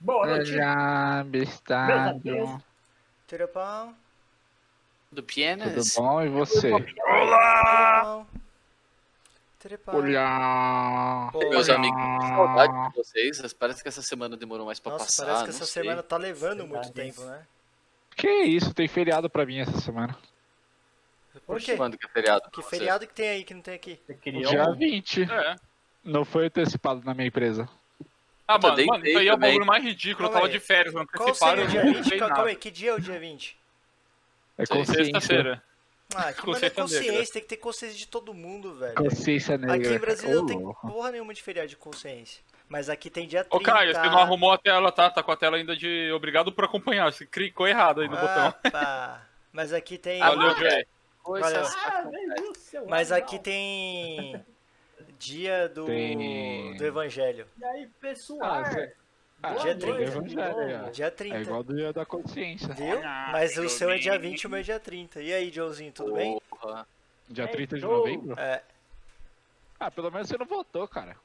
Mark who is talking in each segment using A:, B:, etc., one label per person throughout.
A: Boa noite.
B: Olá, bestado.
C: Tudo bom?
D: Tudo
B: Tudo
D: pienas?
B: bom? E você?
A: Olá!
C: Tudo bom? Tudo bom?
B: Olá.
C: Pô,
D: Meus
C: nossa,
D: amigos, saudade de vocês. Parece que essa semana demorou mais
E: tá
D: pra passar.
C: parece que
D: não
C: essa
D: sei.
C: semana tá levando muito
A: Saudades.
C: tempo, né?
B: Que isso? Tem feriado pra mim essa semana.
C: Por quê?
D: Quando que é feriado? pra
C: tá Que
D: você?
C: feriado que tem aí que não tem aqui?
A: Você criou
B: Dia
A: um-
B: 20.
E: É.
B: Não foi antecipado na minha empresa.
E: Ah,
D: Puta,
E: mano,
D: deitei
E: mano, isso aí é o
D: também.
E: bagulho mais ridículo. Eu
C: Calma
E: tava
C: aí.
E: de férias, não
C: Qual seria
E: anteciparam,
C: o
E: eu
C: dia
E: não
C: 20?
E: fiz
C: Qual- Calma aí,
E: nada.
C: que dia é o dia 20?
B: É
D: Sei,
B: consciência.
E: Sexta-feira.
C: Ah, que mano é
E: Consciência negra.
C: consciência, tem que ter consciência de todo mundo, velho.
B: Consciência negra.
C: Aqui em Brasília não tem
B: Ô,
C: porra nenhuma de feriado de consciência. Mas aqui tem dia 30.
E: Ô, Caio, você não arrumou a tela, tá? Tá com a tela ainda de obrigado por acompanhar. Você clicou errado aí no botão.
C: Opa! Ah, tá. Mas aqui tem.
E: Valeu, Jay.
D: Coisas-
C: tá
A: Ah, meu Deus do céu.
C: Mas
A: ah,
C: aqui
A: não.
C: tem. Dia do.
B: Tem.
C: Do Evangelho.
A: E aí, pessoal?
E: é.
B: Ah, Zé. Ah,
A: Boa
C: dia
B: tem
A: noite,
C: 30.
A: de
B: evangelho aí,
A: novo.
B: ó.
C: Dia
B: É
C: 30.
B: igual do dia da consciência.
C: Viu?
E: Ah,
C: Mas o seu é dia
E: Joãozinho.
C: 20, o meu é dia 30. E aí, Joãozinho, tudo bem?
D: Porra.
B: Dia
A: Ei,
B: 30 de
A: show.
B: novembro?
C: É,
B: Ah, pelo menos você não votou, cara.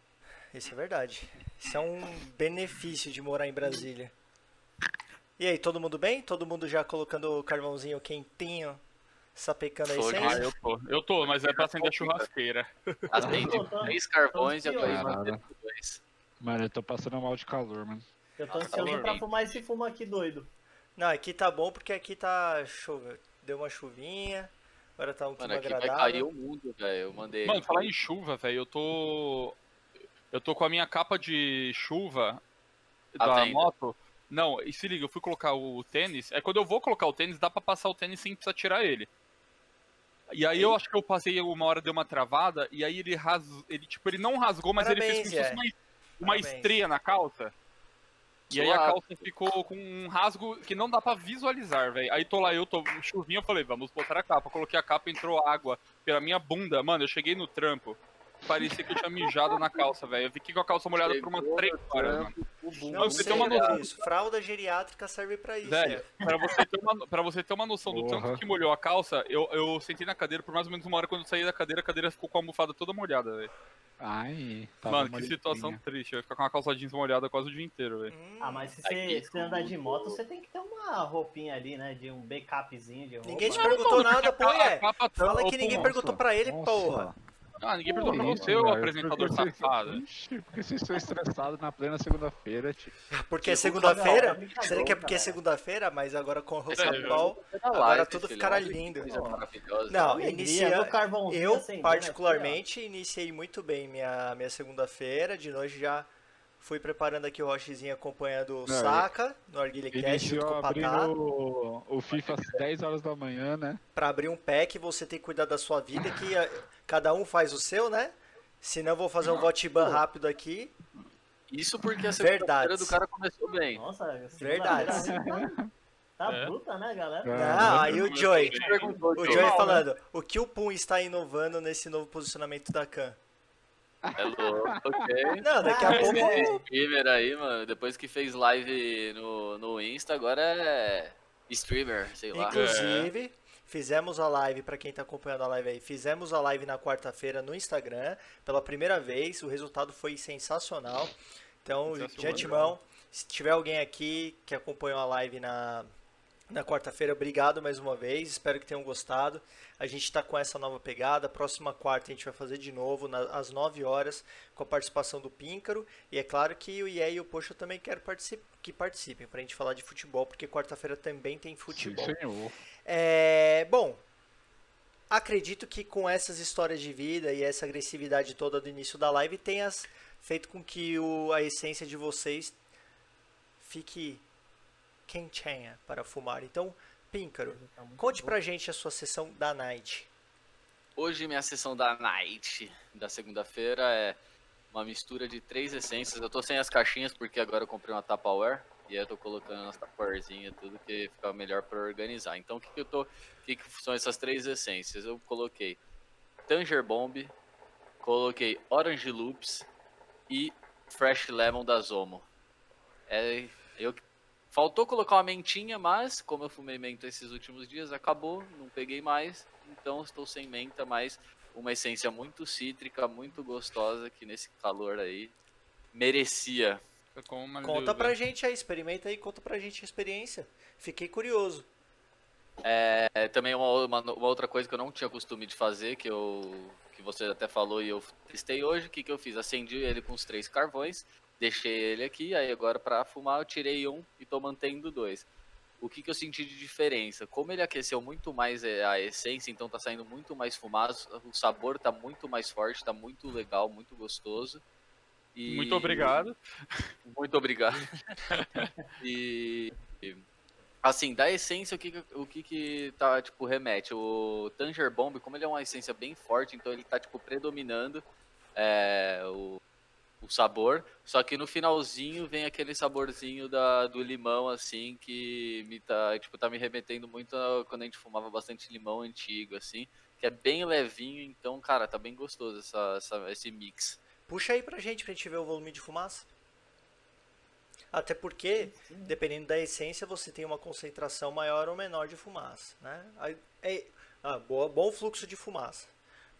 C: isso é verdade. Isso é um benefício de morar em Brasília. E aí, todo mundo bem? Todo mundo já colocando o carvãozinho quentinho? Sapecando a
D: Foi,
E: Ah,
C: essência?
E: eu tô. Eu tô, mas é pra acender a churrasqueira.
C: Tá
D: Acendi três carvões e a dois
B: Caralho.
D: manteiga por dois.
B: Mano, eu tô passando mal de calor, mano.
A: Então, Eu tô
D: Ah,
A: ansioso
D: calor,
A: pra
D: hein?
A: fumar esse fumo aqui doido.
C: Não, aqui tá bom porque aqui tá chuva. Deu uma chuvinha, agora tá um
D: Mano,
C: clima
D: aqui vai cair
C: agradável.
D: o mundo, velho. Eu mandei.
E: Mano, falar em chuva, velho, eu tô. Eu tô com a minha capa de chuva
D: Tá
E: da
D: vendo?
E: moto. Não, e se liga, eu fui colocar o tênis. É quando eu vou colocar o tênis, dá pra passar o tênis sem precisar tirar ele. E aí eu acho que eu passei uma hora, deu uma travada, e aí ele rasgou. Ele, tipo, ele não rasgou, mas ele
C: Parabéns,
E: fez como se
C: Zé.
E: fosse uma, uma
C: Parabéns.
E: estreia na calça. E aí a
D: Suave.
E: calça ficou com um rasgo que não dá pra visualizar, velho. Aí tô lá, eu tô chuvinha, eu falei, vamos botar a capa. Eu Coloquei a capa, entrou água pela minha bunda. Mano, eu cheguei no trampo, parecia que eu tinha mijado na calça, velho. Eu fiquei com a calça molhada
D: Chegou
E: por
D: no
E: umas três horas, mano.
D: trampo, o bumbum.
C: Não,
E: Não,
C: sei
E: você tem uma
C: cara,
E: noção.
C: isso. Fralda geriátrica serve pra isso.
E: Velho,
C: né?
E: pra você ter uma, pra você ter uma noção do
B: Porra.
E: tanto que molhou a calça, eu, eu sentei na cadeira por mais ou menos uma hora. Quando eu saí da cadeira, a cadeira ficou com a almofada toda molhada, velho.
B: Ai, tava
E: Mano, que
B: molhadinha.
E: situação triste. Eu ia ficar com a calça jeans molhada quase o dia inteiro, velho.
C: Hum,
A: Ah, mas se
D: Aqui,
A: você se andar de moto,
D: tudo.
A: você tem que ter uma roupinha ali, né? De um backupzinho de roupa.
C: ninguém te
E: Não,
C: perguntou
E: mano,
C: nada,
E: porque
C: pô,
E: a- a
C: é.
E: capa tá-
C: Fala
E: ô,
C: que ninguém
E: pô,
C: perguntou pra ele,
B: Nossa.
C: porra.
E: Ah, ninguém perguntou pra
B: Nossa,
E: você, ô
B: velho,
E: apresentador
B: porque vocês-
E: safado.
B: Ixi, porque vocês estão estressados na plena segunda-feira, tio.
C: Porque é
A: não,
C: segunda-feira?
A: não, não,
C: Será que é porque é
A: cara.
C: segunda-feira? Mas agora com o
E: É,
C: Rossapal,
D: Da
C: agora
D: live,
C: tudo
D: filhão.
C: ficará
D: Olha que
C: lindo.
D: coisa maravilhosa.
C: Não,
A: Alegria,
C: inicia.
A: meu carvãozinho assim,
C: Eu,
A: acendendo aqui, ó.
C: particularmente, iniciei muito bem minha, minha segunda-feira. De noite já fui preparando aqui o rochezinho acompanhando o
B: Não,
C: Saca no Arguilecast junto com
B: É, Iniciou
C: o Patá.
B: abrindo o, o FIFA às 10 horas da manhã, né?
C: Pra abrir um pack, você tem que cuidar da sua vida, que a- cada um faz o seu, né? Senão eu vou fazer um vote ban rápido aqui.
D: Isso porque a segunda-feira
C: Verdades.
D: do cara começou bem.
A: Nossa,
C: Verdade.
A: segunda-feira Tá, tá
E: É.
A: bruta, né, galera?
C: Ah, aí o Joy.
D: Quem perguntou,
C: O
D: Joe?
C: Joey falando, o que o Pum está inovando nesse novo posicionamento da Khan?
D: É louco, ok.
C: Não, daqui a
A: Ah,
C: pouco.
D: Esse streamer aí, mano, depois que fez live no, no Insta, agora é streamer, sei lá.
C: É.
B: É.
C: Inclusive, fizemos a live, pra quem tá acompanhando a live aí, fizemos a live na quarta-feira no Instagram, pela primeira vez, o resultado foi sensacional. Então, de
E: Sensacional.
C: antemão, se tiver alguém aqui que acompanhou a live na, na quarta-feira, obrigado mais uma vez, espero que tenham gostado. A gente tá com essa nova pegada, próxima quarta a gente vai fazer de novo, na- às 9 horas, com a participação do Píncaro, e é claro que o IE e o Poxa eu também quero particip- que participem, pra gente falar de futebol, porque quarta-feira também tem
B: Sim,
C: futebol.
B: senhor.
C: É, bom, acredito que com essas histórias de vida e essa agressividade toda do início da live tenha s- feito com que o- a essência de vocês fique quentinha para fumar. Então, Píncaro, conte pra gente a sua sessão da night.
D: Hoje minha sessão da night, da segunda-feira, é uma mistura de três essências. Eu tô sem as caixinhas porque agora eu comprei uma Tupperware. E aí eu tô colocando umas Tupperwarezinhas, tudo que fica melhor pra organizar. Então o que, que eu tô. O que, que são essas três essências? Eu coloquei Tanger Bomb, coloquei Orange Loops e Fresh Lemon da Zomo. É, eu Faltou colocar uma mentinha, mas como eu fumei menta esses últimos dias, acabou, não peguei mais. Então estou sem menta, mas uma essência muito cítrica, muito gostosa, que nesse calor aí merecia.
E: Como uma
C: Conta
E: deusa.
C: pra gente aí, experimenta aí, conta pra gente a experiência. Fiquei curioso.
D: É, também uma, uma- uma outra coisa que eu não tinha costume de fazer, que eu que você até falou e eu testei hoje, o que, que eu fiz? Acendi ele com os três carvões, deixei ele aqui, aí agora pra fumar eu tirei um e tô mantendo dois. O que, que eu senti de diferença? Como ele aqueceu muito mais é, a essência, então tá saindo muito mais fumaço, o sabor tá muito mais forte, tá muito legal, muito gostoso. E-
E: Muito obrigado.
D: muito obrigado. e e, assim, da essência, o que que- o que que tá tipo remete? O Tanger Bomb, como ele é uma essência bem forte, então ele tá tipo predominando é, o, o sabor, só que no finalzinho vem aquele saborzinho da, do limão assim que me tá, tipo, tá me remetendo muito a quando a gente fumava bastante limão antigo assim, que é bem levinho, então, cara, tá bem gostoso essa- essa, esse mix.
C: Puxa aí pra gente, pra gente ver o volume de fumaça. Até porque, dependendo da essência, você tem uma concentração maior ou menor de fumaça, né? Aí- é- ah, boa- bom fluxo de fumaça.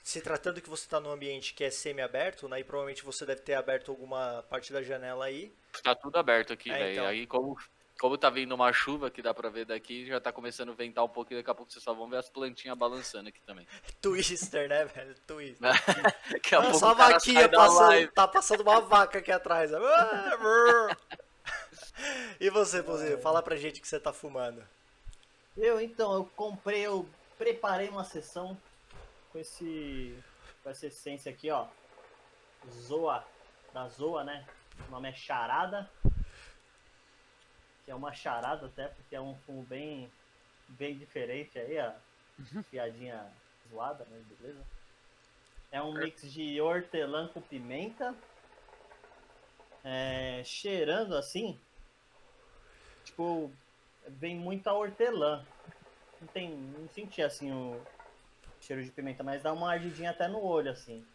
C: Se tratando que você está num ambiente que é semi-aberto, né? E provavelmente você deve ter aberto alguma parte da janela aí.
D: Tá tudo aberto aqui,
C: É,
D: velho.
C: então.
D: Aí como, como tá vindo uma chuva que dá pra ver daqui, já tá começando a ventar um pouco e daqui a pouco vocês só vão ver as plantinhas balançando aqui também.
C: Twister, né, velho? Twister.
D: Daqui a
C: Ah,
D: pouco
C: só a
D: o cara
C: vaquinha
D: sai da
C: passando,
D: live.
C: tá passando uma vaca aqui atrás. né? Ah, brrr. e você, Pozinho, fala pra gente o que você tá fumando.
A: Eu então, eu comprei, eu preparei uma sessão com esse. com essa essência aqui, ó. Zoa, da Zoa, né? O nome é Charada. Que é uma charada até, porque é um fumo bem, bem diferente aí, ó. Piadinha zoada, mas beleza. É um mix de hortelã com pimenta. É, cheirando assim. Tipo, vem muita hortelã. Não tem. Não senti assim o cheiro de pimenta, mas dá uma ardidinha até no olho, assim.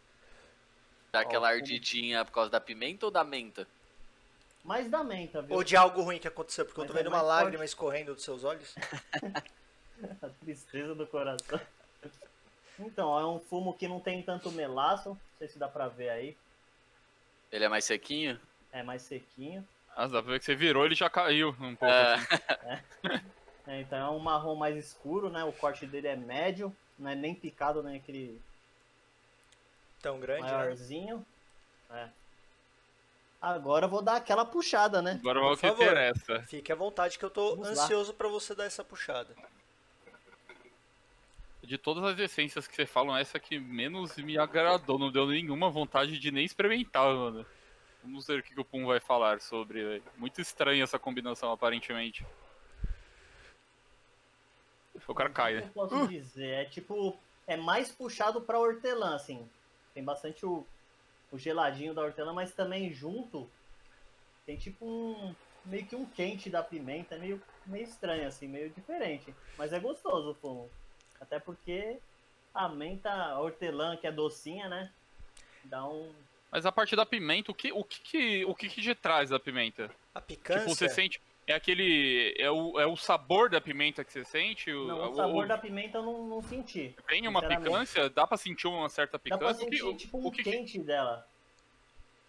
D: Dá aquela
A: Ó,
D: ardidinha por causa da pimenta ou da menta?
A: Mais da menta, viu?
C: Ou de algo ruim que aconteceu, porque eu tô
A: Mas é
C: vendo uma
A: mais
C: lágrima
A: forte.
C: escorrendo dos seus olhos.
A: A tristeza do coração. Então, ó, é um fumo que não tem tanto melaço. Não sei se dá pra ver aí.
D: Ele é mais sequinho?
A: É mais sequinho.
E: Ah, dá pra ver que você virou, ele já caiu um pouco.
D: É.
E: assim.
A: É, então é um marrom mais escuro, né? O corte dele é médio. Não é nem picado, nem aquele
C: Tão grande, né?
A: maiorzinho. É. Agora eu vou dar aquela puxada, né?
E: Agora é o que
C: favor.
E: interessa.
C: Fique à vontade que eu tô
A: Vamos lá.
C: ansioso pra você dar essa puxada.
E: De todas as essências que você falam, essa que menos me agradou. Não deu nenhuma vontade de nem experimentar, mano. Vamos ver o que que o Pum vai falar sobre. velho. Muito estranha essa combinação, aparentemente. O cara cai,
A: que
E: né?
A: eu posso dizer? É tipo, é mais puxado pra hortelã, assim. Tem bastante o, o geladinho da hortelã, mas também junto tem tipo um. meio que um quente da pimenta, é meio, meio estranho, assim, meio diferente. Mas é gostoso o fumo. Até porque a menta, a hortelã, que é docinha, né? Dá um.
E: Mas a parte da pimenta, o que o que, que- o que, que te traz da pimenta?
C: A picância.
E: Tipo, você sente. É aquele. É o, é o sabor da pimenta que você sente? O,
A: Não, é
E: o-
A: o sabor da pimenta eu não, não senti.
E: Tem uma
A: sinceramente.
E: picância? Dá pra sentir uma certa
A: Dá pra
E: picância? Então, O que-
A: sentir
E: o-
A: tipo um
E: o que que-
A: quente dela.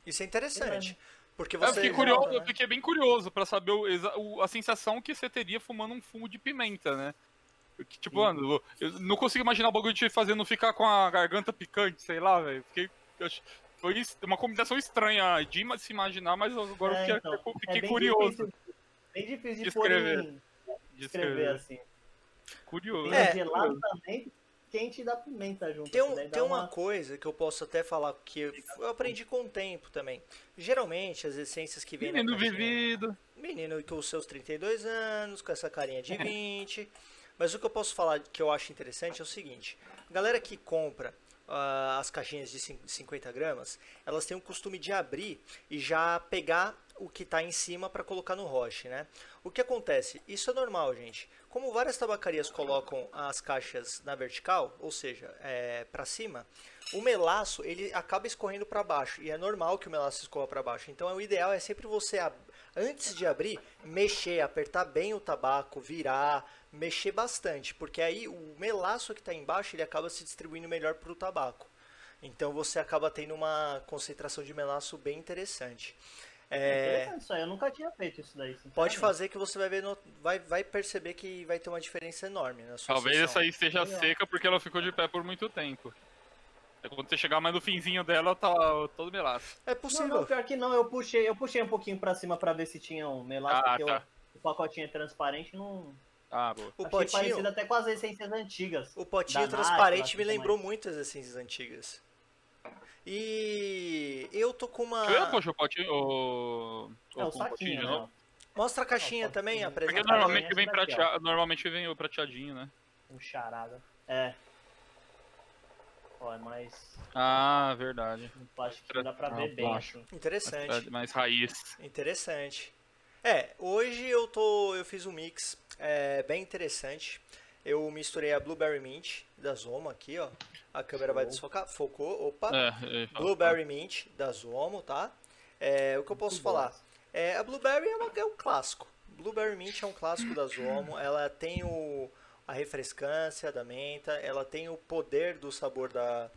C: Isso é interessante. Porque
E: É, Eu
C: você.
E: fiquei curioso,
A: né?
C: volta,
E: eu fiquei bem curioso pra saber o exa- o- a sensação que você teria fumando um fumo de pimenta, né? Porque, tipo,
A: Sim.
E: mano, eu não consigo imaginar o bagulho de fazendo ficar com a garganta picante, sei lá, velho. Fiquei. eu ach- Foi es- uma combinação estranha de ima- se imaginar, mas agora eu
A: É,
E: fiquei,
A: então,
E: eu fiquei
A: bem
E: curioso
A: Difícil, bem difícil de
E: Descrever.
A: pôr em,
E: de
A: escrever
E: escrever.
A: assim.
E: Curioso.
A: Tem
C: É.
A: a gelado também, quente da pimenta junto.
C: Tem,
A: assim,
C: um-
A: daí dá
C: tem uma coisa que eu posso até falar que eu, eu aprendi com o tempo também. Geralmente, as essências que vêm na
E: É,
A: é,
E: Menino
C: caixinha-
E: vivido.
C: Menino com os seus 32 anos, com essa carinha de 20. Mas o que eu posso falar que eu acho interessante é o seguinte: a galera que compra ah, as caixinhas de cin- 50 gramas, elas têm o costume de abrir e já pegar o que está em cima para colocar no roche, né? O que acontece? Isso é normal, gente. Como várias tabacarias colocam as caixas na vertical, ou seja, é, para cima, o melaço ele acaba escorrendo para baixo e é normal que o melaço escorra para baixo. Então, o ideal é sempre você ab- antes de abrir mexer, apertar bem o tabaco, virar, mexer bastante, porque aí o melaço que está embaixo ele acaba se distribuindo melhor para o tabaco. Então você acaba tendo uma concentração de melaço bem interessante. É,
A: Interessante isso aí, eu nunca tinha feito isso daí.
C: pode
A: sinceramente.
C: fazer que você vai, ver no- vai, vai perceber que vai ter uma diferença enorme na sua
E: Talvez essa
C: sessão.
E: aí esteja
A: Legal.
E: seca porque ela ficou de pé por muito tempo. É Quando você chegar mais no finzinho dela, tá todo melaço.
C: É
A: Não,
C: possível.
A: não, pior que não, eu puxei, eu puxei um pouquinho pra cima pra ver se tinha um melaço,
E: Ah,
A: porque eu-
E: tá.
A: o pacotinho é transparente, não.
E: Ah, boa.
C: O
A: achei
C: potinho,
A: parecido até com as essências antigas.
C: o potinho
A: da Nike, eu acho
C: transparente
A: que
C: me
A: também.
C: lembrou muito as essências antigas. E eu tô com uma.
E: Ah. Poxa, o potinho. O...
A: É,
E: o
A: o
E: com potinho
A: saquinho,
E: de
A: né?
E: novo.
A: ó.
C: Mostra a caixinha
A: Ah, o
C: também,
A: potinho.
C: apresenta.
E: Porque
C: pra
A: Exatamente.
C: mim.
E: normalmente vem,
A: Essa daqui,
E: pratea... normalmente vem o prateadinho, né?
A: Um charada. É. Ó, é mais.
E: Ah, verdade. É
A: Um plástico que dá pra
B: Ah,
A: ver bem.
B: plástico.
A: Assim.
C: Interessante.
E: Mais, mais raiz.
C: Interessante. É, hoje eu tô, eu fiz um mix é, bem interessante. Eu misturei a Blueberry Mint da Zomo aqui, ó. A câmera vai
A: Show.
C: desfocar. Focou, opa.
E: É, é,
C: Blueberry Mint da Zomo, tá? É, o que eu posso
A: Muito
C: falar?
A: bom.
C: É, a Blueberry é, uma- é um clássico. Blueberry Mint é um clássico da Zomo. Ela tem o, a refrescância da menta, ela tem o poder do sabor da,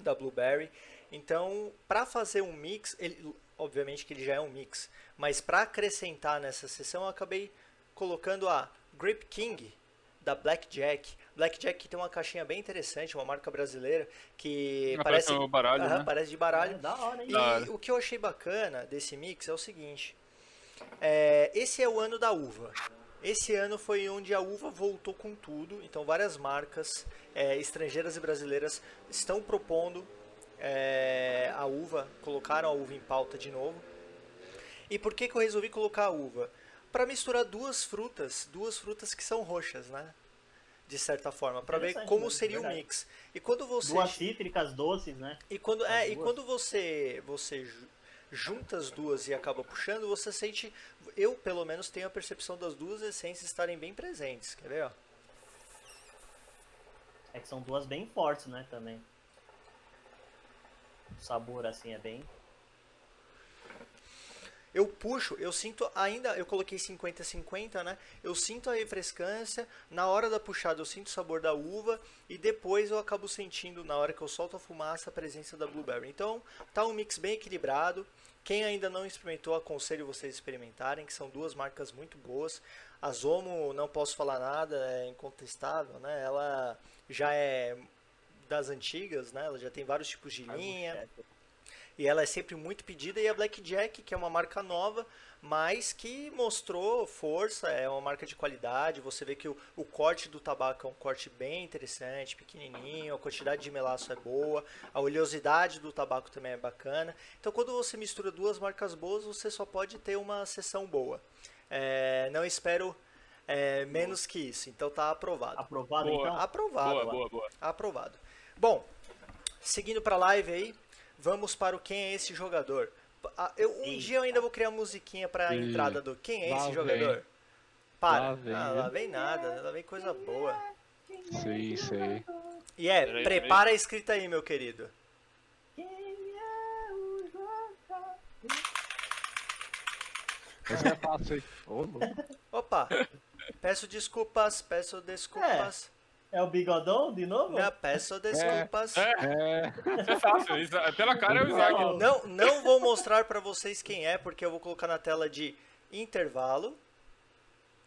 C: da Blueberry. Então, para fazer um mix, ele- obviamente que ele já é um mix, mas para acrescentar nessa sessão, eu acabei colocando a Grip King da Blackjack. Blackjack que tem uma caixinha bem interessante, uma marca brasileira que
E: Parece
C: parece,
E: o baralho,
C: Aham,
E: né?
C: parece de baralho.
A: É, da hora, hein?
C: E
E: Da hora.
C: o que eu achei bacana desse mix é o seguinte: é, esse é o ano da uva. Esse ano foi onde a uva voltou com tudo, então várias marcas é, estrangeiras e brasileiras estão propondo é, a uva, colocaram a uva em pauta de novo. E por que, que eu resolvi colocar a uva? Para misturar duas frutas, duas frutas que são roxas, né? De certa forma, para ver
A: Interessante,
C: como
A: né?
C: seria o
A: Verdade.
C: mix. E quando você
A: Duas cítricas doces, né?
C: e quando, é,
A: As
C: e
A: duas.
C: quando você, você ju- junta as duas e acaba puxando, você sente. Eu, pelo menos, tenho a percepção das duas essências estarem bem presentes. Quer ver? ó?
A: É que são duas bem fortes, né? Também. O sabor, assim, é bem.
C: Eu puxo, eu sinto ainda. Eu coloquei 50-50, né? Eu sinto a refrescância. Na hora da puxada, eu sinto o sabor da uva. E depois eu acabo sentindo, na hora que eu solto a fumaça, a presença da blueberry. Então, tá um mix bem equilibrado. Quem ainda não experimentou, aconselho vocês experimentarem, que são duas marcas muito boas. A Zomo, não posso falar nada, é incontestável, né? Ela já é das antigas, né? Ela já tem vários tipos de linha. E ela é sempre muito pedida. E a Blackjack, que é uma marca nova, mas que mostrou força, é uma marca de qualidade. Você vê que o, o corte do tabaco é um corte bem interessante, pequenininho, a quantidade de melaço é boa, a oleosidade do tabaco também é bacana. Então, quando você mistura duas marcas boas, você só pode ter uma sessão boa. É, não espero é, menos que isso. Então, tá aprovado.
A: Aprovado,
E: Boa.
C: Ah.
A: então?
C: Aprovado.
E: Boa, boa, boa.
C: Aprovado. Bom, seguindo pra live aí, vamos para o quem é esse jogador. Ah, eu- um
A: Eita.
C: dia eu ainda vou criar musiquinha pra
B: Ih,
C: entrada do quem é
B: lá
C: esse
B: vem.
C: jogador. Para.
B: Lá vem.
C: Ah, lá vem nada, lá vem coisa boa.
B: Sei, sei.
C: E é,
E: Peraí, peraí.
C: prepara a escrita aí, meu querido.
A: Quem é o jogador?
B: Essa é fácil, hein? Ô, louco.
C: Opa, peço desculpas, peço desculpas.
A: É o bigodão de
B: tá
A: novo?
C: Não, peço desculpas.
E: É,
B: É,
E: Isso é fácil. isso é- Pela cara é o Isaac.
A: Não.
C: Não, não vou mostrar pra vocês quem é, porque eu vou colocar na tela de intervalo,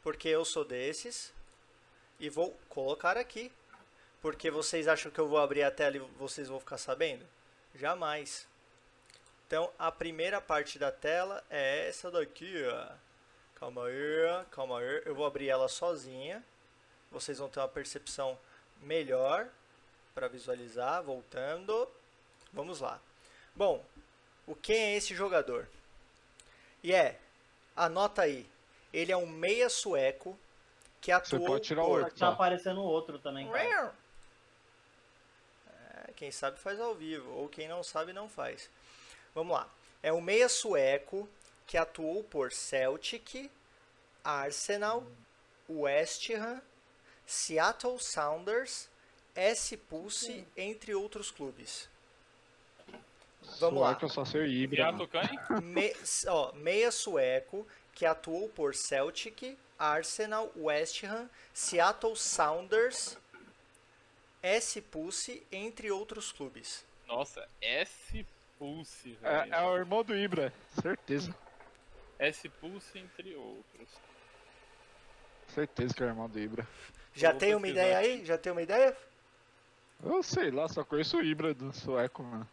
C: porque eu sou desses, e vou colocar aqui, porque vocês acham que eu vou abrir a tela e vocês vão ficar sabendo? Jamais. Então, a primeira parte da tela é essa daqui, ó. Calma aí, calma aí. Eu vou abrir ela sozinha. Vocês vão ter uma percepção melhor para visualizar. Voltando. Vamos lá. Bom, o quem é esse jogador? E é, anota aí. Ele é um meia sueco que
B: Você
C: atuou
B: pode tirar
C: por...
B: o
A: Tá, tá aparecendo outro também, cara.
C: É, quem sabe faz ao vivo, ou quem não sabe não faz. Vamos lá. É um meia sueco que atuou por Celtic, Arsenal, West Ham, Seattle Sounders, S Pulse, entre outros clubes. Vamos lá.
B: que eu só sei o híbrido.
E: Gato Cane?
C: Me- ó, meia sueco que atuou por Celtic, Arsenal, West Ham, Seattle Sounders, S Pulse, entre outros clubes.
E: Nossa, S Pulse,
B: É,
E: velho.
B: é o irmão do Ibra, certeza.
E: S-Pulse, entre outros.
B: Certeza que é o irmão do Ibra.
C: Já
E: vou
C: tem uma
E: pesquisar
C: ideia aí? Já tem uma ideia?
B: Eu sei lá, só conheço o Ibra do sueco, mano.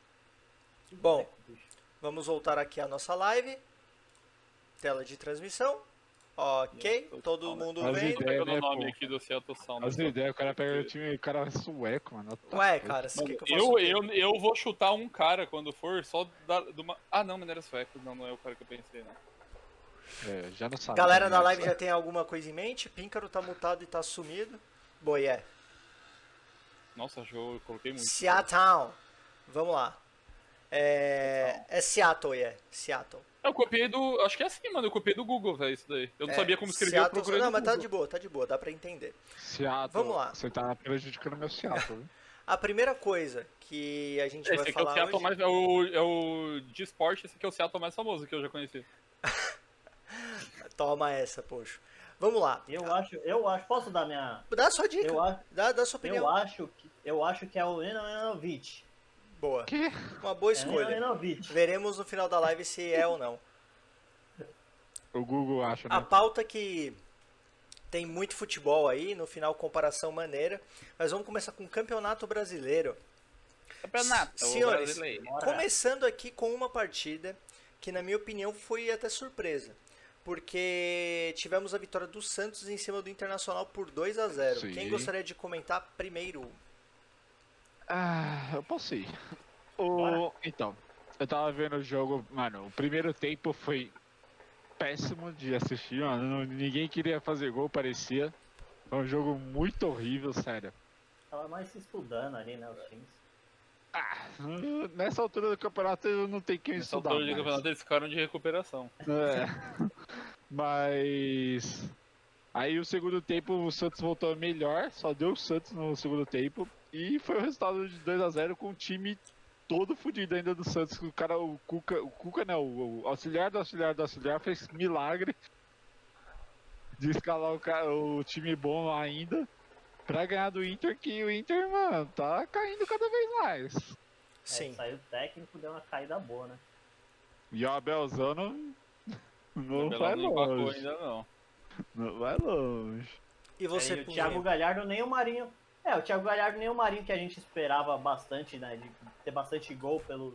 C: Bom, vamos voltar aqui à nossa live. Tela de transmissão. Ok, todo mundo
B: As
C: vendo.
B: ideias,
E: Pegando
B: né,
E: o nome
B: pô?
E: aqui do então. Celtoção.
B: As ideias, o cara pega o time, o cara é sueco, mano. What the
C: Ué,
B: fuck?
C: é, cara, você quer que eu faça?
E: Eu,
C: o quê?
E: eu, eu vou chutar um cara quando for, só da, de uma. Ah, não, mas não era sueco, não, não é o cara que eu pensei, não.
B: É, já não sabe.
C: Galera
B: né,
C: da live
B: sabe?
C: já tem alguma coisa em mente? Píncaro tá mutado e tá sumido. Boy, é.
E: Nossa, Jô, eu coloquei muito.
C: Seattle. Vamos lá. É, é Seattle, é. Seattle.
E: Eu copiei do. Acho que é assim, mano, eu copiei do Google, velho, isso daí. Eu não sabia como escrever, eu
C: É, Seattle...
E: procurei.
C: Não,
E: no
C: mas tá
E: Google.
C: de boa, tá de boa, dá pra entender.
B: Seattle,
C: Vamos lá.
B: Você tá prejudicando meu Seattle, viu?
C: A primeira coisa que a gente
E: Esse
C: vai
E: aqui é o
C: falar
E: Seattle
C: hoje...
E: mais. É o, é o de esporte, esse aqui é o Seattle mais famoso que eu já conheci.
C: Toma essa, poxa. Vamos lá.
A: Eu acho, eu acho, posso dar minha.
C: Dá sua dica.
A: Eu acho,
C: Dá, dá sua opinião.
A: eu acho que eu acho que é o É Enanovic.
C: Boa.
B: Que?
C: Uma boa
A: É
C: escolha.
A: o Enanovic.
C: Veremos no final da live se é ou não.
B: O Google acha, né?
C: A pauta que tem muito futebol aí, no final comparação maneira, mas vamos começar com o Campeonato Brasileiro.
E: Campeonato
C: Senhores,
E: brasileiro.
C: Começando aqui com uma partida que, na minha opinião, foi até surpresa. Porque tivemos a vitória do Santos em cima do Internacional por 2 a 0
B: Sim.
C: Quem gostaria de comentar primeiro?
A: É,
B: Ah, eu posso ir. O... Então, eu tava vendo o jogo, mano, o primeiro tempo foi péssimo de assistir, mano. não- Ninguém queria fazer gol, parecia. Foi um jogo muito horrível, sério.
A: Tava mais se estudando ali, né? Os times.
B: Hum, Nessa altura do campeonato eu não tenho quem
E: Essa
B: estudar.
E: altura é de
B: mais.
E: campeonato eles ficaram de recuperação.
B: É. Mas. Aí o segundo tempo o Santos voltou melhor, só deu o Santos no segundo tempo. E foi o resultado de 2 a 0 com o time todo fudido ainda do Santos. O cara, o Cuca, o Cuca não, o o auxiliar do auxiliar do auxiliar fez milagre de escalar o, ca- o time bom lá ainda pra ganhar do Inter, que o Inter, mano, tá caindo cada vez mais.
A: É,
C: Sim.
A: saiu o técnico, deu uma caída boa, né?
B: E o Abelzano não
E: Pelo
B: vai
E: menos não empacou
B: longe.
E: ainda não.
B: Não vai longe.
C: E você,
A: Aí, o
C: Punzinho?
A: Thiago Galhardo nem o Marinho. É, o Thiago Galhardo nem o Marinho que a gente esperava bastante, né? De ter bastante gol pelos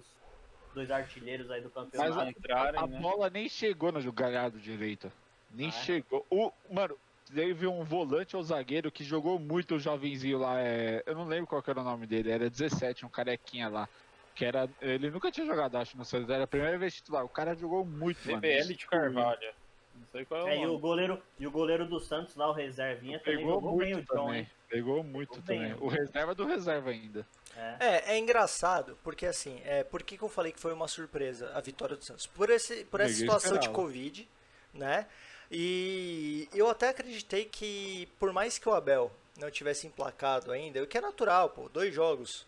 A: dois artilheiros aí do
E: Mas
A: campeonato.
B: a-
E: entrarem,
B: A
E: né?
B: bola nem chegou no galhardo direito. Nem
A: Ah, é?
B: chegou. O, mano, teve um volante ou zagueiro que jogou muito o jovenzinho lá. é, eu não lembro qual que era o nome dele. Era 17, um carequinha lá. Que era, ele nunca tinha jogado, acho, no Santos. Era a primeira vez titular. O cara jogou muito, mano.
E: DBL de Carvalho. Não sei qual
A: É,
E: é
A: e
E: o
A: o
E: nome.
A: goleiro, e o goleiro do Santos lá, o reservinha, também
B: então, Pegou
A: jogou bem o
B: muito
A: John,
B: também.
A: hein?
B: Pegou muito
A: Jogou bem.
B: também. O reserva do reserva ainda.
A: É.
C: É, é engraçado, porque assim, é, por que, que eu falei que foi uma surpresa a vitória do Santos? Por, esse, por essa
B: Ninguém
C: situação de
B: esperava.
C: Covid, né? E eu até acreditei que, por mais que o Abel não tivesse emplacado ainda, o que é natural, pô, dois jogos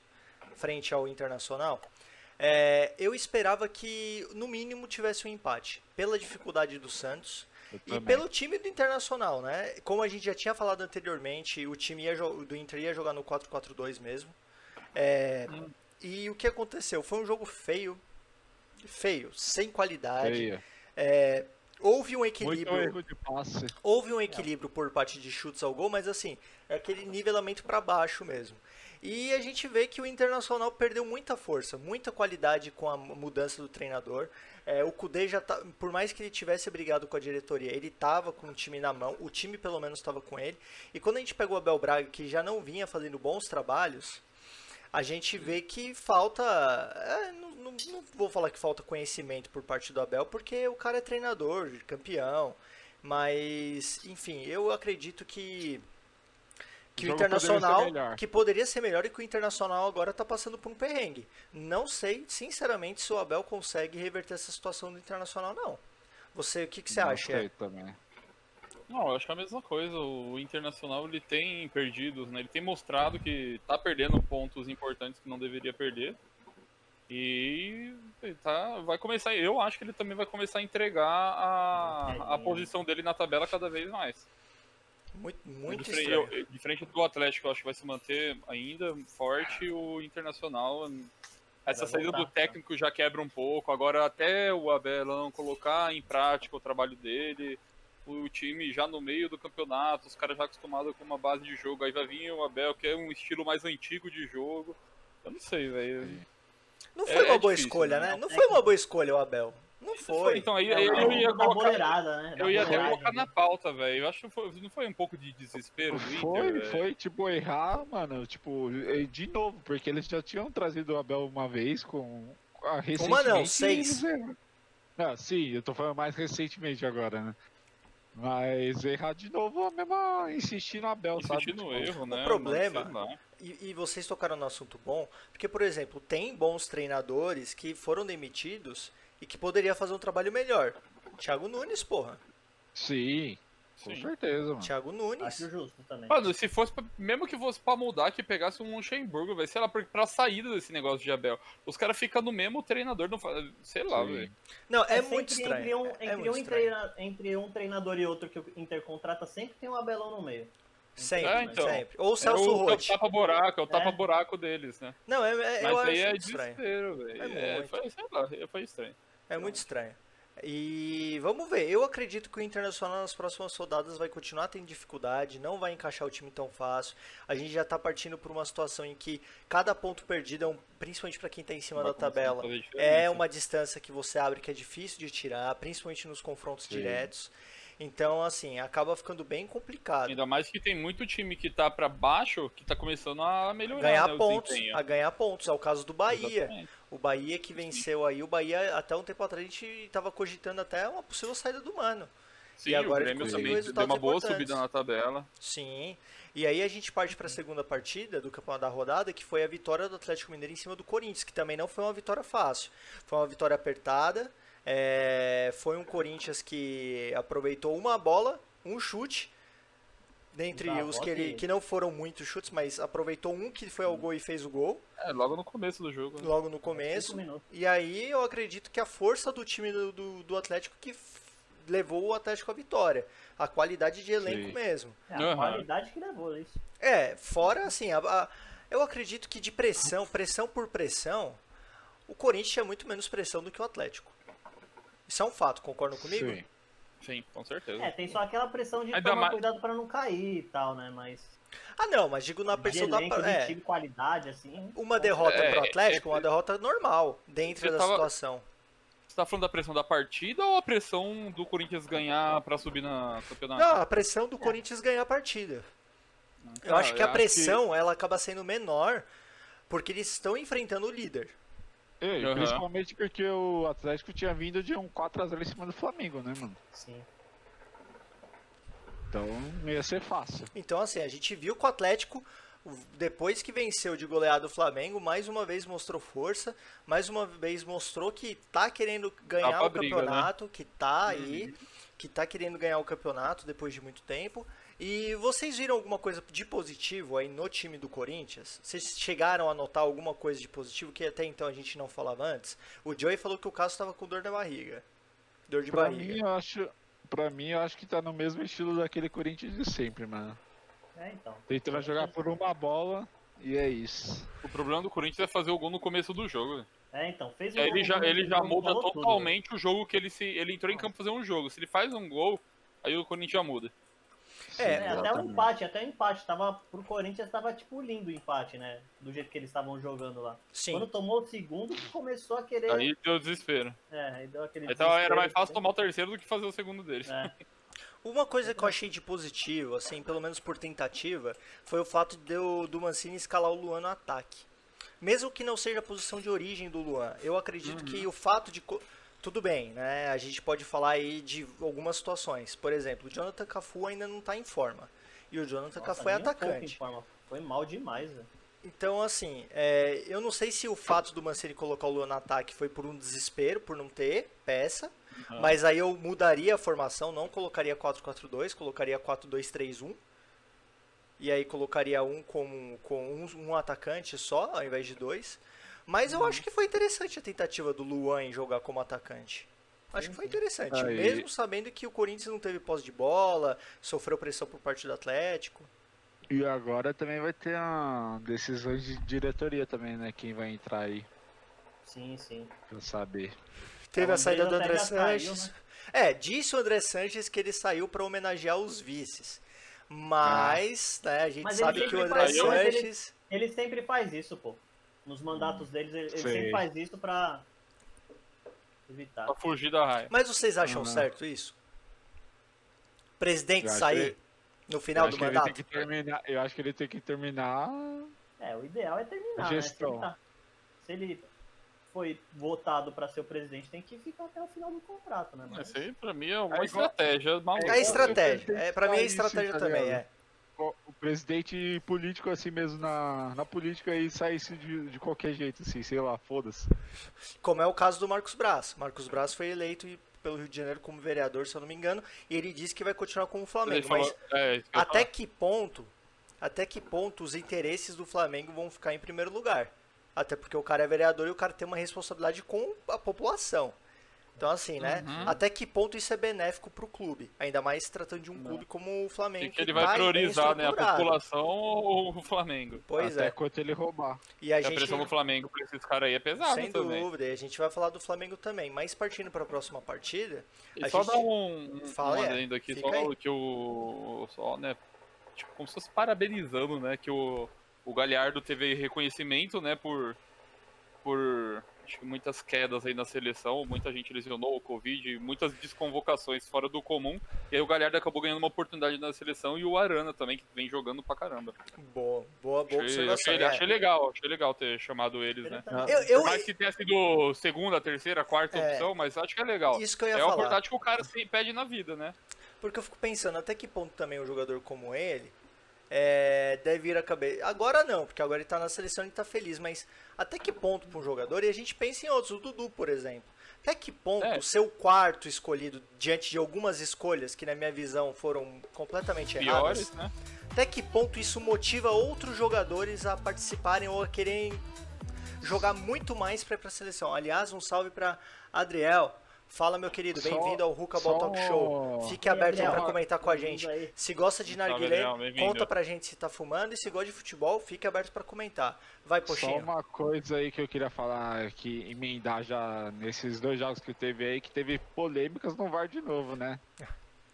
C: frente ao Internacional, é, eu esperava que, no mínimo, tivesse um empate. Pela dificuldade do Santos,
B: Eu
C: e
B: também.
C: pelo time do Internacional, né? Como a gente já tinha falado anteriormente, o time ia jo- do Inter ia jogar no 4-4-2 mesmo. É, E o que aconteceu? Foi um jogo feio. Feio, sem qualidade.
B: Feio.
C: É, houve um
B: Muito
C: Tá equilíbrio.
B: erro de passe.
C: Houve um equilíbrio por parte de chutes ao gol, mas assim, é aquele nivelamento para baixo mesmo. E a gente vê que o Internacional perdeu muita força, muita qualidade com a mudança do treinador. É, o Kudê já tá, por mais que ele tivesse brigado com a diretoria, ele tava com o time na mão, o time pelo menos estava com ele. E quando a gente pegou o Abel Braga, que já não vinha fazendo bons trabalhos, a gente vê que falta. é, não, não- não vou falar que falta conhecimento por parte do Abel, porque o cara é treinador, campeão. Mas, enfim, eu acredito que. Que
B: O
C: o,
B: jogo poderia ser
C: Internacional.
B: melhor.
C: que poderia ser melhor e que o Internacional agora tá passando por um perrengue. Não sei, sinceramente, se o Abel consegue reverter essa situação do Internacional, não. Você, o que, que você
B: Não
C: acha?
B: sei também.
E: Não, eu acho que é a mesma coisa. O Internacional ele tem perdidos, né? Ele tem mostrado que tá perdendo pontos importantes que não deveria perder. E ele tá, vai começar. Eu acho que ele também vai começar a entregar a, a posição dele na tabela cada vez mais.
C: É Muito, muito
E: de, frente,
C: estranho.
E: eu- de frente do Atlético, eu acho que vai se manter ainda forte. O Internacional Essa
A: Vai
E: saída
A: voltar,
E: do técnico já quebra um pouco. Agora, até o Abelão colocar em prática o trabalho dele, o time já no meio do campeonato, os caras já acostumados com uma base de jogo. Aí vai vir o Abel, que é um estilo mais antigo de jogo. Eu não sei, velho.
C: Não
E: É-
C: foi uma
E: é
C: boa
E: difícil,
C: escolha,
E: né?
C: né? Não foi uma boa escolha o Abel. Não foi.
E: Então, aí
A: É,
E: aí eu ia
A: da
E: colocar.
A: boleirada, né? Da
E: Eu ia até
A: boleiragem,
E: colocar
A: né?
E: na pauta, velho. Eu acho que foi- não foi um pouco de desespero do Inter?
B: Foi,
E: velho?
B: foi, tipo, errar, mano, tipo, eh, de novo, porque eles já tinham trazido o Abel uma vez com a recentemente.
C: não,
B: e
C: seis.
B: eles erraram. Ah, sim, eu tô falando mais recentemente agora, né? Mas errar de novo, a mesma insistir no Abel,
E: Insistir
B: sabe?
E: no
B: Tipo,
E: erro, né?
C: problema-
E: Mano, sei lá.
C: E, e vocês tocaram no assunto bom, porque, por exemplo, tem bons treinadores que foram demitidos e que poderia fazer um trabalho melhor. Thiago Nunes, porra.
B: Sim, com
E: Sim.
B: certeza, mano.
C: Thiago Nunes.
A: Acho justo também. É
E: Mano, se fosse pra- mesmo que fosse pra mudar, que pegasse um Luxemburgo, velho, sei lá, porque pra saída desse negócio de Abel, os caras ficam no mesmo treinador, não faz, sei lá,
B: Sim.
E: velho.
C: Não, é,
A: sempre
C: muito estranho.
A: Entre um,
C: é- é
A: entre,
C: muito
A: um
C: estranho.
A: treina- entre um treinador e outro que o Inter contrata, sempre tem um abelão no meio.
C: Sempre,
E: É, então.
C: sempre. Ou o
E: É
C: Celso
E: o, é o
C: Roth.
E: tapa-buraco, é
A: É.
E: o tapa-buraco deles, né?
C: Não, é, é- eu
E: Mas
C: acho
E: aí é
C: muito estranho.
E: desespero, velho.
C: É
E: É,
C: muito.
E: foi, sei lá, foi estranho.
C: É muito estranho. E vamos ver. Eu acredito que o Internacional nas próximas rodadas vai continuar tendo dificuldade, não vai encaixar o time tão fácil. A gente já tá partindo por uma situação em que cada ponto perdido é um, principalmente para quem tá em cima
E: Vai
C: da
E: começar a
C: tabela,
E: fazer diferença.
C: é uma distância que você abre que é difícil de tirar, principalmente nos confrontos diretos. Então, assim, acaba ficando bem complicado.
E: Ainda mais que tem muito time que tá pra baixo, que tá começando a melhorar,
C: Ganhar
E: né, o
C: pontos,
E: desempenho.
C: a ganhar pontos. É o caso do Bahia.
E: Exatamente.
C: O Bahia que venceu aí, o Bahia até um tempo atrás a gente tava cogitando até uma possível saída do Mano.
E: Sim,
C: E agora
E: o Grêmio
C: eles conseguiram
E: também deu
C: resultados
E: uma boa
C: importantes.
E: subida na tabela.
C: Sim. E aí a gente parte para a segunda partida do campeonato da rodada, que foi a vitória do Atlético Mineiro em cima do Corinthians, que também não foi uma vitória fácil. Foi uma vitória apertada. é, Foi um Corinthians que aproveitou uma bola, um chute, dentre
A: Uma
C: os
A: bola
C: que, ele,
A: que-
C: que não foram muitos chutes, mas aproveitou um que foi ao gol e fez o gol
E: É, logo no começo do jogo. né?
C: logo no
A: Cinco
C: começo.
A: minutos.
C: E aí eu acredito que a força do time do, do, do Atlético que f- levou o Atlético à vitória. A qualidade de elenco
B: Sim.
C: mesmo.
A: É, a
E: Aham.
A: qualidade que levou isso.
C: É, fora assim, a- a- eu acredito que de pressão, pressão por pressão, o Corinthians tinha muito menos pressão do que o Atlético. Isso é um fato, concordam comigo?
B: Sim.
E: Sim, com certeza.
A: É, tem só aquela pressão de
E: Ainda
A: tomar
E: mais-
A: cuidado pra não cair e tal, né? Mas
C: Ah, não, mas digo na
A: de
C: pressão da.
A: elenco, de
C: é,
A: time, qualidade, assim...
C: uma derrota
E: É,
C: pro Atlético,
E: é-
C: uma derrota normal, dentro
E: Eu
C: da
E: tava-
C: situação.
E: Você tá falando da pressão da partida ou a pressão do Corinthians ganhar pra subir na campeonato?
C: Não, a pressão do Corinthians ganhar a partida. Eu
E: Ah,
C: acho que a pressão ela acaba sendo menor porque eles estão enfrentando o líder.
B: É, e
E: Aham.
B: Principalmente porque o Atlético tinha vindo de um 4x0 em cima do Flamengo, né, mano?
A: Sim.
B: Então não ia ser fácil.
C: Então, assim, a gente viu que o Atlético, depois que venceu de goleado o Flamengo, mais uma vez mostrou força, mais uma vez mostrou que tá querendo ganhar
E: pra
C: o
E: briga,
C: campeonato, que tá aí, que tá querendo ganhar o campeonato depois de muito tempo. E vocês viram alguma coisa de positivo aí no time do Corinthians? Vocês chegaram a notar alguma coisa de positivo que até então a gente não falava antes? O Joey falou que o Cássio tava com dor na barriga. Dor de
B: Pra
C: barriga.
B: mim, eu acho, pra mim, eu acho que tá no mesmo estilo daquele Corinthians de sempre, mano.
A: É, então.
B: Tentando jogar por uma bola e é isso.
E: O problema do Corinthians é fazer o gol no começo do jogo. velho.
A: É, então. Fez um-
E: Ele já, ele já
A: um-
E: muda
A: falou tudo, né?
E: totalmente o jogo que ele se. Ele entrou em campo fazer um jogo. Se ele faz um gol, aí o Corinthians já muda.
C: É,
A: É, até o empate, até o empate. Tava, pro Corinthians tava, tipo, lindo o empate, né? Do jeito que eles estavam jogando lá. Quando
C: Sim.
A: tomou o segundo, começou a querer...
E: Aí deu desespero.
A: É, aí deu aquele...
E: Então era
A: desespero,
E: mais fácil
A: assim.
E: tomar o terceiro do que fazer o segundo dele.
A: É.
C: Uma coisa que eu achei de positivo, assim, pelo menos por tentativa, foi o fato de eu- do Mancini escalar o Luan no ataque. Mesmo que não seja a posição de origem do Luan, eu acredito
A: Uhum.
C: que o fato de. co- Tudo bem, né? A gente pode falar aí de algumas situações. Por exemplo, o Jonathan Cafu ainda não tá em forma. E o Jonathan
A: Nossa,
C: Cafu é
A: nem um pouco em
C: atacante.
A: forma. Foi mal demais, né. velho.
C: Então, assim, é, eu não sei se o fato do Mancini colocar o Luan no ataque foi por um desespero, por não ter peça, mas aí eu mudaria a formação, não colocaria 4-4-2, colocaria 4-2-3-1, e aí colocaria um com, com um, um atacante só, ao invés de dois. Mas eu acho que foi interessante a tentativa do Luan em jogar como atacante. Acho que foi interessante,
B: Aí.
C: mesmo sabendo que o Corinthians não teve posse de bola, sofreu pressão por parte do Atlético.
B: E agora também vai ter a decisão de diretoria também, né? Quem vai entrar aí.
A: Sim, sim.
B: Pra saber.
C: Teve a
A: Talvez
C: saída do
A: até
C: André
A: já saiu,
C: Sanches.
A: né?
C: É, disse o André Sanches que ele saiu para homenagear os vices. Mas,
B: Ah.
C: né, a gente
A: Mas ele
C: sabe
A: sempre
C: que
A: assim,
C: o André
E: saiu,
A: mas ele-
C: Sanches.
A: Ele sempre faz isso, pô. Nos
C: Hum.
A: mandatos deles, ele, ele
B: Sei.
A: sempre faz isso pra evitar.
E: Pra fugir da raia.
C: Mas vocês acham
B: Uhum.
C: certo isso? Presidente
B: Eu acho
C: sair
B: que-
C: no
B: Eu
C: final
B: acho,
C: do
B: que ele tem
C: mandato?
B: que terminar, eu acho que ele tem que terminar.
A: É, o ideal é terminar,
B: Gestão.
A: né? Se ele, tá- se ele foi votado pra ser o presidente, tem que ficar até o final do contrato, né? Mas
E: Isso aí pra mim é uma
B: É igual-
E: estratégia maluca.
C: É estratégia.
B: Eu- eu-
C: É, pra mim é
B: eu-
C: estratégia
B: isso, tá
C: também,
B: ligado?
C: é.
B: O presidente político, assim mesmo, na, na política e saísse de, de qualquer jeito, assim, sei lá, foda-se.
C: Como é o caso do Marcos Braz. Marcos Braz foi eleito pelo Rio de Janeiro como vereador, se eu não me engano, e ele disse que vai continuar com o
E: Ele
C: Flamengo.
E: falou-
C: Mas
E: é, isso que eu ia
C: até que ponto até que ponto os interesses do Flamengo vão ficar em primeiro lugar até porque o cara é vereador e o cara tem uma responsabilidade com a população então assim né
E: Uhum.
C: até que ponto isso é benéfico pro clube ainda mais tratando de um clube como o Flamengo
E: E que ele vai
C: tá bem
E: priorizar né, a
C: estruturado.
E: população ou o Flamengo.
C: pois
B: Até
C: é
B: quanto ele roubar.
C: e a
E: Porque A,
C: gente
E: pressão do Flamengo pra esses caras aí é pesada
C: sem
E: também.
C: dúvida e a gente vai falar do Flamengo também mas partindo para a próxima partida
E: E
C: A
E: só
C: gente-
E: dar um, um,
C: Fala,
E: um
C: é.
E: adendo aqui,
C: Fica
E: só
C: aí.
E: que o. Só, né? Tipo, como se fosse parabenizando, né? Que o, o Galhardo teve reconhecimento, né? Por. Por. Acho que muitas quedas aí na seleção, muita gente lesionou o Covid, muitas desconvocações fora do comum. E aí o Galhardo acabou ganhando uma oportunidade na seleção e o Arana também, que vem jogando pra caramba.
C: boa boa boa
E: Achei,
C: observação
E: achei,
C: é.
E: achei legal, achei legal ter chamado eles, né?
A: interessante.
C: eu,
E: Por
C: eu-
E: mais que tenha sido segunda, terceira, quarta
C: É.
E: opção, mas acho que é legal.
C: isso que eu ia
E: É a
C: falar
E: oportunidade que o cara se pede na vida, né?
C: Porque eu fico pensando até que ponto também um jogador como ele é, deve ir a cabeça. Agora não, porque agora ele tá na seleção e ele tá feliz, mas até que ponto pra um jogador? E a gente pensa em outros, o Dudu, por exemplo. Até que ponto
E: É.
C: o seu quarto escolhido, diante de algumas escolhas que, na minha visão, foram completamente erradas,
E: Piores, né?
C: até que ponto isso motiva outros jogadores a participarem ou a quererem jogar muito mais pra ir pra seleção? Aliás, um salve pra Adriel. Fala, meu querido,
B: Só-
C: bem-vindo ao Ruka Ball
B: só-
C: Talk Show. Fique
A: Ei,
C: aberto aí
A: Adriel,
C: pra
A: ó,
C: comentar com a gente.
A: Aí.
C: Se gosta de
E: Salve,
C: narguilé,
E: Adriel, bem-vindo.
C: conta pra gente se tá fumando e se gosta de futebol, fique aberto pra comentar. Vai,
B: Só
C: Poxinho.
B: uma coisa aí que eu queria falar, que emendar já nesses dois jogos que teve aí, que teve polêmicas no VAR de novo, né?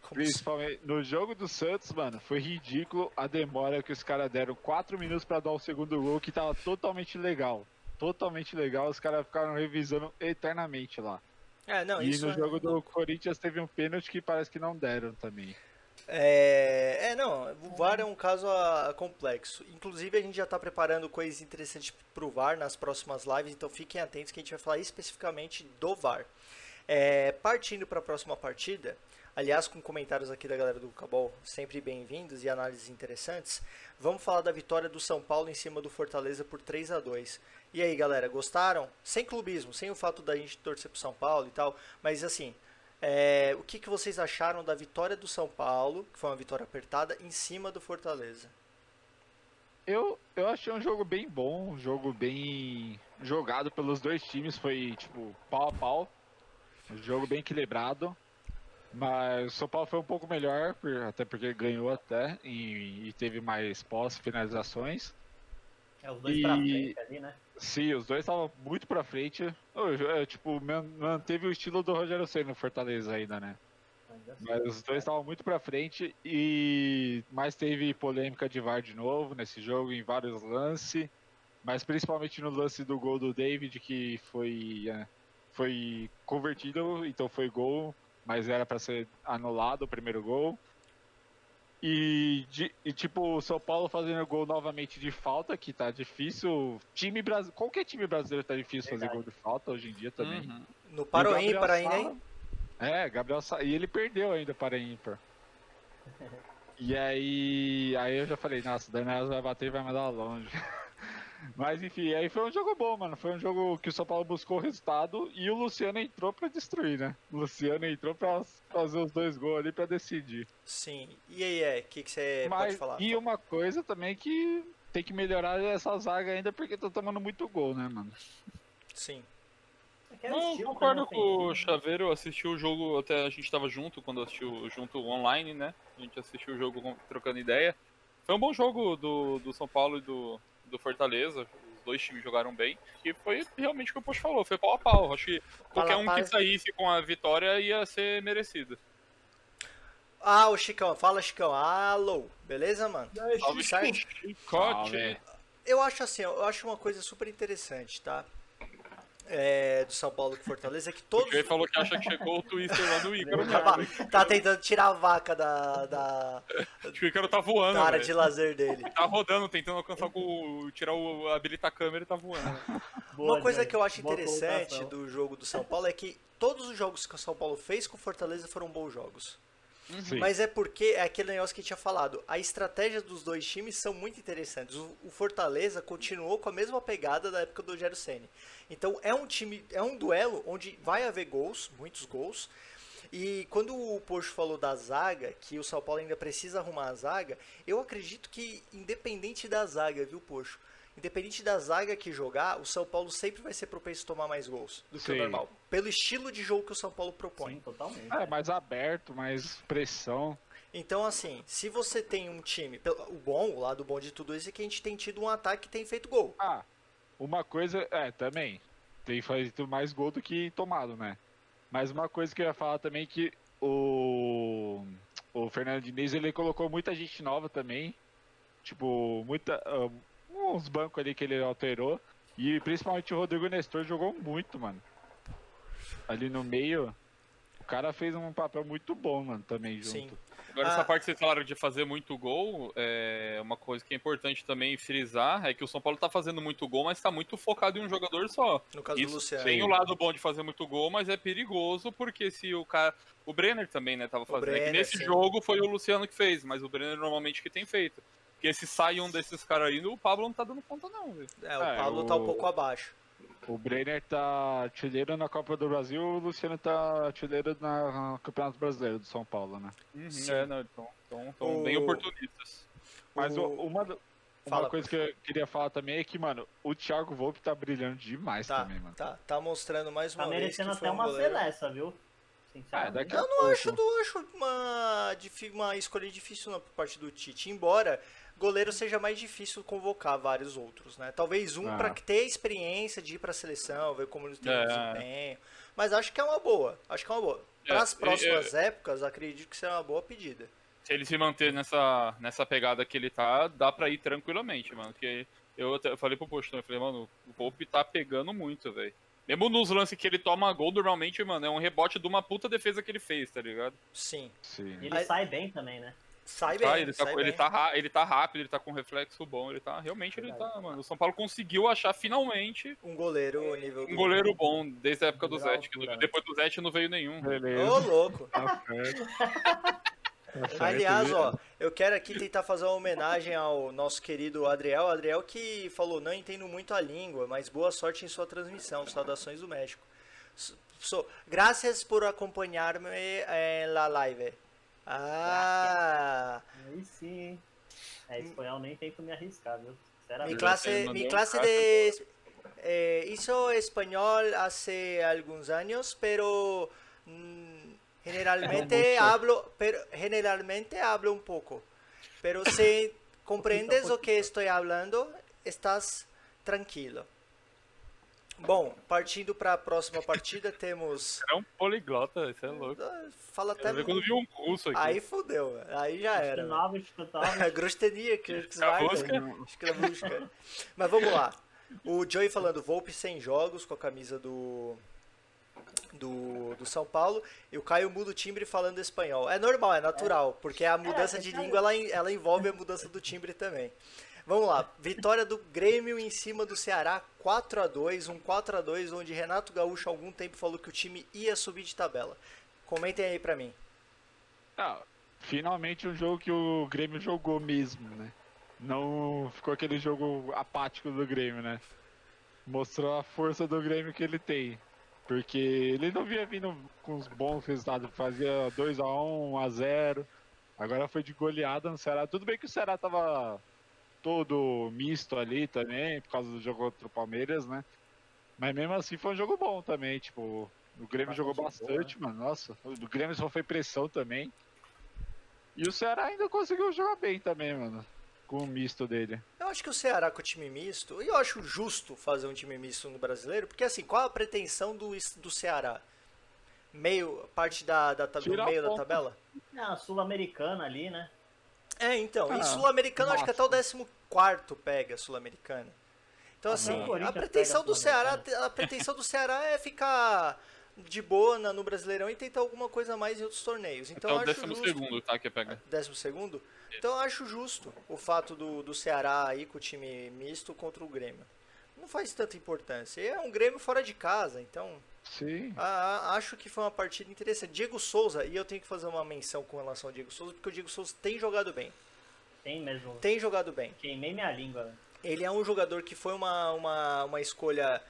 C: Como se-
B: Principalmente no jogo do Santos, mano, foi ridículo a demora que os caras deram. Quatro minutos pra dar o segundo gol, que tava totalmente legal. Totalmente legal, os caras ficaram revisando eternamente lá.
C: É, não,
B: e
C: isso
B: no
C: é...
B: jogo do Corinthians teve um pênalti que parece que não deram também.
C: É... é, não, o VAR é um caso ah, complexo. Inclusive, a gente já tá preparando coisas interessantes pro VAR nas próximas lives, então fiquem atentos que a gente vai falar especificamente do VAR. É, partindo pra próxima partida, aliás, com comentários aqui da galera do Cabol, sempre bem-vindos e análises interessantes, vamos falar da vitória do São Paulo em cima do Fortaleza por 3 a 2 E aí, galera, gostaram? Sem clubismo, sem o fato da gente torcer pro São Paulo e tal, mas assim, é, o que, que vocês acharam da vitória do São Paulo, que foi uma vitória apertada, em cima do Fortaleza?
B: Eu, eu achei um jogo bem bom, um jogo bem jogado pelos dois times, foi tipo pau a pau. Um jogo bem equilibrado. Mas o São Paulo foi um pouco melhor, por- até porque ganhou até e, e teve mais posse, finalizações.
A: É os dois pra
B: E-
A: frente ali, né?
B: Sim, os dois estavam muito pra frente. O jo- é, tipo, man- manteve o estilo do Rogério Senna no Fortaleza ainda, né?
A: Ainda assim.
B: Mas os dois estavam muito pra frente e mas teve polêmica de VAR de novo nesse jogo em vários lances, mas principalmente no lance do gol do David que foi é, foi convertido, então foi gol, mas era pra ser anulado o primeiro gol. E, de- e, tipo, o São Paulo fazendo gol novamente de falta, que tá difícil. Time brasi- Qualquer time brasileiro tá difícil fazer
A: Verdade.
B: gol de falta hoje em dia também. né?
E: Uhum.
C: No
B: E o
C: Paroim,
B: Gabriel
C: para ainda,
B: Sara-
C: hein?
B: É, Gabriel Sa... E ele perdeu ainda para a ímpar. E aí, aí eu já falei, nossa, o Daniel Alves vai bater e vai mandar longe. Mas enfim, aí foi um jogo bom, mano. Foi um jogo que o São Paulo buscou o resultado e o Luciano entrou pra destruir, né? O Luciano entrou pra fazer os dois gols ali pra decidir.
C: Sim. E aí, é, o que, que você pode
B: Mas,
C: falar?
B: e uma coisa também que tem que melhorar é essa zaga ainda porque tá tomando muito gol, né, mano?
C: Sim.
A: Aquele
E: Não,
A: é um estilo
E: concordo
A: também ofensivo.
E: com o Chaveiro, eu assisti o jogo, até a gente tava junto, quando assistiu junto online, né? A gente assistiu o jogo com- trocando ideia. Foi um bom jogo do, do São Paulo e do, do Fortaleza. dois times jogaram bem. E foi realmente o que o Post falou, foi pau a pau. Acho que qualquer um que
C: Rapaz.
E: saísse com a vitória ia ser merecido.
C: Ah, o Chicão, fala Chicão. Alô, beleza, mano?
E: Salve,
C: Chico.
E: Chicote!
C: Eu acho assim, eu acho uma coisa super interessante, tá? É, do São Paulo com Fortaleza, é que
E: O
C: todos.
E: Jay falou que acha que chegou o Twister lá do Ícaro. né?
C: Tá, va- tá tentando tirar a vaca da, da,
E: Acho que o Ícaro tá voando,
C: da área
E: velho.
C: de lazer dele.
E: Tá rodando, tentando alcançar com o. tirar o. habilitar a câmera e tá voando. né?
A: Boa,
C: Uma coisa
A: Johnny.
C: que eu acho
A: Boa
C: interessante
A: colocação.
C: do jogo do São Paulo é que todos os jogos que o São Paulo fez com o Fortaleza foram bons jogos.
B: Sim.
C: Mas é porque é aquele negócio que eu tinha falado. A estratégia dos dois times são muito interessantes. O, o Fortaleza continuou com a mesma pegada da época do Rogério Ceni. Então é um time, é um duelo onde vai haver gols, muitos gols. E quando o Pocho falou da zaga, que o São Paulo ainda precisa arrumar a zaga, eu acredito que independente da zaga, viu, Pocho? Independente da zaga que jogar, o São Paulo sempre vai ser propenso a tomar mais gols do que o
B: Sim.
C: normal. Pelo estilo de jogo que o São Paulo propõe.
A: Sim, totalmente.
B: É, mais aberto, mais pressão.
C: Então, assim, se você tem um time. pelo- O bom, o lado bom de tudo isso é que a gente tem tido um ataque que tem feito gol.
B: Ah, uma coisa. É, também. Tem feito mais gol do que tomado, né? Mas uma coisa que eu ia falar também é que o. O Fernando Diniz, ele colocou muita gente nova também. Tipo, muita. ah, uns bancos ali que ele alterou. E principalmente o Rodrigo Nestor jogou muito, mano. Ali no meio. O cara fez um papel muito bom, mano, também junto.
C: Sim.
E: Agora,
C: Ah.
E: essa parte que vocês falaram de fazer muito gol, é uma coisa que é importante também frisar é que o São Paulo tá fazendo muito gol, mas tá muito focado em um jogador só.
C: No caso do
E: Isso
C: Luciano.
E: tem o lado bom de fazer muito gol, mas é perigoso porque se o cara. O Brenner também, né, tava fazendo. É que
C: Brenner,
E: nesse
C: sim.
E: jogo foi o Luciano que fez, mas o Brenner normalmente que tem feito. Porque se sai um desses caras aí, o Pablo não tá dando conta, não, velho.
C: É, o
B: É,
C: Pablo tá um
B: o-
C: pouco abaixo.
B: O Brenner tá artilheiro na Copa do Brasil, o Luciano tá artilheiro na no Campeonato Brasileiro do São Paulo, né?
C: Sim.
E: É, não, então, então, então
C: O-
E: bem oportunistas.
B: Mas
C: O-
B: o- uma, do- uma
C: Fala,
B: coisa que eu queria falar também é que, mano, o Thiago Volpe tá brilhando demais
C: Tá,
B: também, mano.
C: tá, tá mostrando mais uma
A: Tá
C: vez.
A: merecendo
C: que foi
A: até
C: um
A: uma
C: goleiro-
A: seleção, né? viu?
B: Ah,
E: é
A: Sinceramente.
B: daqui a
C: Eu não
B: pouco.
C: acho, não acho uma, difi- uma escolha difícil não, por parte do Tite, embora goleiro seja mais difícil convocar vários outros, né? Talvez um
B: Ah.
C: pra ter a experiência de ir pra seleção, ver como ele tem
E: É.
C: o desempenho. Mas acho que é uma boa. Acho que é uma boa.
E: É,
C: Para as
E: e-
C: próximas épocas, acredito que será uma boa pedida.
E: Se ele se manter nessa, nessa pegada que ele tá, dá pra ir tranquilamente, mano. Porque eu, até- eu falei pro Posto, eu falei, mano, o Volpe tá pegando muito, velho. Mesmo nos lances que ele toma gol, normalmente, mano, é um rebote de uma puta defesa que ele fez, tá ligado?
C: Sim.
B: Sim.
A: E ele
C: Aí-
A: sai bem também, né?
C: Sai bem,
E: Tá, ele, tá,
C: sai
E: ele,
C: bem.
E: tá, ra- ele tá rápido, ele tá com reflexo bom, ele tá. Realmente ele
A: Verdade.
E: tá, mano. O São Paulo conseguiu achar finalmente
C: Um goleiro nível
E: um goleiro bom desde a época do
A: Legal,
E: Zete. que
A: cara.
E: Depois do Zete não veio nenhum.
C: Ô,
B: Beleza.
C: louco.
B: Tá certo. Tá certo,
C: Aliás,
B: viu?
C: ó, eu quero aqui tentar fazer uma homenagem ao nosso querido Adriel. Adriel que falou, não entendo muito a língua, mas boa sorte em sua transmissão. Saudações do México. So, so- graças por acompanhar-me eh, na live. Ah,
A: Aí sim, hein? É, espanhol nem tento me arriscar, viu?
C: mi
A: Sinceramente.
C: clase, mi clase
E: Ah,
C: de... eh, hizo español hace algunos años, pero mm, generalmente hablo, pero generalmente hablo un poco. Pero si comprendes lo que estoy hablando, estás tranquilo. Bom, partindo para a próxima partida, temos.
E: É um poliglota, isso é louco.
C: Ah, Fala até.
E: Quer ver quando viu um curso aqui.
C: Aí fudeu, velho. aí já era. velho.
A: Escandava, escutava.
C: Grostenia, que que vai,
E: Cavusca.
C: velho. Acho que é música. Mas vamos lá. O Joey falando, Volpe sem jogos com a camisa do, do, do São Paulo. E o Caio muda o timbre falando espanhol. É normal, é natural, porque a mudança de língua ela, en- ela envolve a mudança do timbre também. Vamos lá, vitória do Grêmio em cima do Ceará, 4 a 2 um 4 a 2 onde Renato Gaúcho há algum tempo falou que o time ia subir de tabela. Comentem aí pra mim.
B: Ah, finalmente um jogo que o Grêmio jogou mesmo, né? Não ficou aquele jogo apático do Grêmio, né? Mostrou a força do Grêmio que ele tem. Porque ele não vinha vindo com os bons resultados, fazia 2x1, 1x0. Agora foi de goleada no Ceará. Tudo bem que o Ceará tava todo misto ali também, por causa do jogo contra o Palmeiras, né? Mas mesmo assim foi um jogo bom também, tipo, o Grêmio
A: Bastante
B: jogou
A: boa,
B: bastante, mano. Nossa, o Grêmio só foi pressão também. E o Ceará ainda conseguiu jogar bem também, mano. com o misto dele.
C: Eu acho que o Ceará com o time misto, e eu acho justo fazer um time misto no brasileiro, porque assim, qual a pretensão do, is- do Ceará? Meio, parte da, da, tab- do
B: Tirar
C: meio da
B: ponto.
C: tabela?
A: É, a Sul-Americana ali, né?
C: É, então, e
B: Ah,
C: Sul-Americano, acho que até o 14 pega Sul-Americana. Então, assim,
A: o Corinthians
C: a pretensão
A: pega
C: do
A: a
C: Ceará, a pretensão do Ceará é ficar de boa na- no Brasileirão e tentar alguma coisa a mais em outros torneios. Então,
E: Então,
C: eu
E: o
C: acho
E: décimo
C: justo.
E: segundo, tá? Que pega.
C: décimo segundo. Então eu acho justo o fato do, do Ceará aí com o time misto contra o Grêmio. Não faz tanta importância. E é um Grêmio fora de casa, então
B: Sim.
C: a- a- acho que foi uma partida interessante. Diego Souza, e eu tenho que fazer uma menção com relação ao Diego Souza, porque o Diego Souza tem jogado bem.
A: Tem mesmo.
C: Tem jogado bem.
A: Queimei minha língua. né?
C: Ele é um jogador que foi uma, uma, uma escolha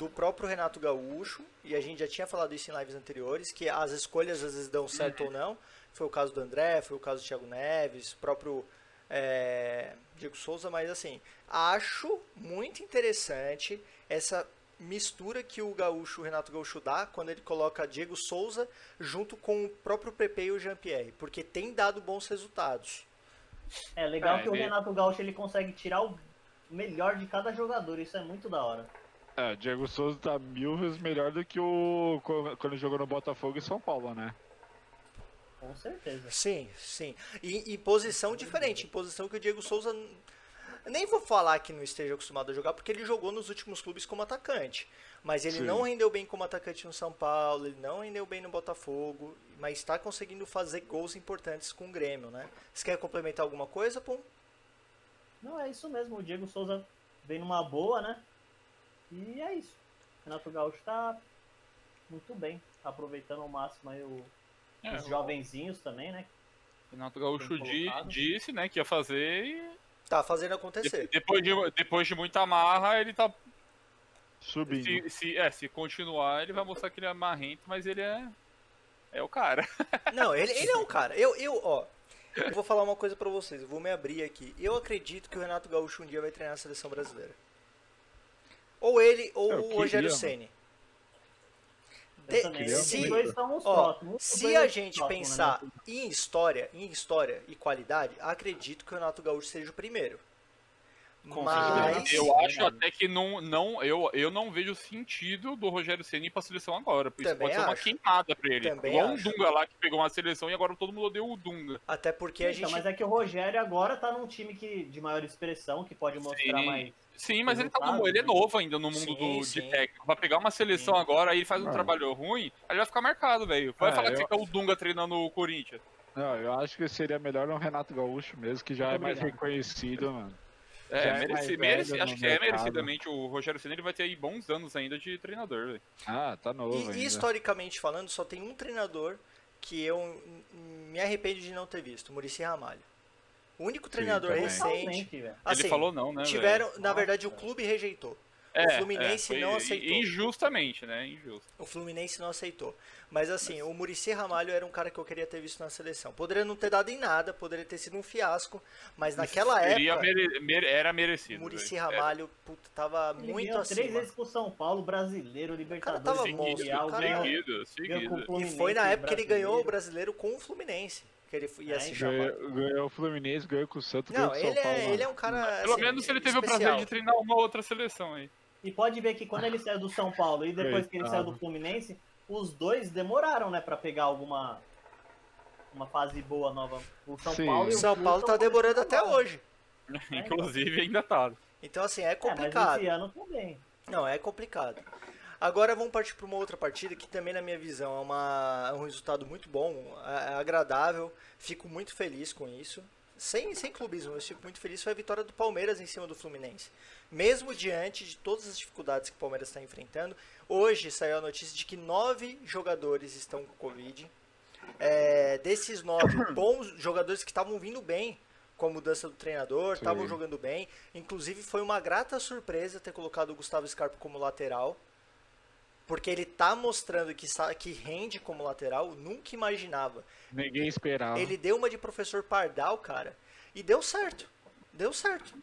C: do próprio Renato Gaúcho, e a gente já tinha falado isso em lives anteriores, que as escolhas às vezes dão certo ou não. Foi o caso do André, foi o caso do Thiago Neves, próprio é, Diego Souza, mas assim, acho muito interessante essa mistura que o Gaúcho, o Renato Gaúcho dá quando ele coloca Diego Souza junto com o próprio Pepe e o Jean-Pierre, porque tem dado bons resultados.
A: É legal
B: É,
A: que o
B: ele-
A: Renato Gaúcho ele consegue tirar o melhor de cada jogador. Isso é muito da hora.
B: É, o Diego Souza tá mil vezes melhor do que o co- quando jogou no Botafogo e São Paulo, né?
A: Com certeza.
C: Sim, sim. E, e posição diferente, posição que o Diego Souza n- nem vou falar que não esteja acostumado a jogar, porque ele jogou nos últimos clubes como atacante. Mas ele
B: Sim.
C: não rendeu bem como atacante no São Paulo, ele não rendeu bem no Botafogo, mas está conseguindo fazer gols importantes com o Grêmio, né? Você quer complementar alguma coisa, Pum?
A: Não, é isso mesmo. O Diego Souza vem numa boa, né? E é isso. O Renato Gaúcho tá muito bem. Tá aproveitando ao máximo aí o-
E: É,
A: os jovenzinhos também, né?
E: Renato Gaúcho
A: Bem
E: di-
A: colocado.
E: disse, né, que ia fazer e
C: Tá fazendo
E: de-
C: acontecer.
E: depois de, depois de muita amarra, ele tá.
B: Subindo.
E: Se, se- é, se continuar, ele vai mostrar que ele é marrento, mas ele é. É o cara.
C: Não, ele, ele é um cara. Eu, eu, ó, eu vou falar uma coisa pra vocês, eu vou me abrir aqui. Eu acredito que o Renato Gaúcho um dia vai treinar a seleção brasileira. Ou ele, ou
B: É, Eu
C: o
B: queria, né?
C: Rogério
B: mano.
C: Ceni.
A: Eu
C: De-
A: também.
C: É, se-
A: Os dois são os
C: ó,
A: próximos. Os
C: Se
A: dois
C: a
A: são os
C: gente
A: próximos, né?
C: pensar em história, em história e qualidade, acredito que o Renato Gaúcho seja o primeiro.
A: Com
C: Mas
A: certeza.
E: Eu acho até que não. não eu, eu não vejo sentido do Rogério Ceni ir pra seleção agora. Por isso
C: Também
E: pode ser uma
C: acho.
E: queimada pra ele.
C: Também
E: Igual
C: acho.
E: um Dunga lá que pegou uma seleção e agora todo mundo odeia o Dunga.
C: até porque a
A: Então,
C: gente
A: Mas é que o Rogério agora tá num time que, de maior expressão, que pode mostrar
E: Sim.
A: mais.
E: Sim, mas ele tá
A: Resultado,
E: no, ele é
A: né?
E: novo ainda no mundo
C: Sim,
E: do,
C: sim.
E: de técnico. Vai pegar uma seleção agora, aí ele faz um
B: Ah.
E: trabalho ruim, aí ele vai ficar marcado, velho. Vai
C: É,
B: Ah,
E: falar que
B: eu-
E: fica o Dunga treinando o Corinthians.
B: Não, eu acho que seria melhor um Renato Gaúcho mesmo, que já é
A: Muito
B: mais
A: obrigado.
B: reconhecido, mano.
E: É,
B: Já é
E: mereci-
B: mais velho
E: mereci-
B: no
E: acho que é
B: mercado.
E: merecidamente o Rogério Ceni ele vai ter aí bons anos ainda de treinador, velho.
B: Ah, tá novo
C: E-
B: ainda.
C: E, historicamente falando, só tem um treinador que eu n- n- me arrependo de não ter visto, Murici Ramalho. O único treinador
B: também.
C: recente.
A: Totalmente, velho.
C: Assim,
E: ele falou não, né? velho?
C: tiveram, na
A: Nossa,
C: verdade, o clube rejeitou.
E: É,
C: o Fluminense
E: é, foi
C: não aceitou.
E: Injustamente, né? Injusto.
C: O Fluminense não aceitou. Mas assim, o Murici Ramalho era um cara que eu queria ter visto na seleção. Poderia não ter dado em nada, poderia ter sido um fiasco, mas naquela
E: Seria
C: época,
E: mere- mere- era
C: o
E: merecido.
C: Murici
E: velho.
C: Ramalho puta, tava
A: Ele
C: muito
A: ganhou três
C: acima.
A: vezes com o São Paulo, brasileiro,
C: cara
A: Libertadores,
C: tava
E: Seguido,
C: monstro,
A: Mundial,
C: o cara- é
A: ganhou-
E: seguido,
A: ganhou com o
E: seguido.
C: E
A: Fluminense,
C: foi na época que ele ganhou o assim, brasileiro
A: brasileiro.
C: com o Fluminense, que ele ia
A: É,
C: se
A: então.
C: chamar.
B: Ganhou, ganhou o Fluminense, ganhou com o Santos, ganhou
C: Não,
B: com o São
C: ele
B: Paulo. né?
C: é, ele é
B: mano.
C: um cara.
E: Pelo
C: assim,
E: menos ele teve o
C: especial.
E: prazer de treinar uma outra seleção aí.
A: E pode ver que quando ele saiu do São Paulo e depois que ele
B: Coitado.
A: saiu do Fluminense, os dois demoraram, né, pra pegar alguma uma fase boa nova. O São
B: Sim.
A: Paulo e o
C: São
A: Flu
C: Paulo tá
A: tão-
C: demorando até hoje. É.
E: Inclusive, ainda tá.
C: Então, assim, é
A: É, mas
C: complicado.
A: esse ano também.
C: Não, é complicado. Agora vamos partir para uma outra partida que também, na minha visão, é, uma- é um resultado muito bom, é, é agradável. Fico muito feliz com isso. Sem, sem clubismo, eu fico muito feliz. Foi a vitória do Palmeiras em cima do Fluminense. Mesmo diante de todas as dificuldades que o Palmeiras está enfrentando, hoje saiu a notícia de que nove jogadores estão com Covid. É, desses nove, bons jogadores que estavam vindo bem com a mudança do treinador,
B: Sim.
C: estavam jogando bem. Inclusive, foi uma grata surpresa ter colocado o Gustavo Scarpa como lateral. Porque ele tá mostrando que, sa- que rende como lateral, nunca imaginava.
B: Ninguém esperava.
C: Ele deu uma de professor Pardal, cara, e deu certo. deu certo.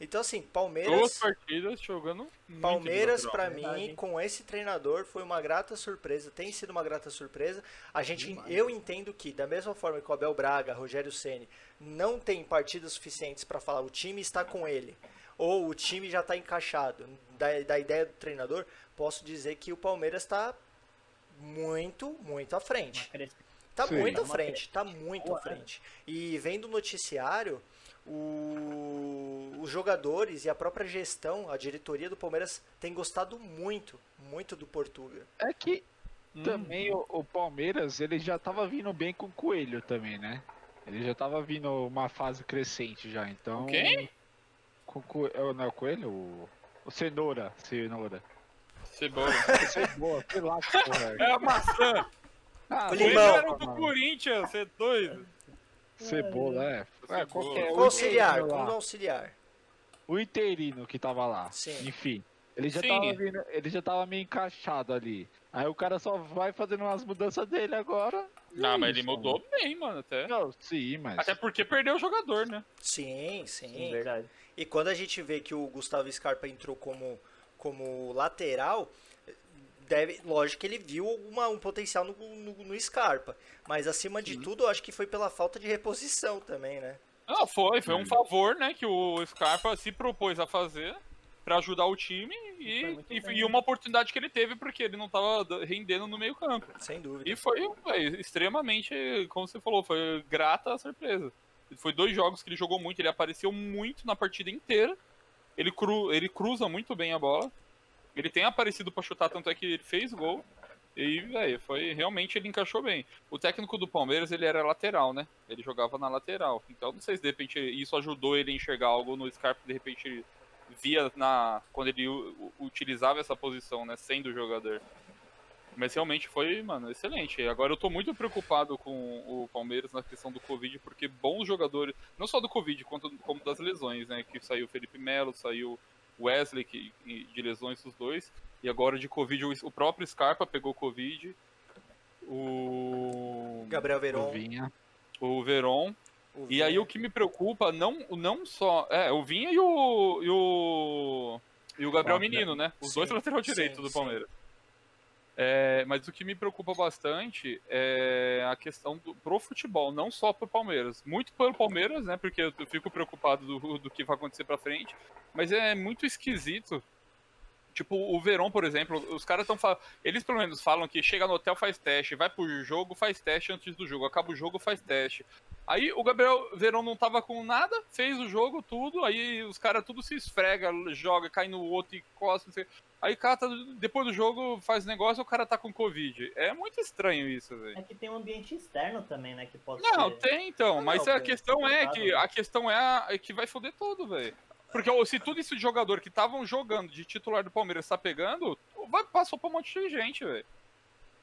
C: Então, assim, Palmeiras.
E: Duas partidas jogando muito
C: Palmeiras,
E: natural.
C: pra
A: natural.
C: mim,
A: Verdade.
C: com esse treinador, foi uma grata surpresa. Tem sido uma grata surpresa. A gente,
D: Demais.
C: eu entendo que, da mesma forma que o Abel Braga, Rogério Ceni, não tem partidas suficientes pra falar o time está com ele ou o time já está encaixado. Da, da ideia do treinador, posso dizer que o Palmeiras está muito, muito à frente. Tá
B: Sim.
C: muito
A: Tá
C: à
A: uma
C: frente, tá muito à
A: Boa, né?
C: frente. E vendo o noticiário, o- os jogadores e a própria gestão, a diretoria do Palmeiras, tem gostado muito, muito do Portuga.
B: É que
E: Hum.
B: também o, o Palmeiras, ele já tava vindo bem com o Coelho também, né? Ele já tava vindo uma fase crescente já, então...
E: Quem?
B: Com o Coe- é o- Não é o Coelho? O, o Cenoura. Cenoura.
E: Cebola.
B: Cebola, sei lá que porra
E: É a maçã.
B: Ah,
C: O
E: Ele
C: limão.
E: era do Corinthians, você é doido.
B: Cebola, é. é,
E: Cebola.
B: qualquer,
C: Com
B: o
C: auxiliar,
B: interino
C: com
B: lá.
C: um auxiliar.
B: O interino que tava lá.
C: Sim.
B: Enfim. Ele já,
E: Sim.
B: tava vindo- ele já tava meio encaixado ali. Aí o cara só vai fazendo umas mudanças dele agora. e é
E: Não, mas ele
B: isso,
E: mudou bem, mano, até.
B: mano. Não, sim, mas.
E: Até porque perdeu o jogador, né?
C: Sim,
A: Sim,
C: sim.
A: verdade.
C: E quando a gente vê que o Gustavo Scarpa entrou como, como lateral, deve, lógico que ele viu alguma, um potencial no, no, no Scarpa. Mas acima de tudo, eu acho que foi pela falta de reposição também, né?
E: Não, foi, foi um
B: Hum.
E: favor, né, que o Scarpa se propôs a fazer pra ajudar o time
A: Foi
E: e,
A: muito
E: e,
A: bem.
E: e uma oportunidade que ele teve porque ele não tava d- rendendo no meio campo.
C: Sem dúvida.
E: E foi véi, extremamente, como você falou, foi grata a surpresa. Foi dois jogos que ele jogou muito, ele apareceu muito na partida inteira. Ele, cru, ele cruza muito bem a bola. Ele tem aparecido pra chutar, tanto é que ele fez gol. E, velho, foi realmente ele encaixou bem. O técnico do Palmeiras, ele era lateral, né? Ele jogava na lateral. Então, não sei se de repente isso ajudou ele a enxergar algo no Scarpa, de repente ele via na quando ele u- u- utilizava essa posição, né, sendo jogador. Mas realmente foi, mano, excelente. Agora eu tô muito preocupado com o Palmeiras na questão do Covid, porque bons jogadores, não só do Covid, quanto como das lesões, né? Que saiu o Felipe Melo, saiu o Wesley que, e- de lesões os dois, e agora de Covid o, o próprio Scarpa pegou Covid, o
C: Gabriel Veron.
B: Vinha.
E: o Veron
C: o
E: e aí
C: Vinha.
E: o que me preocupa, não, não só. É, o Vinha e o. E o, e o Gabriel
B: Ah,
E: Menino, né? Os
C: sim,
E: dois lateral direito
C: sim,
E: do
C: sim.
E: Palmeiras. É, mas o que me preocupa bastante é a questão do, pro futebol, não só pro Palmeiras. Muito pelo Palmeiras, né? Porque eu fico preocupado do, do que vai acontecer pra frente. Mas é muito esquisito. Tipo, o Verón, por exemplo, os caras estão falando. Eles pelo menos falam que chega no hotel, faz teste, vai pro jogo, faz teste antes do jogo, acaba o jogo, faz teste. Aí o Gabriel Verão não tava com nada, fez o jogo, tudo, aí os caras tudo se esfrega, joga, cai no outro, encosta, não sei. Aí cata, depois do jogo faz negócio, o cara tá com Covid. É muito estranho isso, velho.
A: É que tem um ambiente externo também, né? Que pode
E: Não,
A: ser.
E: tem então,
A: Não,
E: mas
A: não,
E: a
A: tem,
E: questão
A: tem
E: é
A: cuidado,
E: que
A: né?
E: a questão é, a- é que vai foder tudo, velho. Porque ó, se tudo isso de jogador que estavam jogando de titular do Palmeiras tá pegando, vai passou pra um monte de gente, velho.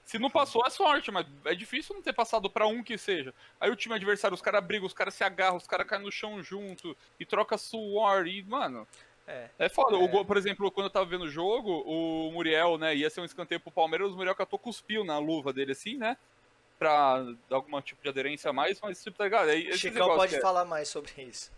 E: Se não passou, é sorte, mas é difícil não ter passado pra um que seja. Aí o time adversário, os caras brigam, os caras se agarram, os caras caem no chão junto e troca suor e, mano.
C: É.
E: É foda.
C: É.
E: O gol, por exemplo, quando eu tava vendo o jogo, o Muriel, né, ia ser um escanteio pro Palmeiras, o Muriel catou cuspiu na luva dele assim, né? Pra dar algum tipo de aderência a mais, mas tipo, tá ligado? É, esses
C: Chicão
E: negócios
C: pode
E: que é-
C: falar mais sobre isso.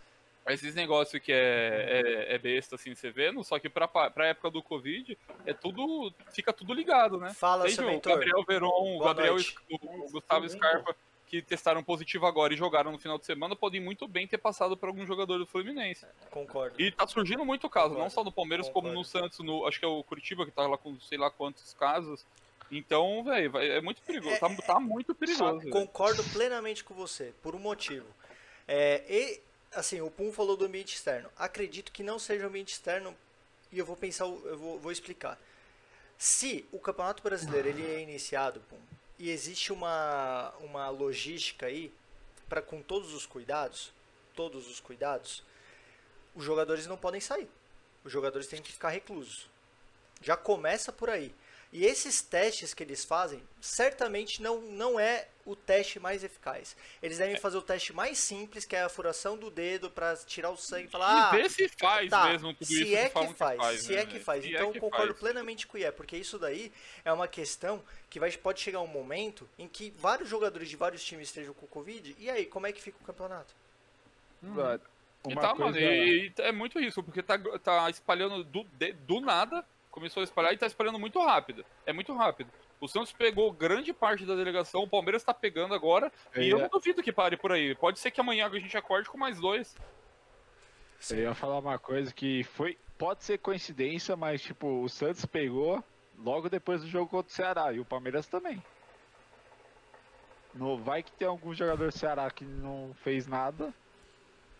E: esses negócios que
C: Uhum.
E: é, é, é besta, assim, você vendo, só que pra, pa- pra época do Covid, é tudo. Fica tudo ligado, né?
C: Fala,
E: Desde
C: seu
E: o
C: mentor.
E: Gabriel Veron, o
C: Boa
E: Gabriel
C: noite.
E: Sc- o Gustavo Scarpa, que testaram positivo agora e jogaram no final de semana, podem muito bem ter passado por algum jogador do Fluminense.
C: Concordo.
E: E tá surgindo muito caso, não
C: Concordo,
E: só no Palmeiras, como no
C: concordo.
E: Santos, no, acho que é o Curitiba que tá lá com sei lá quantos casos. Então, velho, é muito perigoso. Tá, tá muito perigoso. velho.
C: Concordo plenamente com você, por um motivo. É, e, assim, o Pum falou do ambiente externo. Acredito que não seja o ambiente externo e eu vou pensar, o- eu vou, vou explicar. Se o Campeonato Brasileiro ele é iniciado, Pum, e existe uma, uma logística aí, para com todos os cuidados, todos os cuidados, os jogadores não podem sair. Os jogadores têm que ficar reclusos. Já começa por aí. E esses testes que eles fazem, certamente não, não é o teste mais eficaz. Eles
E: É.
C: devem fazer o teste mais simples, que é a furação do dedo para tirar o sangue e falar.
E: E
C: "Ah,
E: vê se faz
C: tá,
E: mesmo tudo
C: se
E: isso.
C: é
E: falam
C: que faz, se
E: né,
C: é que
E: velho?
C: faz.
E: Se
C: então
E: é
C: eu
E: que
C: concordo
E: faz.
C: plenamente com o Ié, porque isso daí é uma questão que vai, pode chegar um momento em que
B: Hum,
C: vários jogadores de vários times estejam com Covid, e aí, como é que fica o campeonato?
E: E tá, mano, e, e é muito isso, porque tá, tá espalhando do, de- do nada, começou a espalhar e tá espalhando muito rápido. É muito rápido. O Santos pegou grande parte da delegação, o Palmeiras tá pegando agora, e
B: É.
E: eu não duvido que pare por aí. Pode ser que amanhã a gente acorde com mais dois.
B: Eu ia falar uma coisa que foi. Pode ser coincidência, mas tipo, o Santos pegou logo depois do jogo contra o Ceará e o Palmeiras também. No, vai que tem algum jogador do Ceará que não fez nada.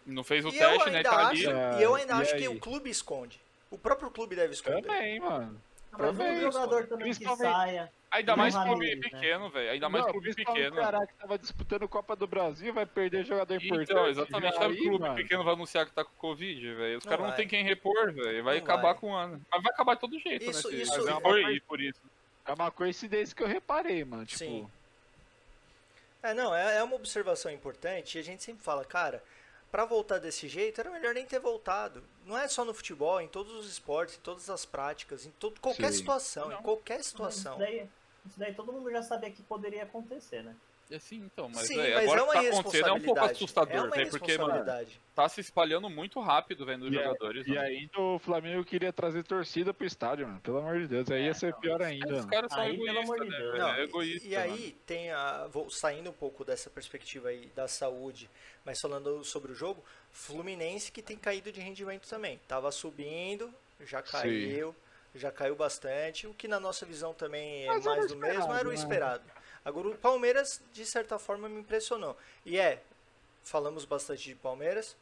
E: Não fez o
C: E eu
E: teste, né?
C: ainda
E: Tá ali.
C: acho,
B: É,
C: e eu ainda
B: e
C: acho
B: aí?
C: que o clube esconde. O próprio clube deve esconder.
B: Também, mano.
A: Mas um
B: Também,
A: jogador também que
B: principalmente-
A: saia.
E: Ainda
A: Não
E: mais
A: vale,
E: clube
A: né?
E: pequeno, velho. Ainda mais
B: Não,
E: clube
B: principalmente
E: pequeno.
B: O Ceará que tava disputando Copa do Brasil vai perder jogador é importante.
E: Então, exatamente.
B: Já
E: Sabe
B: aí,
E: o clube
B: mano,
E: pequeno vai anunciar que tá com Covid, velho? Os
C: Não
E: caras não
C: vai.
E: tem quem repor, velho. Vai
C: Não
E: acabar
C: vai.
E: com o ano. Mas vai acabar de todo jeito,
C: Isso-
E: né? se-
C: isso-
E: se
B: isso-
E: for ir por isso.
B: É uma coincidência que eu reparei, mano. Tipo,
C: Sim. É, não, é, é uma observação importante e a gente sempre fala, cara, pra voltar desse jeito era melhor nem ter voltado. Não é só no futebol, em todos os esportes, em todas as práticas, em todo, qualquer
B: Sim.
C: situação,
E: Não.
C: em qualquer
A: Isso
C: situação.
A: daí, isso daí todo mundo já sabia que poderia acontecer, né?
E: É assim, então. Mas,
C: Sim,
E: véi,
C: mas
E: agora
C: é uma
E: que tá acontecendo é um pouco
C: irresponsabilidade. É
E: assustador,
C: uma
E: velho. Porque, mano,
C: irresponsabilidade.
E: tá se espalhando muito rápido, vendo os
B: E aí-
E: jogadores.
B: E
E: mano.
B: ainda o Flamengo queria trazer torcida pro estádio, mano. Pelo amor de Deus, aí
A: É,
B: ia ser
A: não,
B: pior
E: É,
B: ainda. né?
E: Os
B: mano.
E: caras são
A: Aí, pelo amor
E: egoístas,
A: de
E: né,
A: Deus.
E: velho?
C: Não,
E: É egoísta.
C: e, e aí tem a. vou- saindo um pouco dessa perspectiva aí da saúde, mas falando sobre o jogo, Fluminense que tem caído de rendimento também. Tava subindo, já
B: Sim.
C: caiu, já caiu bastante. O que na nossa visão também é
B: Mas era
C: mais
B: o
C: do mesmo,
B: esperado,
C: era o
B: né?
C: esperado. Agora o Palmeiras, de certa forma, me impressionou. E é, falamos bastante de Palmeiras.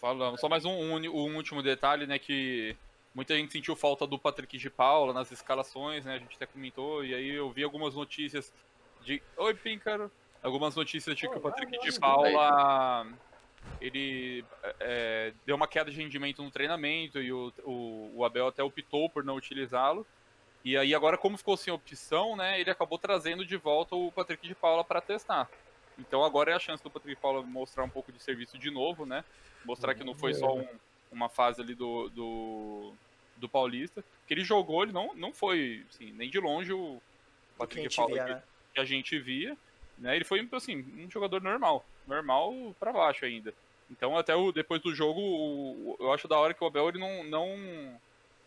E: Falamos. Só mais um, um uni- um último detalhe, né? Que muita gente sentiu falta do Patrick de Paula nas escalações, né? A gente até comentou. E aí eu vi algumas notícias de. Oi, Píncaro! Algumas notícias de que o Patrick de Paula. Ele é, deu uma queda de rendimento no treinamento e o, o, o Abel até optou por não utilizá-lo. E aí agora, como ficou sem opção, né? Ele acabou trazendo de volta o Patrick de Paula para testar. Então agora é a chance do Patrick de Paula mostrar um pouco de serviço de novo, né? Mostrar que não foi
C: É.
E: só um- uma fase ali do, do, do Paulista. Que ele jogou, ele não, não foi, assim, nem de longe o
C: do que a
E: Patrick de
C: gente
E: Paula
C: via,
E: que-
C: né?
E: que a gente via, né? Ele foi assim, um jogador normal, normal pra baixo ainda. Então até o depois do jogo, o- o- eu acho da hora que o Abel ele não não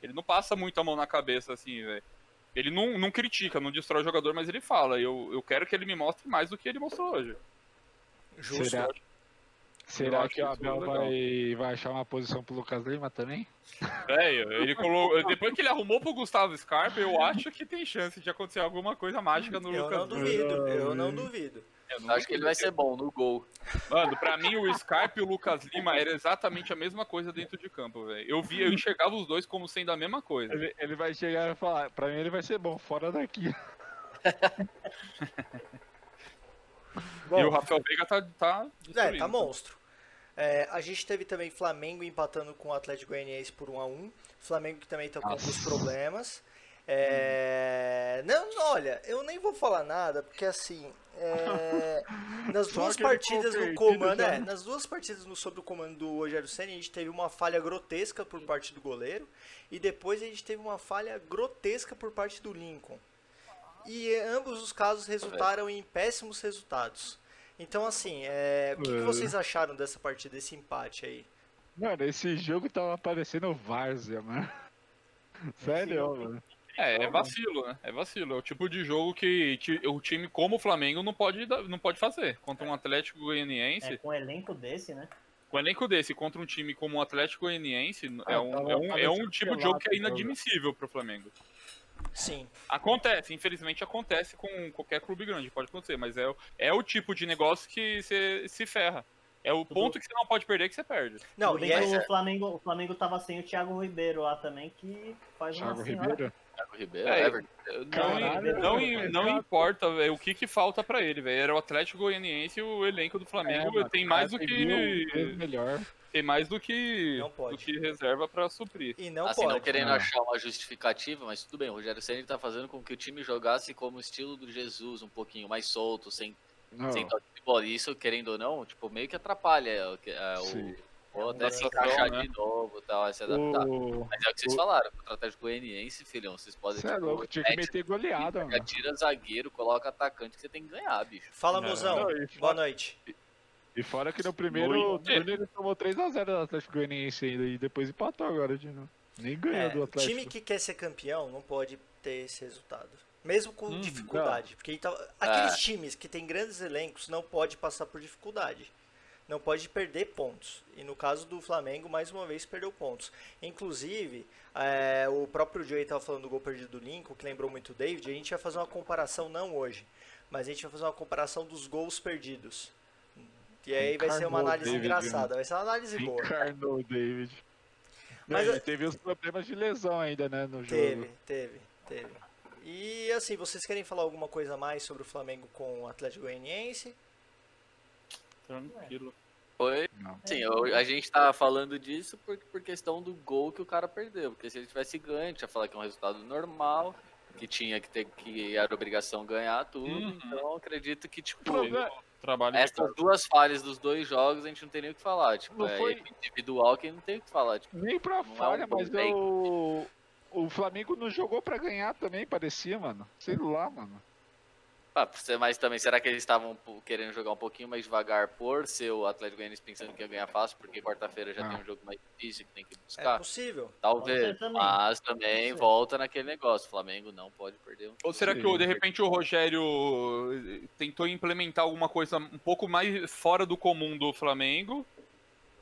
E: ele não passa muito a mão na cabeça assim, velho. Ele não, não critica, não destrói o jogador, mas ele fala, eu, eu quero que ele me mostre mais do que ele mostrou hoje.
C: Justo.
B: Será,
E: Eu
B: será
E: acho
B: que o
E: isso
B: Abel
E: legal.
B: vai, vai achar uma posição pro Lucas Lima também?
E: Velho, ele colocou, depois que ele arrumou pro Gustavo Scarpa, eu acho que tem chance de acontecer alguma coisa mágica no
C: Eu
E: Lucas.
C: não
E: Lima.
C: duvido, eu não duvido.
E: Eu
D: Eu acho que ele vai ser bom no gol.
E: Mano, pra mim o Scarpa e o Lucas Lima era exatamente a mesma coisa dentro de campo, velho. Eu via, eu enxergava os dois como sendo a mesma coisa.
B: Ele, ele vai chegar e falar, pra mim ele vai ser bom, fora daqui.
E: e o Rafael Veiga tá. tá
C: É, tá
E: destruindo.
C: monstro. É, a gente teve também Flamengo empatando com o Atlético Goianiense por 1 a 1 Flamengo que também tá com
B: Nossa.
C: alguns problemas. É, Não, olha, eu nem vou falar nada, porque assim. é, Nas
B: Só
C: duas
B: que ele ficou
C: partidas no
B: perdido
C: comando.
B: já.
C: é, nas duas partidas no, sobre o comando do Rogério Senna, a gente teve uma falha grotesca por parte do goleiro. E depois a gente teve uma falha grotesca por parte do Lincoln. E ambos os casos resultaram em péssimos resultados. Então, assim, é, o que, que
B: É.
C: vocês acharam dessa partida, desse empate aí?
B: Mano, esse jogo tava parecendo Várzea, mano. Sério, mano.
E: É, é vacilo, né? É vacilo. É o tipo de jogo que, que o time como o Flamengo não pode, dar- não pode fazer. Contra um Atlético Goianiense,
A: É, com um elenco desse, né?
E: com um elenco desse, contra um time como o Atlético Goianiense, é
B: Ah,
E: um,
B: tava-
E: é um,
B: tava
E: é um tipo de jogo que é
B: pelado,
E: inadmissível pro Flamengo.
C: Sim.
E: Acontece, infelizmente acontece com qualquer clube grande, pode acontecer, mas é, o- é o tipo de negócio que você se ferra. É o ponto que você não pode perder que você perde.
C: Não,
A: Tudo
C: e
A: bem que
C: é,
A: o, Flamengo, o Flamengo tava sem o Thiago Ribeiro lá também, que faz
B: Thiago
A: uma senhora.
B: Ribeiro.
D: Thiago Ribeiro,
E: É,
D: Everton.
E: Não,
A: Caralho,
E: não,
B: velho.
E: não importa velho, o que, que falta pra ele, velho. Era o Atlético Goianiense e o elenco do Flamengo
B: É, mano,
E: tem mais do
B: cara, tem mil vezes
E: que
B: melhor.
E: tem mais do que
C: Não pode.
E: do que reserva pra suprir.
C: e não
D: assim, não
C: então pode.
D: querendo
B: Ah.
D: achar uma justificativa, mas tudo bem, o Rogério Ceni tá fazendo com que o time jogasse como o estilo do Jesus, um pouquinho mais solto, sem,
B: Não,
D: sem toque de bola. E então, tipo, Isso, querendo ou não, tipo, meio que atrapalha o que- a-
B: Sim. É
D: o. Ou até se
E: adaptação,
D: encaixar
E: né?
D: de novo e tal, aí se adaptar.
B: o...
D: Mas é o que vocês
B: o-
D: falaram, contra o Atlético Goianiense, filhão, vocês podem.
B: Você é
D: tipo,
B: louco, tinha que
D: mete
B: meter goleada,
D: Já
B: mano.
D: tira zagueiro, coloca atacante que você tem que ganhar, bicho.
C: Fala,
E: Não.
C: mozão.
B: Não, e
C: Boa
B: fora-
C: noite.
B: E E fora que no primeiro
E: Muito.
B: turno ele tomou 3x0 do Atlético Goianiense ainda e depois empatou agora de novo. Nem ganhou
C: É,
B: do Atlético.
C: time que quer ser campeão não pode ter esse resultado. Mesmo com
E: Hum,
C: dificuldade. Porque então,
B: É.
C: aqueles times que têm grandes elencos não pode passar por dificuldade. Não pode perder pontos. E no caso do Flamengo, mais uma vez, perdeu pontos. Inclusive, é, o próprio Joey estava falando do gol perdido do Lincoln, que lembrou muito o David. A gente vai fazer uma comparação, não hoje, mas a gente vai fazer uma comparação dos gols perdidos. E aí vai ser uma
B: Encarnou o
C: análise
B: David, né?
C: engraçada, vai ser uma análise boa.
B: Encarnou o David.
C: Mas
B: Mas
C: eu-
B: ele teve os problemas de lesão ainda, né, no jogo.
C: Teve, teve, teve. E assim, vocês querem falar alguma coisa a mais sobre o Flamengo com o Atlético Goianiense?
E: Tranquilo.
D: Foi.
B: Não.
D: Sim, eu- a gente tá falando disso por, por questão do gol que o cara perdeu. Porque se ele tivesse ganho, a gente ia falar que é um resultado normal, que tinha que ter que era obrigação ganhar tudo.
E: Uhum.
D: Então acredito que, tipo,
B: O problema- Tá
E: Trabalho de
D: essas
E: casa.
D: duas falhas dos dois jogos a gente não tem nem o que falar. Tipo,
B: Não
D: é
B: foi-
D: individual que não tem o que falar. Tipo,
B: Nem pra
D: Não é um
B: falha,
D: bom
B: mas
D: take.
B: o... o Flamengo não jogou pra ganhar também, parecia, mano. Sei lá, mano.
D: ah, por ser- mas também, será que eles estavam pô, querendo jogar um pouquinho mais devagar por ser o Atlético Goianiense pensando que ia ganhar fácil? Porque quarta-feira já
B: Ah.
D: tem um jogo mais difícil que tem que
C: É
B: Tá.
D: buscar?
C: possível.
A: Pode
D: Talvez,
A: ser também.
D: mas também
A: Pode ser.
D: volta naquele negócio. O Flamengo não pode perder um
E: Ou será que,
B: Sim.
E: de repente, o Rogério eh, tentou implementar alguma coisa um pouco mais fora do comum do Flamengo?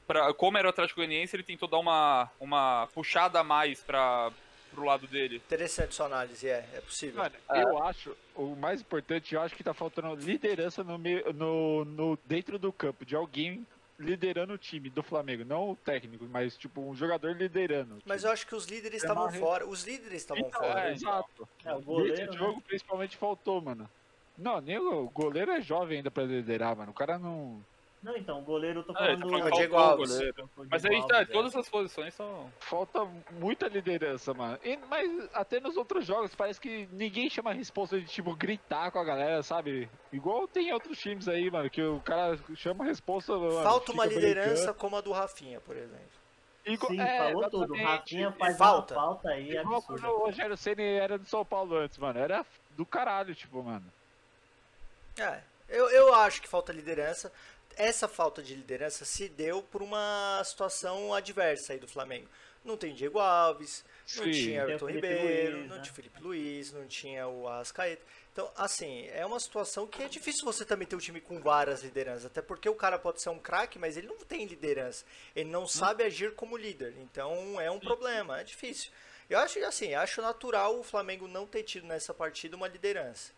E: Pra, como era o Atlético Goianiense, ele tentou dar uma, uma puxada a mais pra, pro lado dele.
C: Interessante sua análise, é, é possível.
B: Mano, eu acho, o mais importante, eu acho que tá faltando liderança no, meio- no, no- dentro do campo, de alguém liderando o time do Flamengo, não o técnico, mas tipo um jogador liderando. o
C: Mas
B: time.
C: eu acho que os líderes
B: É
C: estavam
B: uma re-
C: fora. Os líderes estavam
B: Então,
C: fora.
B: é, exato.
A: É, o
B: Nesse
A: goleiro, né?
B: jogo principalmente faltou, mano. Não, nem o o goleiro é jovem ainda pra liderar, mano. O cara não.
A: Não, então, o goleiro eu tô
E: Ah, ele
A: falando.
E: tá
A: do-
E: falando
C: o Diego
E: faltou o
C: Alves.
E: goleiro.
A: do- do
E: Mas aí,
A: Diego
E: tá,
A: Alves, é.
E: todas as posições são...
B: Falta muita liderança, mano. E- mas até nos outros jogos, parece que ninguém chama a responsa de, tipo, gritar com a galera, sabe? Igual tem outros times aí, mano, que o cara chama a responsa. mano,
C: Falta uma
B: fica
C: liderança como a do Rafinha, por exemplo.
B: brincando. Igual-
A: Sim,
B: é,
A: falou tudo.
B: exatamente.
A: Rafinha faz
C: Falta.
A: uma falta aí
B: Igual quando
A: absurda.
B: o Rogério Senna era do São Paulo antes, mano. Era do caralho, tipo, mano.
C: É, eu, eu acho que falta liderança. Essa falta de liderança se deu por uma situação adversa aí do Flamengo. Não tem Diego Alves, Não
B: Sim.
C: tinha
A: Tem o
C: Everton
A: Felipe
C: Ribeiro,
A: Luiz,
C: não
A: né?
C: tinha Felipe Luiz, não tinha o Ascaeta. Então, assim, é uma situação que é difícil você também ter um time com várias lideranças. Até porque o cara pode ser um craque, mas ele não tem liderança. Ele não sabe agir como líder. Então, é um problema, é difícil. Eu acho, assim, acho natural o Flamengo não ter tido nessa partida uma liderança.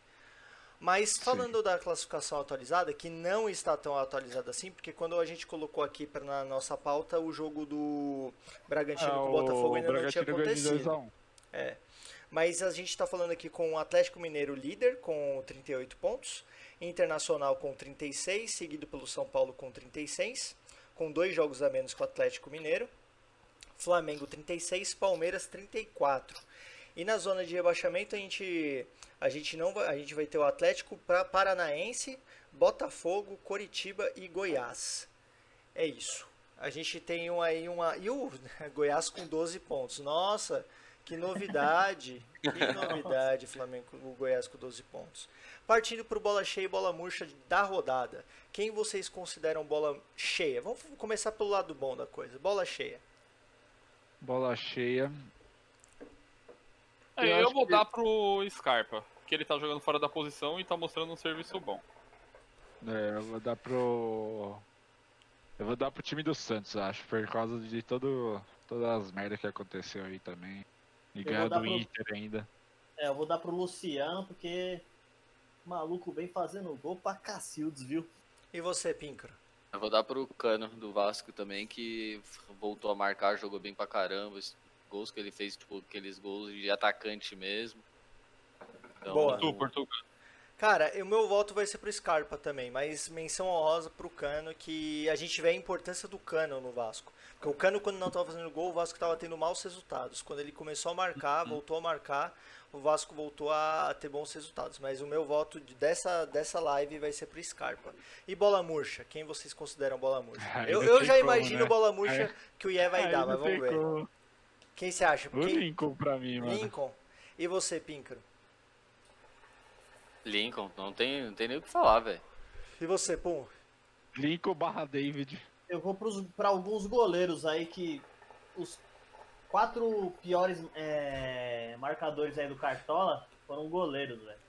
C: Mas falando da classificação atualizada, que não está tão atualizada assim, porque quando a gente colocou aqui pra, na nossa pauta, o jogo do Bragantino
B: Ah,
C: com o Botafogo ainda não tinha
B: Bragantino ganhou de
C: acontecido.
B: 2 a 1.
C: Mas a gente está falando aqui com o Atlético Mineiro líder com 38 pontos, Internacional com 36, seguido pelo São Paulo com 36, com dois jogos a menos que o Atlético Mineiro, Flamengo 36, Palmeiras 34. E na zona de rebaixamento a gente a gente não vai, a gente vai ter o Atlético pra- Paranaense, Botafogo, Coritiba e Goiás. É isso. A gente tem um aí uma e o Goiás com 12 pontos. Nossa, que novidade! Que novidade, Flamengo, o Goiás com 12 pontos. Partindo para bola cheia e bola murcha da rodada. Quem vocês consideram bola cheia? Vamos começar pelo lado bom da coisa. Bola cheia.
B: Bola cheia.
E: É,
B: Eu
E: eu
B: acho
E: vou
B: que-
E: dar pro Scarpa, que ele tá jogando fora da posição e tá mostrando um serviço bom.
B: É, eu vou dar pro. Eu vou dar pro time do Santos, acho, por causa de todo, todas as merdas que aconteceu aí também. E
A: Eu
B: ganhou
A: vou dar
B: do
A: pro-
B: Inter ainda.
A: É, eu vou dar pro Luciano, porque o maluco vem fazendo gol pra Cacildes, viu?
C: E você, Pincro?
D: Eu vou dar pro Cano do Vasco também, que voltou a marcar, jogou bem pra caramba. Os gols que ele fez, tipo, aqueles gols de atacante mesmo. Então,
C: Boa.
E: Tu, Portugal.
C: Cara, o meu voto vai ser pro Scarpa também, mas menção honrosa pro Cano, que a gente vê a importância do Cano no Vasco. Porque o Cano, quando não tava fazendo gol, o Vasco tava tendo maus resultados. Quando ele começou a marcar,
B: Uhum.
C: voltou a marcar, o Vasco voltou a a ter bons resultados. Mas o meu voto de- dessa, dessa live vai ser pro Scarpa. E bola murcha, quem vocês consideram bola murcha?
B: Aí
C: Eu,
B: não
C: eu
B: tem
C: já
B: como,
C: imagino
B: né?
C: bola murcha
B: Aí-
C: que o Ié vai
A: Ah,
B: Aí
C: dar, mas
B: não
C: vamos
B: tem
C: ver.
B: como.
C: Quem você acha?
B: O
C: Quem-
B: Lincoln pra mim, mano.
C: Lincoln. E você, Pincro?
D: Lincoln, não tem, não tem nem o que falar, velho.
C: E você, Pum?
B: Lincoln barra David.
A: Eu vou para alguns goleiros aí que os quatro piores é, marcadores aí do Cartola foram goleiros, velho.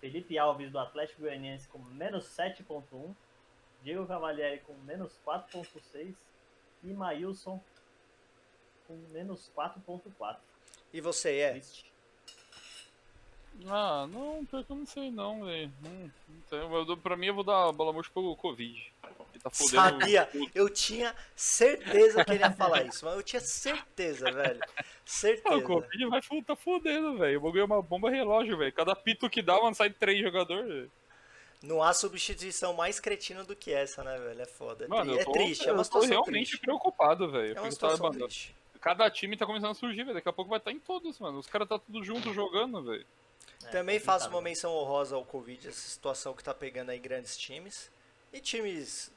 A: Felipe Alves do Atlético Goianiense com menos 7.1, Diego Cavalieri com menos 4.6 e Maílson com menos 4.4.
C: E você, é?
A: Triste.
E: Ah, não, pior que eu não sei não, velho. Não, não sei. Eu dou- pra mim eu vou dar bola murcha pro Covid. Ele tá fodendo.
C: Sabia!
E: tudo.
C: Eu tinha certeza que ele ia falar isso, mas eu tinha certeza, velho.
E: Ah, o
C: Certeza.
E: Covid vai fo- tá fodendo, velho. O bagulho é uma bomba relógio, velho. Cada pito que dá, mano, sai três jogadores.
C: Não há substituição mais cretina do que essa, né, velho? É foda. É, tri-
E: Mano, eu
C: é
E: tô,
C: triste, é uma
E: eu tô
C: situação
E: realmente
C: triste.
E: preocupado, velho.
C: É uma
E: Porque
C: situação
E: tá-
C: triste.
E: Cada time tá começando a surgir, velho. Daqui a pouco vai estar em todos, mano. Os caras tá tudo junto jogando, velho.
A: É,
C: Também faço uma
A: complicado.
C: menção honrosa ao Covid, essa situação que tá pegando aí grandes times e times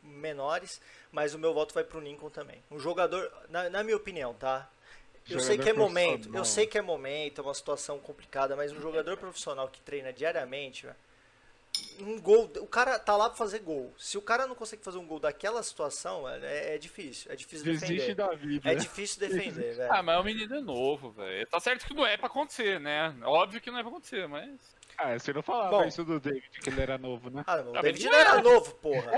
C: menores, mas o meu voto vai pro Lincoln também. Um jogador, na, na minha opinião, tá? Eu
B: Jogador
C: sei que é momento, eu
B: profissional.
C: sei que é momento, é uma situação complicada, mas um jogador profissional que treina diariamente, velho, um gol, o cara tá lá pra fazer gol. Se o cara não consegue fazer um gol daquela situação, velho, é, é difícil, é difícil
B: Desiste
C: defender.
B: da vida.
C: É
B: né?
C: difícil defender, velho.
E: Ah, mas o menino é novo, velho. Tá certo que não é pra acontecer, né? Óbvio que não é pra acontecer, mas.
B: Ah, você não falava
C: Bom.
B: isso do David, que ele era novo, né?
C: Ah, não, o
E: Ah,
C: David
E: mas-
C: não era novo, porra.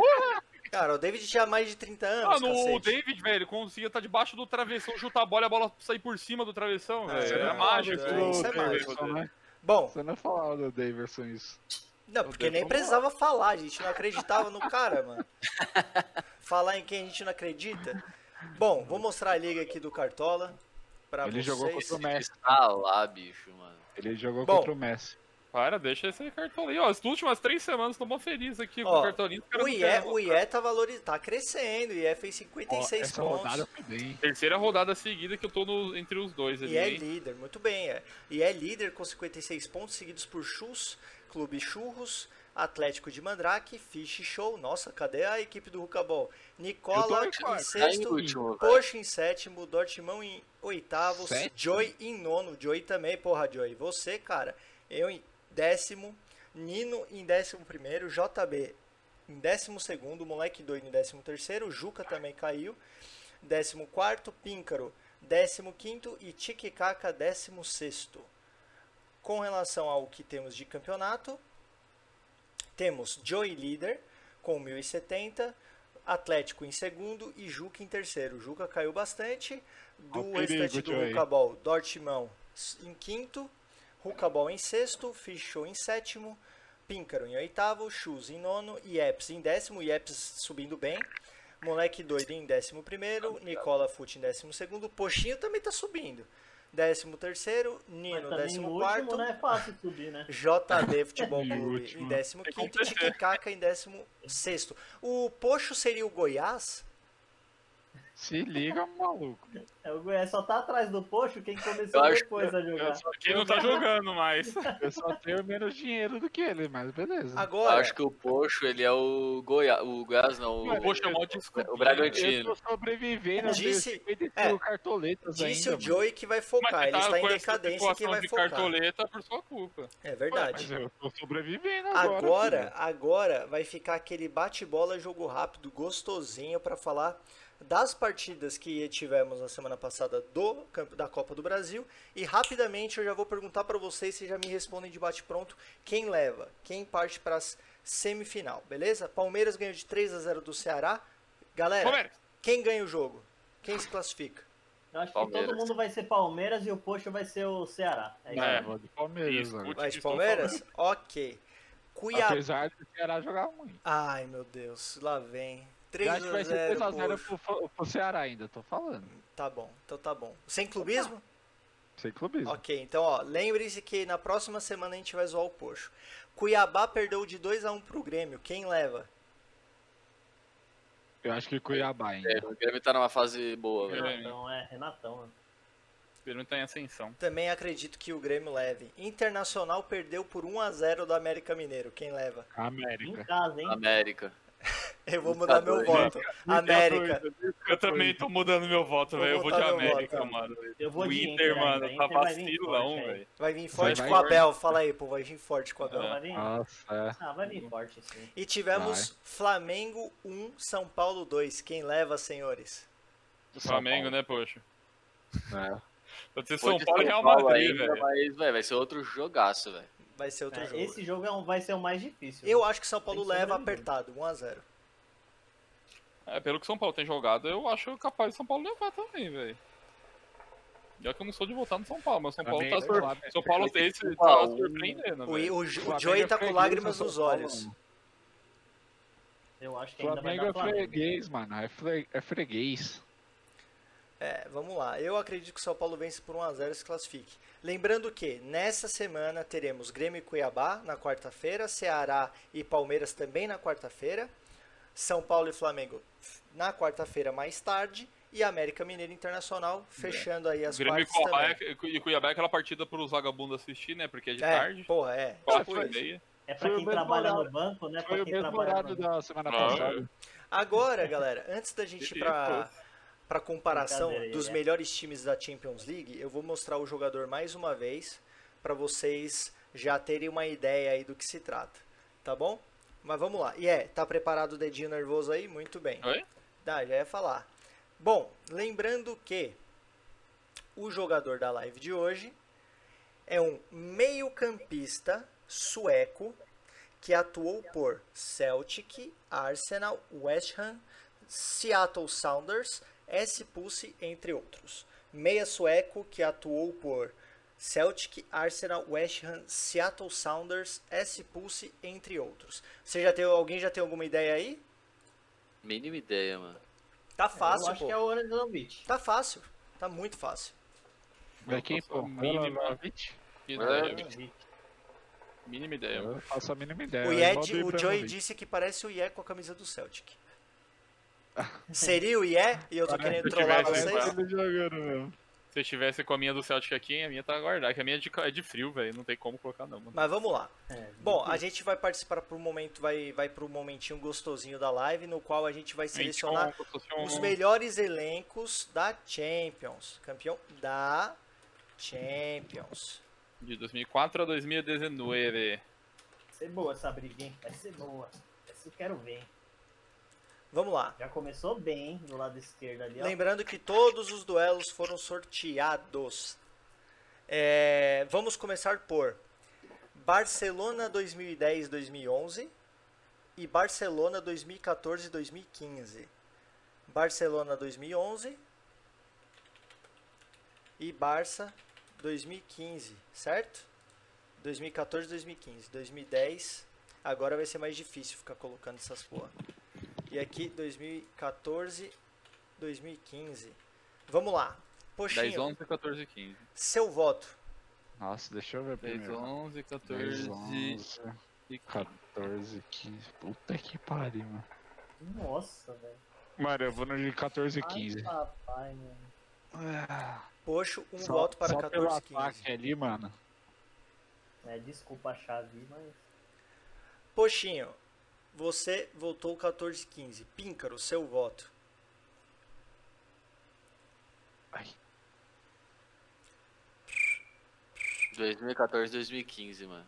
C: Cara, o David tinha mais de 30 anos,
E: Mano, Ah, o
C: cacete.
E: David, velho, conseguia estar debaixo do travessão, chutar a bola e a bola sair por cima do travessão,
C: Ah,
E: velho.
C: é
E: Era
C: verdade,
E: mágico.
C: é, isso é
E: velho,
C: mágico.
E: velho.
B: né?
C: Bom,
B: Você não falava do Davidson isso.
C: não, porque nem
B: Davidson-
C: precisava falar, a gente não acreditava no cara, mano. Falar em quem a gente não acredita. Bom, vou mostrar a liga aqui do Cartola pra
B: Ele
C: vocês.
B: jogou contra o Messi.
D: Está tá lá, bicho, mano.
B: Ele jogou
C: Bom.
B: contra o Messi.
E: Para, deixa esse cartão aí. Ó, as últimas três semanas tô mó feliz aqui com
C: Ó,
E: o cartolinho. os caras
C: O
E: não
C: IE,
E: querem
C: o IE tá valorizando, tá crescendo, o IE fez
B: Ó,
C: 56
B: essa
C: pontos.
B: rodada foi bem.
E: Terceira rodada seguida que eu tô no- entre os dois ali.
C: E é
E: hein?
C: líder, muito bem. É. E é líder com 56 pontos, seguidos por Chus, Clube Churros, Atlético de Mandrake, Fish Show. Nossa, cadê a equipe do Rucabol? Nicola
B: Eu tô em
C: em
B: quarto.
D: Tá em
C: sexto,
D: último, velho.
C: Poxa em sétimo, Dortimão em oitavo,
B: Sétimo?
C: Joy em nono. Joy também, porra, Joy. Você, cara. Eu em décimo, Nino em décimo primeiro, JB em décimo segundo, Moleque Doido em décimo terceiro, Juca também caiu. Décimo quarto, Píncaro. Décimo quinto e Tiquicaca, décimo sexto. Com relação ao que temos de campeonato, temos Joey líder com 1070, Atlético em segundo e Juca em terceiro. Juca caiu bastante. Do
B: Ó, perigo,
C: restante do
B: Joey.
C: Rucabol, Dortimão em quinto, Rucabol em sexto, Fichou em sétimo, Píncaro em oitavo, Chus em nono, Ieps em décimo, Ieps subindo bem. Moleque doido em décimo primeiro, Nicola Fute em décimo segundo, Poxinho também tá subindo. Décimo terceiro,
A: Mas
C: Nino
A: também
C: décimo
A: o
C: quarto,
A: último não é fácil subir, né?
C: JB Futebol
B: E
C: Clube em
B: último.
C: 15 quinto e Tiquicaca em 16 O Poxo seria o Goiás?
B: Se liga, maluco.
A: É, o Goiás só tá atrás do poxo quem
D: Eu
A: começou
D: acho-
A: depois a jogar.
B: Eu só,
E: Quem
C: né?
E: não tá jogando mais.
B: eu só tenho menos dinheiro do que ele, mas beleza.
E: Ah,
D: Eu
E: é.
C: Agora,
D: acho que o Pocho, ele é o Goiás, o Goiás não,
E: O
D: o,
E: Poxa é mó desculpa.
D: o
B: eu
D: Bragantino.
B: tô sobrevivendo, eu tenho
C: Disse-
B: 55
C: é,
B: cartoletas
C: disse
B: ainda.
C: o Joey que vai
E: né?
C: focar. Ah,
E: tá
C: Ele está em decadência que vai
E: de
C: focar.
E: cartoleta por sua culpa.
C: É
B: mano.
C: verdade.
B: Ah, Mas eu tô sobrevivendo agora.
C: Agora,
B: filho.
C: agora vai ficar aquele bate-bola, jogo rápido, gostosinho pra falar das partidas que tivemos na semana passada do campo- da Copa do Brasil e rapidamente eu já vou perguntar pra vocês se já me respondem de bate pronto quem leva, quem parte pra semifinal, beleza? Palmeiras ganhou de 3 a 0 do Ceará. Galera,
E: Palmeiras.
C: quem ganha o jogo? Quem se classifica?
A: Eu acho que
D: Palmeiras.
A: todo mundo vai ser Palmeiras e o poxo vai ser o Ceará. É isso.
E: É.
A: aí.
B: Eu vou de Palmeiras,
E: Isso,
B: mano.
E: puta.
C: Vai de
E: Estou
C: Palmeiras? OK. Cuiabá.
B: Apesar do Ceará jogar muito.
C: Ai, meu Deus, lá vem.
B: Eu
C: 3
B: acho que
C: a
B: vai ser
C: 0.
B: 3x0
C: poxa.
B: pro, Fo- pro Ceará ainda, tô falando.
C: Tá bom, então tá bom. Sem clubismo?
B: Sem clubismo.
C: Ok, então ó, lembre-se que na próxima semana a gente vai zoar o Poxo. Cuiabá perdeu de 2 a 1 pro Grêmio, quem leva?
B: Eu acho que Cuiabá
D: É,
B: ainda.
D: o Grêmio tá numa fase boa, velho.
A: Renatão, é, Renatão. Mano.
E: O Grêmio tá em ascensão.
C: Também acredito que o Grêmio leve. Internacional um perdeu por 1 a 0 do América Mineiro, quem leva?
A: Em
B: América.
A: casa, hein?
D: América.
C: Eu vou mudar meu voto. América.
E: Eu também tô mudando meu voto,
C: né? Vou
E: velho. Eu vou de
C: botar meu
E: América,
C: voto,
E: mano.
A: Eu vou
E: O
A: de
E: Inter,
A: ainda.
E: mano, tá
A: Inter vai vir
E: vacilão,
A: forte é. aí.
E: velho.
C: Vai vir forte
B: vai
C: com o
B: forte.
C: Abel. Fala aí, pô. Vai vir forte com o Abel.
E: É.
A: Então Vai vir-
B: Nossa,
A: Ah, vai vir forte, sim.
C: E tivemos Flamengo 1, São Paulo 2. Quem leva, senhores?
B: é.
E: Flamengo, né, poxa?
B: né?
E: Pode ser
D: Foi
E: São
D: de
E: Paulo e Real Madrid,
D: ainda,
E: velho.
D: Mas, velho, vai ser outro jogaço, velho.
C: Vai ser outro
A: É,
C: jogo.
A: esse jogo é um- vai ser o mais difícil.
C: Eu acho que São Paulo
A: Tem que ser
C: leva
A: brasileiro.
C: apertado, 1 a 0
E: É, pelo que São Paulo tem jogado, eu acho capaz de São Paulo levar também, velho. Já que eu não sou de votar no São Paulo, mas São Paulo
B: Também,
E: tá,
B: né?
E: sur...
B: Flamengo.
E: São
C: É
E: Paulo tem esse, tá
D: Paulo.
E: surpreendendo,
C: tipo, O,
E: velho.
C: o, o
B: Flamengo
C: Joey
B: é
C: tá com
B: freguês
C: lágrimas
B: do
C: nos
B: São Paulo,
C: olhos.
B: mano.
A: Eu acho que ainda vai
B: Flamengo
A: dar
B: é
A: Flamengo.
B: freguês, mano. É, fre- é freguês.
C: É, vamos lá. Eu acredito que o São Paulo vence por 1x0 e se classifique. Lembrando que nessa semana teremos Grêmio e Cuiabá na quarta-feira, Ceará e Palmeiras também na quarta-feira, São Paulo e Flamengo na quarta-feira mais tarde e América Mineira Internacional fechando aí as
E: Grêmio e
C: quartas
E: Cuiabá,
C: também.
E: é, e Cuiabá é aquela partida pros vagabundos assistir, né? Porque é de
C: É,
E: tarde.
C: porra, é.
E: Quatro
B: foi
E: e meia.
A: É pra
B: Foi o
A: quem
B: mesmo
A: trabalha no
B: horário.
A: banco, né?
B: Foi
A: Pra
B: o
A: quem
B: mesmo
A: trabalha
B: horário
A: no
B: da semana
E: Ah,
B: passada.
C: Agora, galera, antes da gente ir pra, pra comparação
A: Brincadeira,
C: dos
A: né?
C: melhores times da Champions League, eu vou mostrar o jogador mais uma vez pra vocês já terem uma ideia aí do que se trata, tá bom? Mas vamos lá. E é, tá preparado o dedinho nervoso aí? Muito bem.
E: Oi?
C: Dá, já ia falar. Bom, lembrando que o jogador da live de hoje é um meio-campista sueco que atuou por Celtic, Arsenal, West Ham, Seattle Sounders, S. Pulse, entre outros. Meia sueco que atuou por Celtic, Arsenal, West Ham, Seattle Sounders, S. Pulse, entre outros. Você já tem, alguém já tem alguma ideia aí?
D: Mínima ideia, mano.
C: Tá
A: Eu
C: fácil,
A: acho
C: pô.
A: que é o Oranovic.
C: Tá fácil. Tá muito fácil.
B: Vai quem, pô?
E: Mínima
B: Ivanovic?
E: Que ideia,
D: É.
E: velho. Mínima ideia.
B: Eu não faço a mínima ideia.
C: o
B: É, eu
C: Yed,
B: mando
C: o
B: Ibrahimovic.
C: Joey disse que parece o Ié com a camisa do Celtic. Seria o Ié? E eu tô
E: Parece
C: querendo
E: que
C: trollar
E: tivesse,
C: vocês?
E: né?
B: Ele jogando mesmo.
E: Se eu tivesse com a minha do Celtic aqui, a minha tá guardada. Que a minha é de, ca- é de frio, velho. Não tem como colocar, não, mano.
C: Mas vamos lá.
A: É,
C: Bom, a gente vai participar pro momento, vai, vai pro momentinho gostosinho da live, no qual a gente vai selecionar
E: Então, se fosse
C: os
E: um-
C: melhores elencos da Champions. Campeão da Champions.
E: De 2004 a 2019.
A: Vai ser boa essa briga, hein? Vai ser boa. Essa eu quero ver. hein?
C: Vamos lá.
A: Já começou bem, hein? Do lado esquerdo ali, ó.
C: Lembrando que todos os duelos foram sorteados. É, vamos começar por Barcelona 2010-2011 e Barcelona 2014-2015. Barcelona 2011 e Barça 2015, certo? 2014-2015, 2010. Agora vai ser mais difícil ficar colocando essas porra. E aqui 2014 2015. Vamos lá.
E: 10,
C: Poxinho,
E: 11, 14, 15.
C: seu voto.
B: Nossa, deixa eu ver
E: 10,
B: primeiro.
E: 11, 14
B: 10, 11,
E: e 15.
B: 14, 15. Puta que pariu, mano.
A: Nossa, velho.
B: Mano, eu vou no de 14
C: Ah,
B: e 15.
A: Ai, papai, mano.
B: Ah,
C: Poxo, tá. um
B: só-
C: voto para
B: só pelo
C: 14 15.
B: ataque ali, mano.
A: É, desculpa a chave, mas...
C: Poxinho, você votou 14 15. Píncaro, seu voto.
B: Ai,
D: 2014, 2015, mano.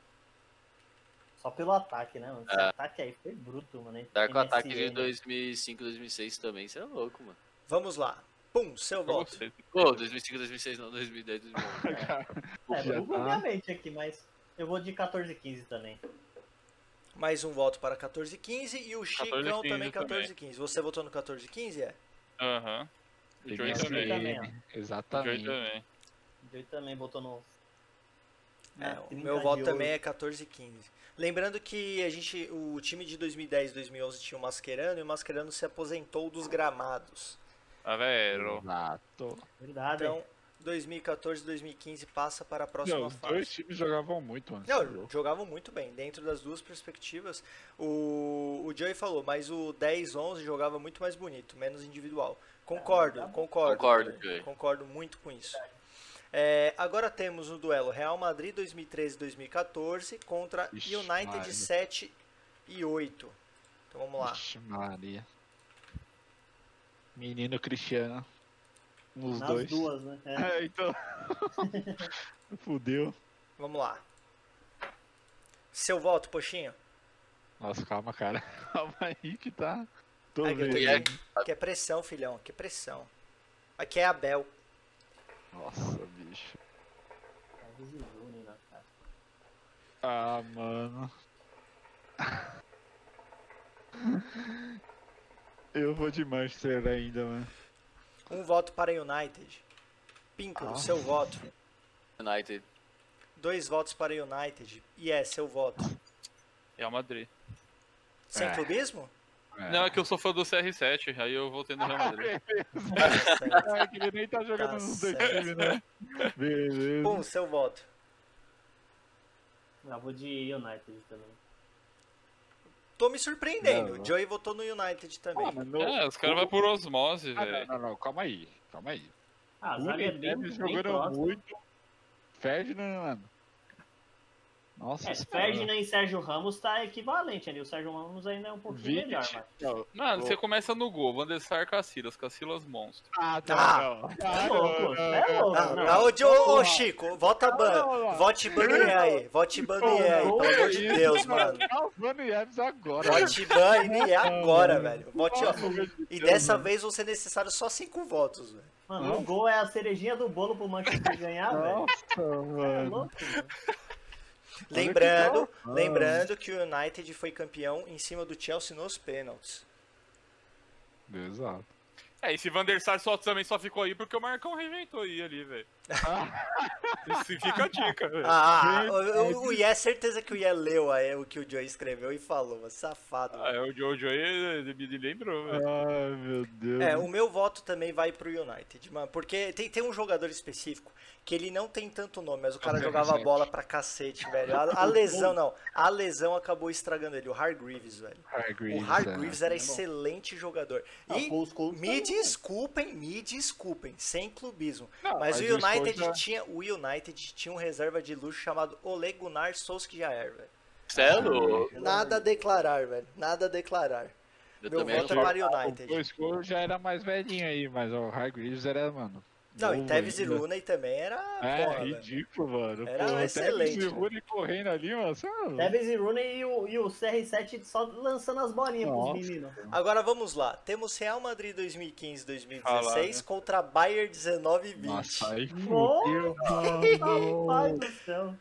A: Só pelo ataque, né, mano? Esse
D: É.
A: ataque aí foi bruto, mano. hein?
D: Dar Tá com o ataque de
A: MSN.
D: 2005, 2006 também, você é louco, mano.
C: Vamos lá. Pum, seu
E: Eu
C: voto.
E: gostei.
D: Pô, 2005, 2006 não, 2010, 2011.
A: É,
B: Já
A: bugou
B: tá.
A: minha mente aqui, mas eu vou de 14 15 também.
C: Mais um voto para 14 15 e o Chicão
E: 15
C: também
E: também.
C: 14 15. Você votou no 14 15, é?
E: Aham. O Joey
A: Esse
E: também.
A: também, ó.
E: O Joey
B: Exatamente.
E: também.
A: O Joey também botou no.
C: É,
A: na
C: o
A: trinca
C: meu
A: de
C: voto
A: ouro.
C: também é 14 e 15. Lembrando que a gente, o time de 2010 2011 tinha o Mascherano e o Mascherano se aposentou dos gramados.
E: Ah, velho.
B: Exato.
A: Verdade.
C: Então, 2014 2015 passa para a próxima
B: Não, os
C: fase.
B: dois times jogavam muito antes.
D: Tá
B: do
C: Não,
B: jogo.
C: jogavam muito bem. Dentro das duas perspectivas, o, o Joey falou, mas o 10-11 jogava muito mais bonito, menos individual. Concordo,
A: tá bom.
C: concordo.
D: Concordo,
C: Joey.
D: Joey.
C: Concordo muito com isso. É, agora temos o duelo Real Madrid 2013-2014 contra
B: Ixi,
C: United
B: Maria.
C: 7 e 8. Então vamos lá.
B: Ixi, Maria. Menino Cristiano. Nos
A: Nas
B: dois.
A: duas, né? É.
B: É, então. Fudeu.
C: Vamos lá. Seu voto, Poxinho.
B: Nossa, calma, cara. Calma aí que tá. Tô
C: Ai, É que eu tô
B: vendo.
D: aqui.
C: Que é pressão, filhão. Que é pressão. Aqui é Abel.
B: Nossa, bicho.
A: Tá visível, né, cara?
B: Ah, mano. Eu vou de Manchester ainda, mano.
C: Um voto para United. Pinco,
B: Ah.
C: seu voto.
D: um, United.
C: Dois votos para United. E é seu voto.
E: Real Madrid.
C: Sem
B: É.
C: clubismo?
E: Não, é que eu sou fã do CR7, aí eu voltei no Real Madrid.
B: Ah, que ele nem tá jogando
C: Tá
B: nos dois
C: certo.
B: times, né? Beleza.
C: Pum, seu voto.
A: Eu vou de United também.
C: Tô me surpreendendo.
B: Não, não.
C: O Joey votou no United também.
B: Ah, mas não-
E: É, os caras vão por osmose,
B: Ah,
E: velho.
B: não, não, não, calma aí. Calma aí.
A: Ah, a
B: O
A: zaga é bem,
B: Neves
A: bem
B: jogando
A: próxima.
B: muito. Ferdinand, mano. Nossa,
A: É,
B: senhora.
A: Ferdinand e Sérgio Ramos tá equivalente ali. O Sérgio Ramos ainda é um pouquinho
B: Vidic.
A: melhor, mas...
B: Não.
E: Mano,
B: Pô.
E: você começa no gol. Van der Sar, Cacilas. Cacilas, monstro.
B: Ah, tá.
C: Ah,
B: não.
A: É
B: Ah,
A: louco,
B: não,
A: é louco.
C: Ah,
A: não.
C: ah, ô, Jo- ô,
B: Vamos lá.
C: Chico, vota ban.
B: Vamos lá.
C: Vote Banier aí. Vote Banier aí,
A: Não,
C: pelo amor de
B: isso,
C: Deus, mano.
B: Calvano e Eves agora.
C: Vote Banier agora,
B: mano.
C: velho. Vote
B: Nossa, meu Deus,
C: E dessa
B: mano.
C: vez vão ser necessários só cinco votos, velho.
A: Mano, o gol é a cerejinha do bolo pro Manchester ganhar, velho.
B: Nossa,
A: É
B: mano.
A: louco, mano.
C: Lembrando,
B: que da hora.
C: lembrando que o United foi campeão em cima do Chelsea nos pênaltis.
B: Exato.
E: É, esse Van der Sar só, também só ficou aí porque o Marcão rejeitou ir ali, velho. Isso fica a dica, velho.
C: Ah,
B: Verdade.
C: o, o, o Ié, certeza que o Ié leu aí o que o Joey escreveu e falou, mas safado.
E: Ah, é, o Jojo aí ele me lembrou,
A: É.
E: velho.
B: Ai, meu Deus.
C: É, o meu voto também vai pro United, mano. Porque tem, tem um jogador específico que ele não tem tanto nome, mas o cara
B: Também,
C: jogava
B: gente.
C: bola pra cacete, velho. A, a lesão, não. A lesão acabou estragando ele, o Hargreaves, velho. O
B: Hargreaves, Tá
C: Hargreaves era
A: É bom.
C: excelente jogador.
A: Ah,
C: E
A: Paul Scholes
C: me
A: também.
C: desculpem, me desculpem, sem clubismo.
B: Não,
C: mas,
B: mas
C: o
B: o tá- Scholes
C: United
B: já-
C: tinha, o United tinha um reserva de luxo chamado Ole Gunnar Solskjaer, velho.
D: Você é louco.
C: Nada a declarar, velho. Nada a declarar.
D: Eu
C: Meu
D: também
C: voto é
D: acho.
C: para o
B: O
C: United.
B: Bosco já era mais velhinho aí, mas o Hargreaves era, mano.
C: Não, e
B: novo
C: Tevez e
B: ainda.
C: Luna também era.
B: É,
C: porra, velho.
B: ridículo, mano.
C: Era
B: Pô,
C: excelente,
B: Tevez e
C: velho.
B: Rooney correndo ali, mano. Você é louco.
A: Tevez e Rooney e o, e o CR7 só lançando as bolinhas
B: Nossa.
A: pros meninos.
C: Agora vamos lá. Temos Real Madrid 2015 2016
E: Ah lá, né?
C: contra Bayern 19 e 20.
B: Nossa, aí fudeu,
A: Nossa, pai
B: mano.
A: do céu.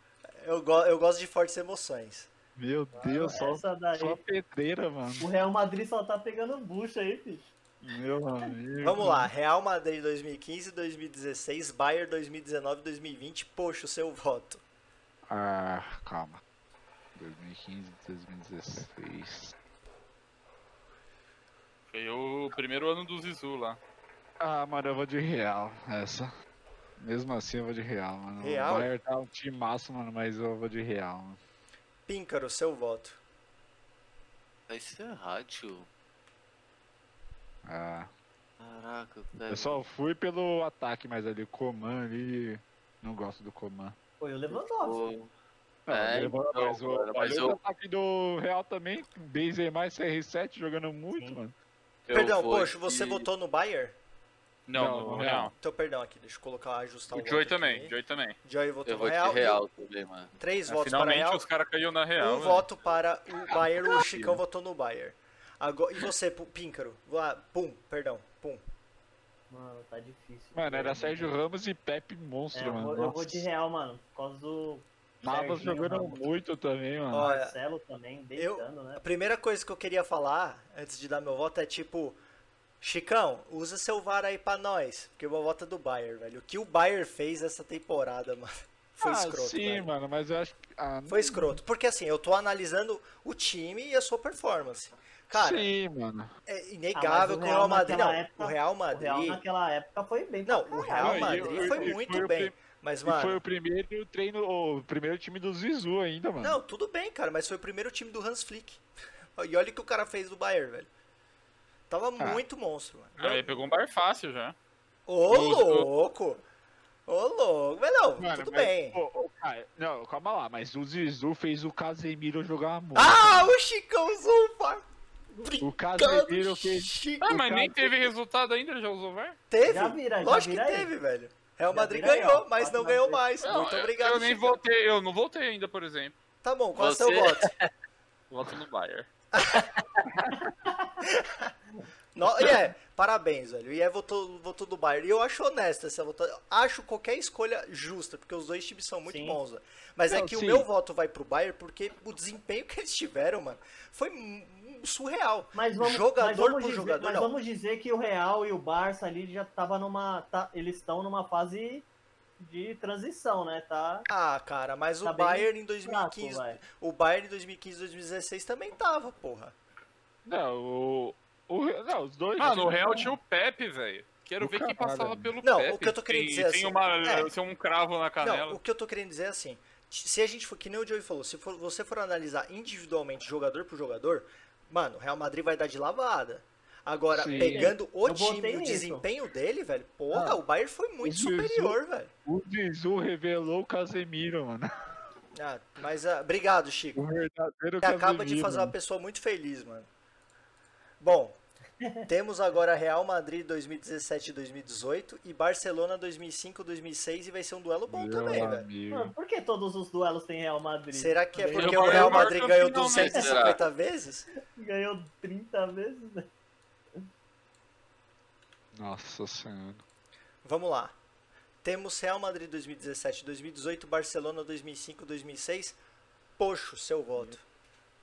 C: eu, go- eu gosto de fortes emoções.
B: Meu Deus, só,
A: Essa daí.
B: só pedreira, mano.
A: O Real Madrid só tá pegando bucha aí, filho.
B: Meu amigo.
C: Vamos lá. Real Madrid 2015 2016, Bayern 2019 2020. Poxa, o seu voto.
B: Ah, calma. 2015, 2016.
E: Foi o primeiro ano do Zizu lá.
B: Ah, mano, eu vou de real. Essa. Mesmo assim, eu vou de real, mano.
C: Real?
B: O Bayern tá um time massa, mano, mas eu vou de real, mano.
C: Píncaro, seu voto.
D: Vai ser rádio.
B: Ah.
D: Caraca,
B: Eu
D: velho.
B: só fui pelo ataque, mas ali o Coman ali. Não gosto do Coman.
A: Foi o Lewandowski.
D: Pô,
B: Não,
D: É,
B: levou-
D: então,
B: mas o,
D: cara, mas
B: olha
D: eu-
B: o ataque do Real também, Benzema e CR7 jogando muito,
A: Sim.
B: mano.
D: eu
C: Perdão,
D: vou
C: poxa, você
D: de-
C: votou no Bayern?
E: Não,
B: Não,
E: no,
B: no
E: Real.
B: Real.
C: Então, perdão aqui, deixa eu colocar, ajustar o
E: O Joey
C: voto aqui.
E: também, Joey também.
C: Joey votou
D: Eu vou
C: no
D: de
C: Real.
D: real também, mano.
C: Três
E: Ah,
C: votos para
E: Finalmente
C: Real.
E: os caras caíram na
C: Um
E: Real. velho.
C: voto para o Bayern, o Chicão votou no Bayern. Agora, e você, Pu- Píncaro? Ah, pum, perdão, pum.
A: Mano, tá difícil.
B: Mano, era
A: É,
B: Sérgio Ramos e Pepe
A: eu
B: monstro,
A: vou-
B: mano.
A: É, eu, vou de Real, mano. Por causa do
B: Navas
A: Serginho
B: jogando
A: Ramos.
B: muito também, mano.
C: Olha,
A: Marcelo também,
C: eu-
A: deitando, né?
C: a primeira coisa que eu queria falar, antes de dar meu voto, é tipo... Chicão, usa seu VAR aí pra nós, porque meu voto é do Bayern, velho. O que o Bayern fez essa temporada, mano, foi
B: ah,
C: escroto,
B: sim,
C: velho.
B: mano, mas eu acho que. Ah,
C: Foi escroto, porque assim, eu tô analisando o time e a sua performance. Cara,
B: sim, mano.
C: é
A: Ah, mas
C: inegável
A: o
C: que o
A: Real
C: Real Madrid... Não,
A: naquela época-
C: o Real
A: O Real
C: Madrid...
A: naquela época foi bem. pra
C: Não, o Real
A: caralho.
B: Não, e eu-
C: Madrid
B: eu-
C: foi
B: eu- foi
C: muito
B: o
C: bem,
B: prim-
C: mas,
B: E foi
C: mano...
B: o primeiro treino, o primeiro time do Zizu ainda, mano.
C: Não, tudo bem, cara, mas foi o primeiro time do Hans Flick. E olha o que o cara fez do Bayern, velho. Tava
A: Ah.
C: muito monstro, mano.
E: Aí pegou um bar fácil já.
C: Ô,
E: Monstro.
C: louco! Ô, louco! Mas não,
B: Mano,
C: tudo
B: mas,
C: bem.
B: ô, ô, cara, não, calma lá, mas o Zizu fez o Casemiro jogar muito.
C: Ah, o Chicão usou o VAR.
B: O Casemiro fez
C: Chico.
E: Ah, mas
B: cara-
E: nem teve resultado ainda, ele já usou o VAR?
C: Teve?
A: Já vira, já
C: Lógico
A: vira
C: que
A: aí.
C: teve, velho. Real
A: Já
C: Madrid
A: vira aí, ó.
C: ganhou, mas não
A: Quatro
C: ganhou
A: na
C: mais.
E: Não,
C: Muito
E: eu-
C: obrigado,
E: Eu nem
C: Chico.
E: voltei, eu não voltei ainda, por exemplo.
C: Tá bom, qual é o seu
D: Você-
C: voto?
E: Voto no Bayern.
C: No, yeah, parabéns, velho. O Ié votou, votou do Bayern. E eu acho honesto essa votação. Acho qualquer escolha justa, porque os dois times são muito
A: Sim.
C: bons. velho. Mas é
B: Não,
C: que o
B: sim.
C: meu voto vai pro Bayern porque o desempenho que eles tiveram, mano, foi hum, surreal.
A: Mas vamos,
C: Jogador
A: mas vamos
C: por
A: dizer,
C: jogador,
A: mas
C: não.
A: vamos dizer que o Real e o Barça ali já tava numa. tá- eles estão numa fase de transição, né? Tá.
C: Ah, cara, mas
A: Tá
C: o
A: bem
C: Bayern em
A: fraco,
C: 2015.
A: vai.
C: o Bayern em 2015, 2016 também tava, porra.
B: Não, o, o- não, os dois.
E: Mano, o Ah, Real
B: Real
E: tinha o Pepe, velho. Quero
B: Do
E: ver quem
B: caralho.
E: passava pelo
C: Não,
E: Pepe.
C: o que eu tô querendo
E: Tem-
C: dizer
E: tem
C: assim,
E: uma,
C: é.
E: tem um cravo na canela.
C: Não, o que eu tô querendo dizer é assim, t- se a gente for, que nem o Joey falou, se for- você for analisar individualmente, jogador por jogador, mano, o Real Madrid vai dar de lavada. Agora,
B: Sim.
C: pegando o
A: Eu
C: time
A: botei
C: e o
A: nisso.
C: desempenho dele, velho, porra, o Bayern foi muito
B: Isso, isso.
C: superior, velho.
B: O Zizu revelou o Casemiro, mano.
C: Ah, mas ah, obrigado, Chico.
B: O é verdadeiro
C: Você
B: Casemiro.
C: acaba de fazer
B: né?
C: uma pessoa muito feliz, mano. Bom, temos agora Real Madrid 2017 e 2018 e Barcelona 2005 2006 e vai ser um duelo bom
B: Meu
C: também, velho.
B: amigo.
A: Mano, por que todos os duelos tem Real Madrid?
C: Será que é
A: Ganhou
C: porque
E: o
C: o Real
E: maior
C: Madrid
E: campeão,
C: ganhou
E: né?
C: 250 vezes?
A: Ganhou 30 vezes, né?
B: Nossa senhora.
C: Vamos lá. Temos Real Madrid 2017, 2018, Barcelona 2005, 2006. Poxo, seu voto.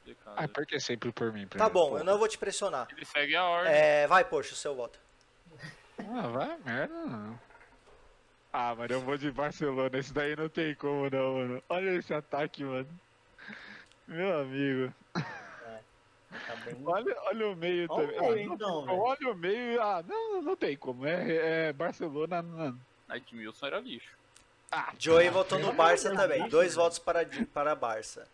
E: Complicado.
B: Ah, por que sempre por mim?
C: Tá
B: primeiro?
C: bom, eu não vou te pressionar.
E: Ele segue a ordem.
C: É, vai, Poxo, seu voto.
B: Ah, vai merda, não. Ah, mano, eu vou de Barcelona. Esse daí não tem como, não, mano. Olha esse ataque, mano. Meu amigo.
A: Tá bem.
B: Olha, olha o meio
A: Olha
B: também.
A: o meio,
B: Ah, não-
A: então, velho.
B: olha o meio. Ah, não, não tem como. É, é Barcelona. Não.
E: Edmilson era lixo.
B: Ah,
C: Joey
B: cara,
C: votou no
B: pelo
C: Barça
A: Deus,
C: também.
A: Deus.
C: Dois votos para, para Barça.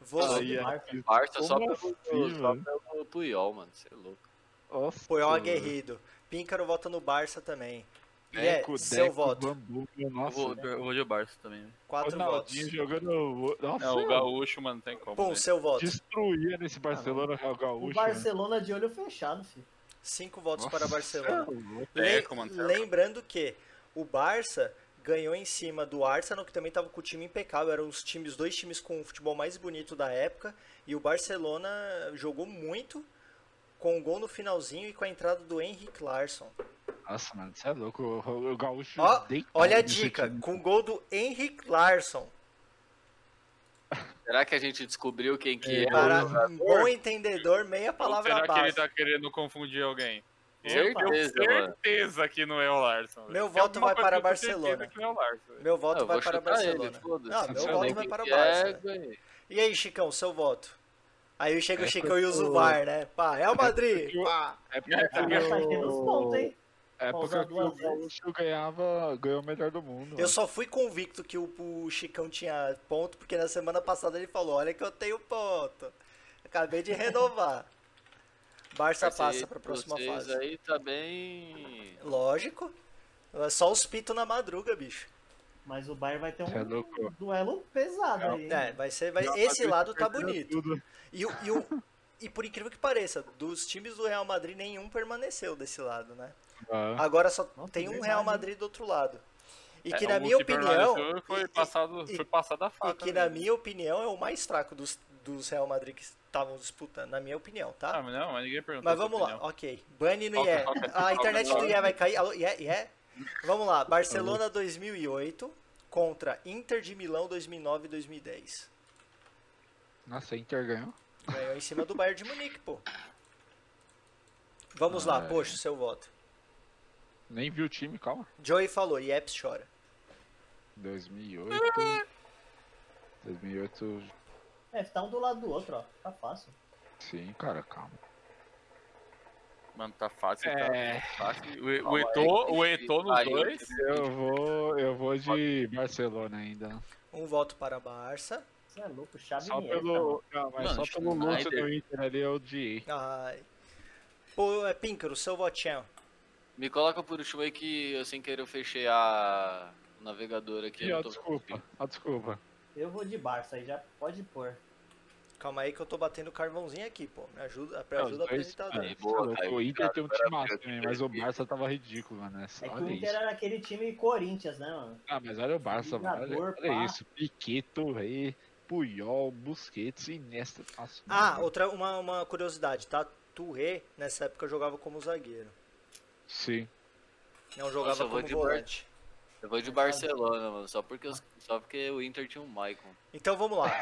C: Vou...
D: Ah,
B: Aí, é
A: Barça.
D: Barça só
B: Como
D: pelo,
B: assim,
D: só
B: mano?
D: pelo Puyol, mano. Você é louco.
B: Nossa,
C: Puyol
B: mano.
C: aguerrido. Píncaro vota no Barça também. E é,
B: Deco,
C: seu
B: Deco,
C: voto.
B: Bambu, meu,
E: Eu
B: nossa.
E: vou, eu vou de Barça também. né?
C: Quatro votos.
B: Ronaldinho jogando. Nossa,
E: É, o Gaúcho, mano, tem como.
C: Pum,
E: né?
C: seu voto.
B: destruía nesse Barcelona
C: Ah,
B: Real Gaúcho.
A: O Barcelona de olho fechado, filho.
C: Cinco votos
B: Nossa, é
C: para Barcelona.
B: mano.
D: É,
C: Le-
E: Teco, mano, Teco.
C: lembrando que o Barça ganhou em cima do Arsenal, que também estava com o time impecável. Eram os times, dois times com o futebol mais bonito da época. E o Barcelona jogou muito com o gol no finalzinho e com a entrada do Henrique Larsson.
B: Nossa, mano, você é louco. O, o Gaúcho.
C: Ó,
B: deitado
C: olha a
B: nesse
C: dica,
B: time.
C: com o gol do Henrique Larsson.
D: Será que a gente descobriu quem que é?
C: Para um bom entendedor, meia
E: Ou
C: palavra
E: será que ele
C: base.
E: tá querendo confundir alguém?
D: Com
E: Eu tenho
D: certeza, mano.
E: certeza que não é o Larson. velho.
C: Meu
E: Tem
C: voto
E: alguma
C: vai para
E: coisa que eu tenho certeza
C: Barcelona.
E: que não é o Larson, velho.
C: Meu voto
D: tá- Ah,
C: vai
D: Eu vou
C: para
D: chutar ele,
C: Barcelona.
D: foda-se.
C: Não, meu
B: Você é
C: voto
B: louco.
C: vai para o
D: É,
C: Barça.
D: ganhei.
C: E aí, Chicão, seu voto? Aí chega o
B: É
C: Chicão e usa o
B: porque o-
C: VAR, né? Pá, Real Madrid!
B: porque o-
C: Pá.
B: É
A: Tá tendo os pontos,
B: porque,
A: hein?
B: o- é
A: Vou
B: porque
A: usar duas
B: o
A: vezes.
B: Gaúcho ganhava, ganhou o melhor do mundo.
C: Eu só fui convicto que o, o Chicão tinha ponto, porque na semana passada ele falou: Olha que eu tenho ponto. Acabei de renovar. Barça passa para a próxima
D: vocês
C: fase.
D: aí tá bem...
C: Lógico. É só os pitos na madruga, bicho.
A: Mas o Bayern vai ter
B: Você é
A: um
B: louco.
A: duelo pesado aí.
C: É, vai ser. Vai... Esse lado tá bonito.
B: Tudo.
C: E, o- e, o- e por incrível que pareça, dos times do Real Madrid, nenhum permaneceu desse lado, né?
B: Ah,
C: Agora só
A: Nossa,
C: tem um
A: verdade,
C: Real
A: hein?
C: Madrid do outro lado. E que,
E: É,
C: na
E: o
C: minha
E: que
C: opinião.
E: permaneceu
C: e-
E: Foi
C: e-
E: passado,
C: e-
E: foi passado a faca.
C: E que, na
E: né?
C: minha opinião, é o mais fraco dos, dos Real Madrid que estavam disputando. Na minha opinião,
E: Ah,
C: tá?
E: mas não, mas ninguém perguntou.
C: Mas
E: sua
C: vamos lá,
E: opinião.
C: ok. Bane no
E: Toca,
C: IE.
E: toca,
C: A
E: toca,
C: internet do
E: toca.
C: IE vai cair. Alô, IE, IE? Vamos lá, Barcelona 2008 contra Inter de Milão 2009 e 2010.
B: nossa, Inter ganhou.
C: Ganhou em cima do Bayern de Munique, pô. Vamos lá,
B: Ai.
C: poxa, seu voto.
B: Nem vi o time, calma.
C: Joey falou, Ieps chora.
B: 2008. 2008,
A: É, tá um do lado do outro, ó. Tá fácil.
B: sim, cara, calma.
E: Mano, tá fácil,
B: É.
E: tá fácil. O, o
D: Calma,
E: Eto'o,
D: aí,
E: o Eto'o nos
D: aí,
E: dois.
B: Eu vou, eu vou de Barcelona ainda.
C: Um voto para Barça.
A: Você é louco, chave
B: Só
A: vinheta,
B: pelo, não, mas
D: Mano,
B: só pelo lance
D: Schneider.
B: do Inter ali eu odiei.
C: Ai. Pô, é Píncaro, seu votinho.
D: Me coloca por último aí que eu sem querer eu fechei a... o navegador aqui.
B: E
D: eu
B: ó,
D: tô-
B: desculpa, ó, desculpa.
A: Eu vou de Barça aí, já pode pôr.
C: Calma aí que eu tô batendo carvãozinho aqui, pô. Me ajuda, me
B: É,
C: ajuda tá
B: os
C: o
B: dois-
C: apresentador.
B: é,
D: Boa,
B: louco,
D: Caio,
B: o Inter tem um
D: cara,
B: time massa
D: cara,
B: também,
D: cara,
B: mas o
D: cara.
B: Barça tava ridículo, mano. Essa-
A: É que o
B: Olha
A: Inter
B: isso.
A: era aquele time Corinthians, né, mano?
B: Ah, mas olha o Barça, mano. Olha,
A: Jogador,
B: olha
A: pá.
B: isso. Piqueto, aí, Puyol, Busquets e Nesta. Nossa,
C: Ah,
B: mano.
C: outra, uma, uma curiosidade, tá? Touré, nessa época, jogava como zagueiro.
B: Sim.
C: Não jogava
D: Nossa, eu vou
C: como
D: de
C: volante.
D: Eu vou de Barcelona, mano, só porque, os- só porque o Inter tinha um Maicon.
C: Então vamos lá.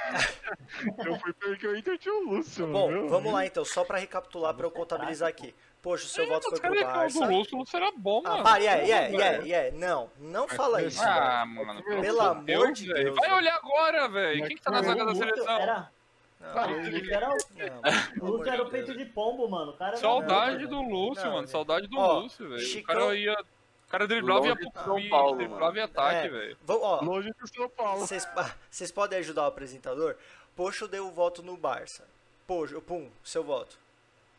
B: Eu fui porque o Inter tinha o Lúcio,
C: Bom, vamos lá então, só pra recapitular, pra eu contabilizar aqui. Poxa, o seu voto foi pro
E: É, O
C: Barça.
E: Lúcio será bom,
C: Ah,
E: mano.
C: para, yeah, yeah, yeah, yeah. Não, não fala isso. velho.
E: Ah, mano.
B: Pelo
E: pelo
C: amor
E: Deus,
C: de
E: velho.
C: Deus,
E: Vai
C: velho.
E: olhar agora, velho.
B: Mas
E: Quem que tá na zaga da
A: Luto
E: seleção?
A: Era,
C: Não,
A: o Luto era, o-
C: não,
A: o
C: pelo amor
A: Luto
C: de
A: era o
C: Deus.
A: peito de pombo, mano. O cara
E: Saudade
A: era...
E: do Lúcio,
C: Não,
E: mano.
C: velho.
E: Saudade do
C: Ó,
E: Lúcio, velho. O
C: Chicão-
E: cara ia. O cara driblava e ia
D: Longe de
E: pro
D: São
E: e
D: Paulo,
E: driblava e
C: É.
E: ataque, velho.
C: Vamos, ó,
B: Longe do São Paulo.
C: Vocês ah, vocês podem ajudar o apresentador? Poxa, eu dei o voto no Barça. Poxa, pum, seu voto.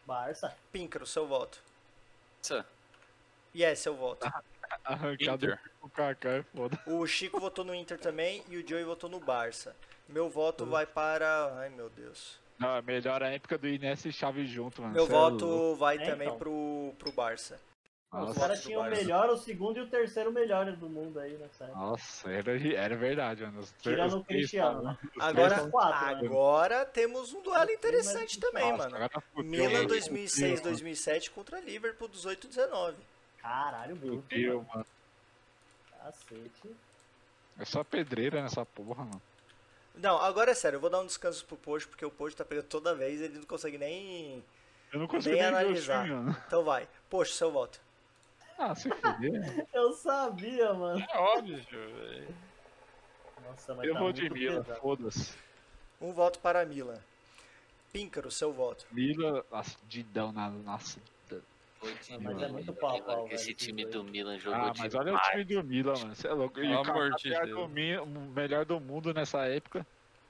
A: Barça.
C: Pincro, seu voto.
D: Nossa,
C: Yes, seu voto.
B: Ah. Arrancado
E: Inter.
B: o Kaká é foda.
C: O Chico votou no Inter também e o Joey votou no Barça. Meu voto
B: Uhum.
C: vai para. Ai meu Deus.
B: Não, é melhor a época do Inés e Chaves junto, mano.
C: Meu
B: Cê é louco.
C: voto vai
A: É,
C: também
A: então.
C: pro, pro Barça.
A: Os
B: Nossa,
A: caras
C: do
A: tinham o
C: Barça.
A: melhor, o segundo e o terceiro melhor do mundo aí nessa
B: Ah,
A: época.
B: nossa, era, era verdade, mano. Os três-
A: Tirando
B: os
A: o
B: três
A: Cristiano,
B: estavam-
A: né?
B: os três
C: Agora,
B: estavam-
A: quatro, né?
C: agora temos um duelo interessante também,
B: Nossa,
C: mano.
B: agora tá fudido,
C: Milan
B: mano.
C: 2006,
B: Fudido,
C: 2007 contra Liverpool 18-19.
A: Caralho,
B: mano.
A: bruto.
B: Fudido,
A: mano.
B: mano.
A: Cacete.
B: É só pedreira nessa porra, mano.
C: Não, agora é sério, eu vou dar um descanso pro Pojo, porque o Pojo tá pegando toda vez, ele não consegue nem.
B: Eu não consigo
C: Nem
B: nem, ver o
C: analisar.
B: time, mano.
C: Então vai. Poxa, seu voto.
B: Ah, se fuder.
A: Eu sabia, mano.
E: É óbvio, velho.
A: Nossa, mas
B: Eu
A: tá
B: vou
A: muito
B: de Milan,
A: pesado.
B: foda-se.
C: Um voto para Milan. Píncaro, seu voto.
B: Milan, nossa, Didão na. Nossa.
D: foi de
A: Ah, mas é
D: Milan,
A: muito
D: mano,
A: pau a
D: Milan,
A: pau,
D: que Esse
A: velho,
D: time
A: esses
D: do Milan jogou
B: Ah, mas olha o time do Milan, mano. Você é louco. E
E: Pelo
B: o
E: amor
B: Kaká
E: de
B: era
E: Deus.
B: o mi- o melhor do mundo nessa época.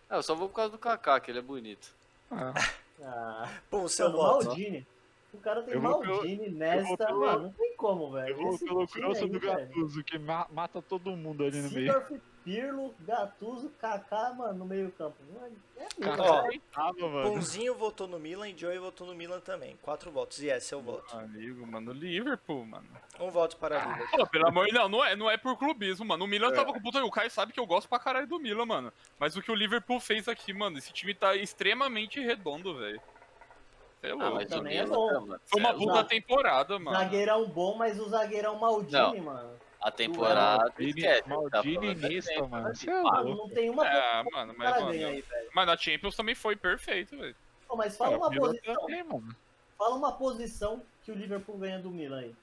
D: Ah, eu só vou por causa do Kaká, que ele é bonito.
B: Ah,
A: Ah,
C: Pum, seu
A: seu
C: voto.
A: Maldini. O cara tem
B: Eu vou pelo-
A: Maldini
B: eu vou
A: nesta,
B: pelo-
A: mano. Não tem como, velho.
B: eu vou
A: Esse
B: pelo
A: time
B: Grosso
A: aí,
B: do
A: velho.
B: Gattuso, que ma- mata todo mundo ali no meio.
A: Sidorf, Pirlo, Gattuso, Kaká, mano, no meio campo. Mano, é muito,
B: Kaká
C: Ó,
A: velho.
B: tava, mano.
C: Punzinho votou no Milan e Joey votou no Milan também. Quatro votos. E é seu voto.
E: Amigo, mano, Liverpool, mano.
C: Um voto para Liverpool.
E: Pô, pelo amor de Deus, não é, não é por clubismo, mano. O Milan tava com puta. O Caio sabe que eu gosto pra caralho do Milan, mano. Mas o que o Liverpool fez aqui, mano, esse time tá extremamente redondo, velho. Sei
D: Ah,
E: lá.
D: mas o
A: também é
D: Milan,
A: bom.
D: né, mano,
E: Foi uma
D: cê é
E: puta
A: Zague-
E: temporada, mano.
A: Zagueirão bom, mas o zagueirão Maldini, mano.
D: louco. A temporada.
B: Maldini-
D: esquece, tá
B: Maldini
D: falando da
B: nesta,
D: temporada
B: mano.
D: de
B: Você é
D: quatro.
B: louco.
A: Não tem uma
E: Ah, É,
A: posição
E: mano,
A: que o
E: mas,
A: cara
E: mano,
A: ganha aí, velho.
E: Mas na Champions também foi perfeito, velho.
A: Pô, Mas fala
B: É, o
A: uma
B: Milan
A: posição.
B: também, mano.
A: Fala uma posição que o Liverpool ganha do Milan aí.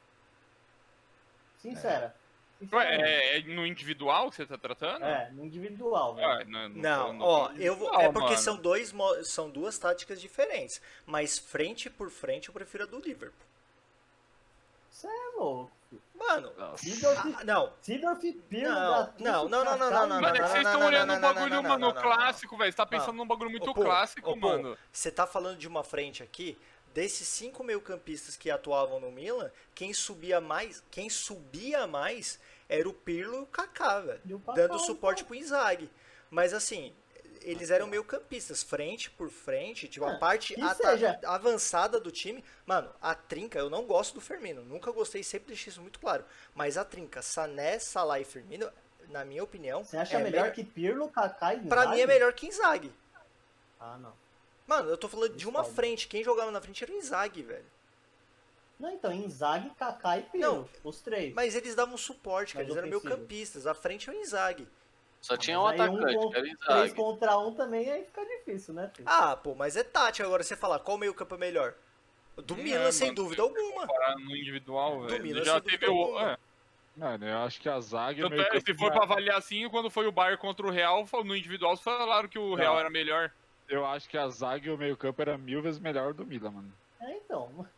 A: Sincera.
E: Ué,
A: Sinceramente.
E: é, é no individual que você tá tratando?
A: É, no individual, velho.
E: Ah, não,
C: Não,
E: não-
C: ó,
E: não-
C: eu vou.
E: não,
C: É porque
E: mano.
C: são dois mo- são duas táticas diferentes. Mas frente por frente eu prefiro a do Liverpool.
A: Você é louco.
C: Mano,
A: Sidorf,
C: ah, não.
A: Sidorf Pirlo,
C: Não,
A: Gattuso,
C: não, não, não, não, não, não, não, não,
E: Mano, é que vocês
C: não,
E: estão
C: não,
E: olhando
C: não,
E: um
C: não, não,
E: bagulho,
C: não, não,
E: mano,
C: não, não, não.
E: clássico, velho. Você tá pensando
C: Não.
E: num bagulho muito
C: Ô, pô,
E: clássico,
C: ô, pô,
E: mano.
C: Você tá falando de uma frente aqui, desses cinco meio-campistas que atuavam no Milan, quem subia mais, quem subia mais era o Pirlo e o Kaká, velho,
A: E o Kaká,
C: dando
A: então.
C: suporte pro Inzaghi. Mas assim, eles eram meio-campistas, frente por frente, tipo a
A: Ah,
C: parte
A: que
C: ata-
A: seja.
C: avançada do time. Mano, a trinca, eu não gosto do Firmino, nunca gostei, sempre deixei isso muito claro. Mas a trinca, Sané, Salah e Firmino, na minha opinião,
A: Você acha
C: é
A: melhor que Pirlo, Kaká e
C: para
A: Inzaghi?
C: mim é melhor que Inzaghi.
A: Ah, não.
C: Mano, eu tô falando de uma
A: Discordo.
C: frente. Quem jogava na frente era o Inzaghi, velho.
A: Não, então, Inzaghi, Kaká e Pirlo. Os três.
C: Mas eles davam suporte, cara.
A: Mais
C: Eles eram meio
A: ofensivo.
C: campistas. A frente era o Inzaghi.
D: Só tinha um
A: Aí um
D: atacante,
A: com-
D: que era o
A: Três
D: Inzaghi.
A: contra um também, aí fica difícil, né, filho?
C: Ah, pô, mas é tática. Agora você falar qual meio campo é melhor. Do
E: Não,
C: Milan, sem
E: mano,
C: dúvida alguma.
E: Parar É, no individual,
C: Do
E: velho.
C: Milan,
E: Já
C: sem
E: teve
C: dúvida
E: o.
C: alguma.
E: é.
B: Mano, eu acho que a zaga. e o
E: Tanto é,
B: meio-campo
E: se for
B: não
E: pra
B: era-
E: avaliar assim, quando foi o Bayern contra o Real, foi- no individual falaram que o Real era melhor.
B: Eu acho que a zaga e o meio-campo era mil vezes melhor do Milan, mano.
A: É, então. mano.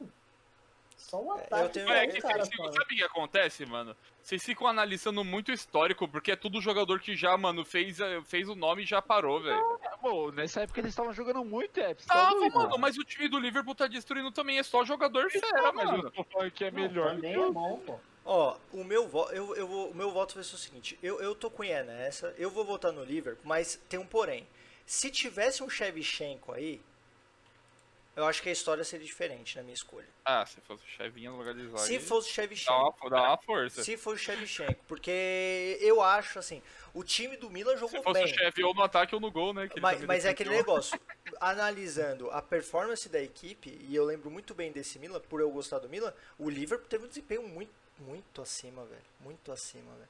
A: Só o ataque.
C: eu tenho-
A: só
E: Mas é
A: um
E: que
A: cara,
E: vocês ficam-
A: mano.
E: sabe o que acontece, mano? Vocês ficam analisando muito histórico, porque é tudo jogador que já, mano, fez, eh, fez o nome e já parou, velho.
B: É, Pô, nessa época eles estavam jogando muito, é.
E: Tava, mano, mas o time do Liverpool tá destruindo também, é só jogador fera,
B: mas
E: mano.
B: eu tô falando que é
A: Não,
B: melhor.
A: Também
B: que o-
A: é bom, pô.
C: Ó, o meu, vo... eu, eu vou... o meu voto vai ser o seguinte. Eu, eu tô com o Ian nessa. Eu vou votar no Liverpool, mas tem um porém. Se tivesse um Shevchenko aí, eu acho que a história seria diferente na minha escolha.
E: Ah, se fosse o Chevinha no lugar de Zlag.
C: Se fosse o
E: Dá
C: Shevchenko.
E: uma, dá uma força. Se,
C: Se for o Shevchenko, porque eu acho assim, o time do Milan jogou
E: fosse o
C: bem.
E: chefe ou no ataque ou no gol, né? que ele
C: Mas,
E: também
C: mas é aquele
E: defendeu.
C: negócio, analisando a performance da equipe, e eu lembro muito bem desse Milan, por eu gostar do Milan, o Liverpool teve um desempenho muito, muito acima, velho. Muito acima, velho.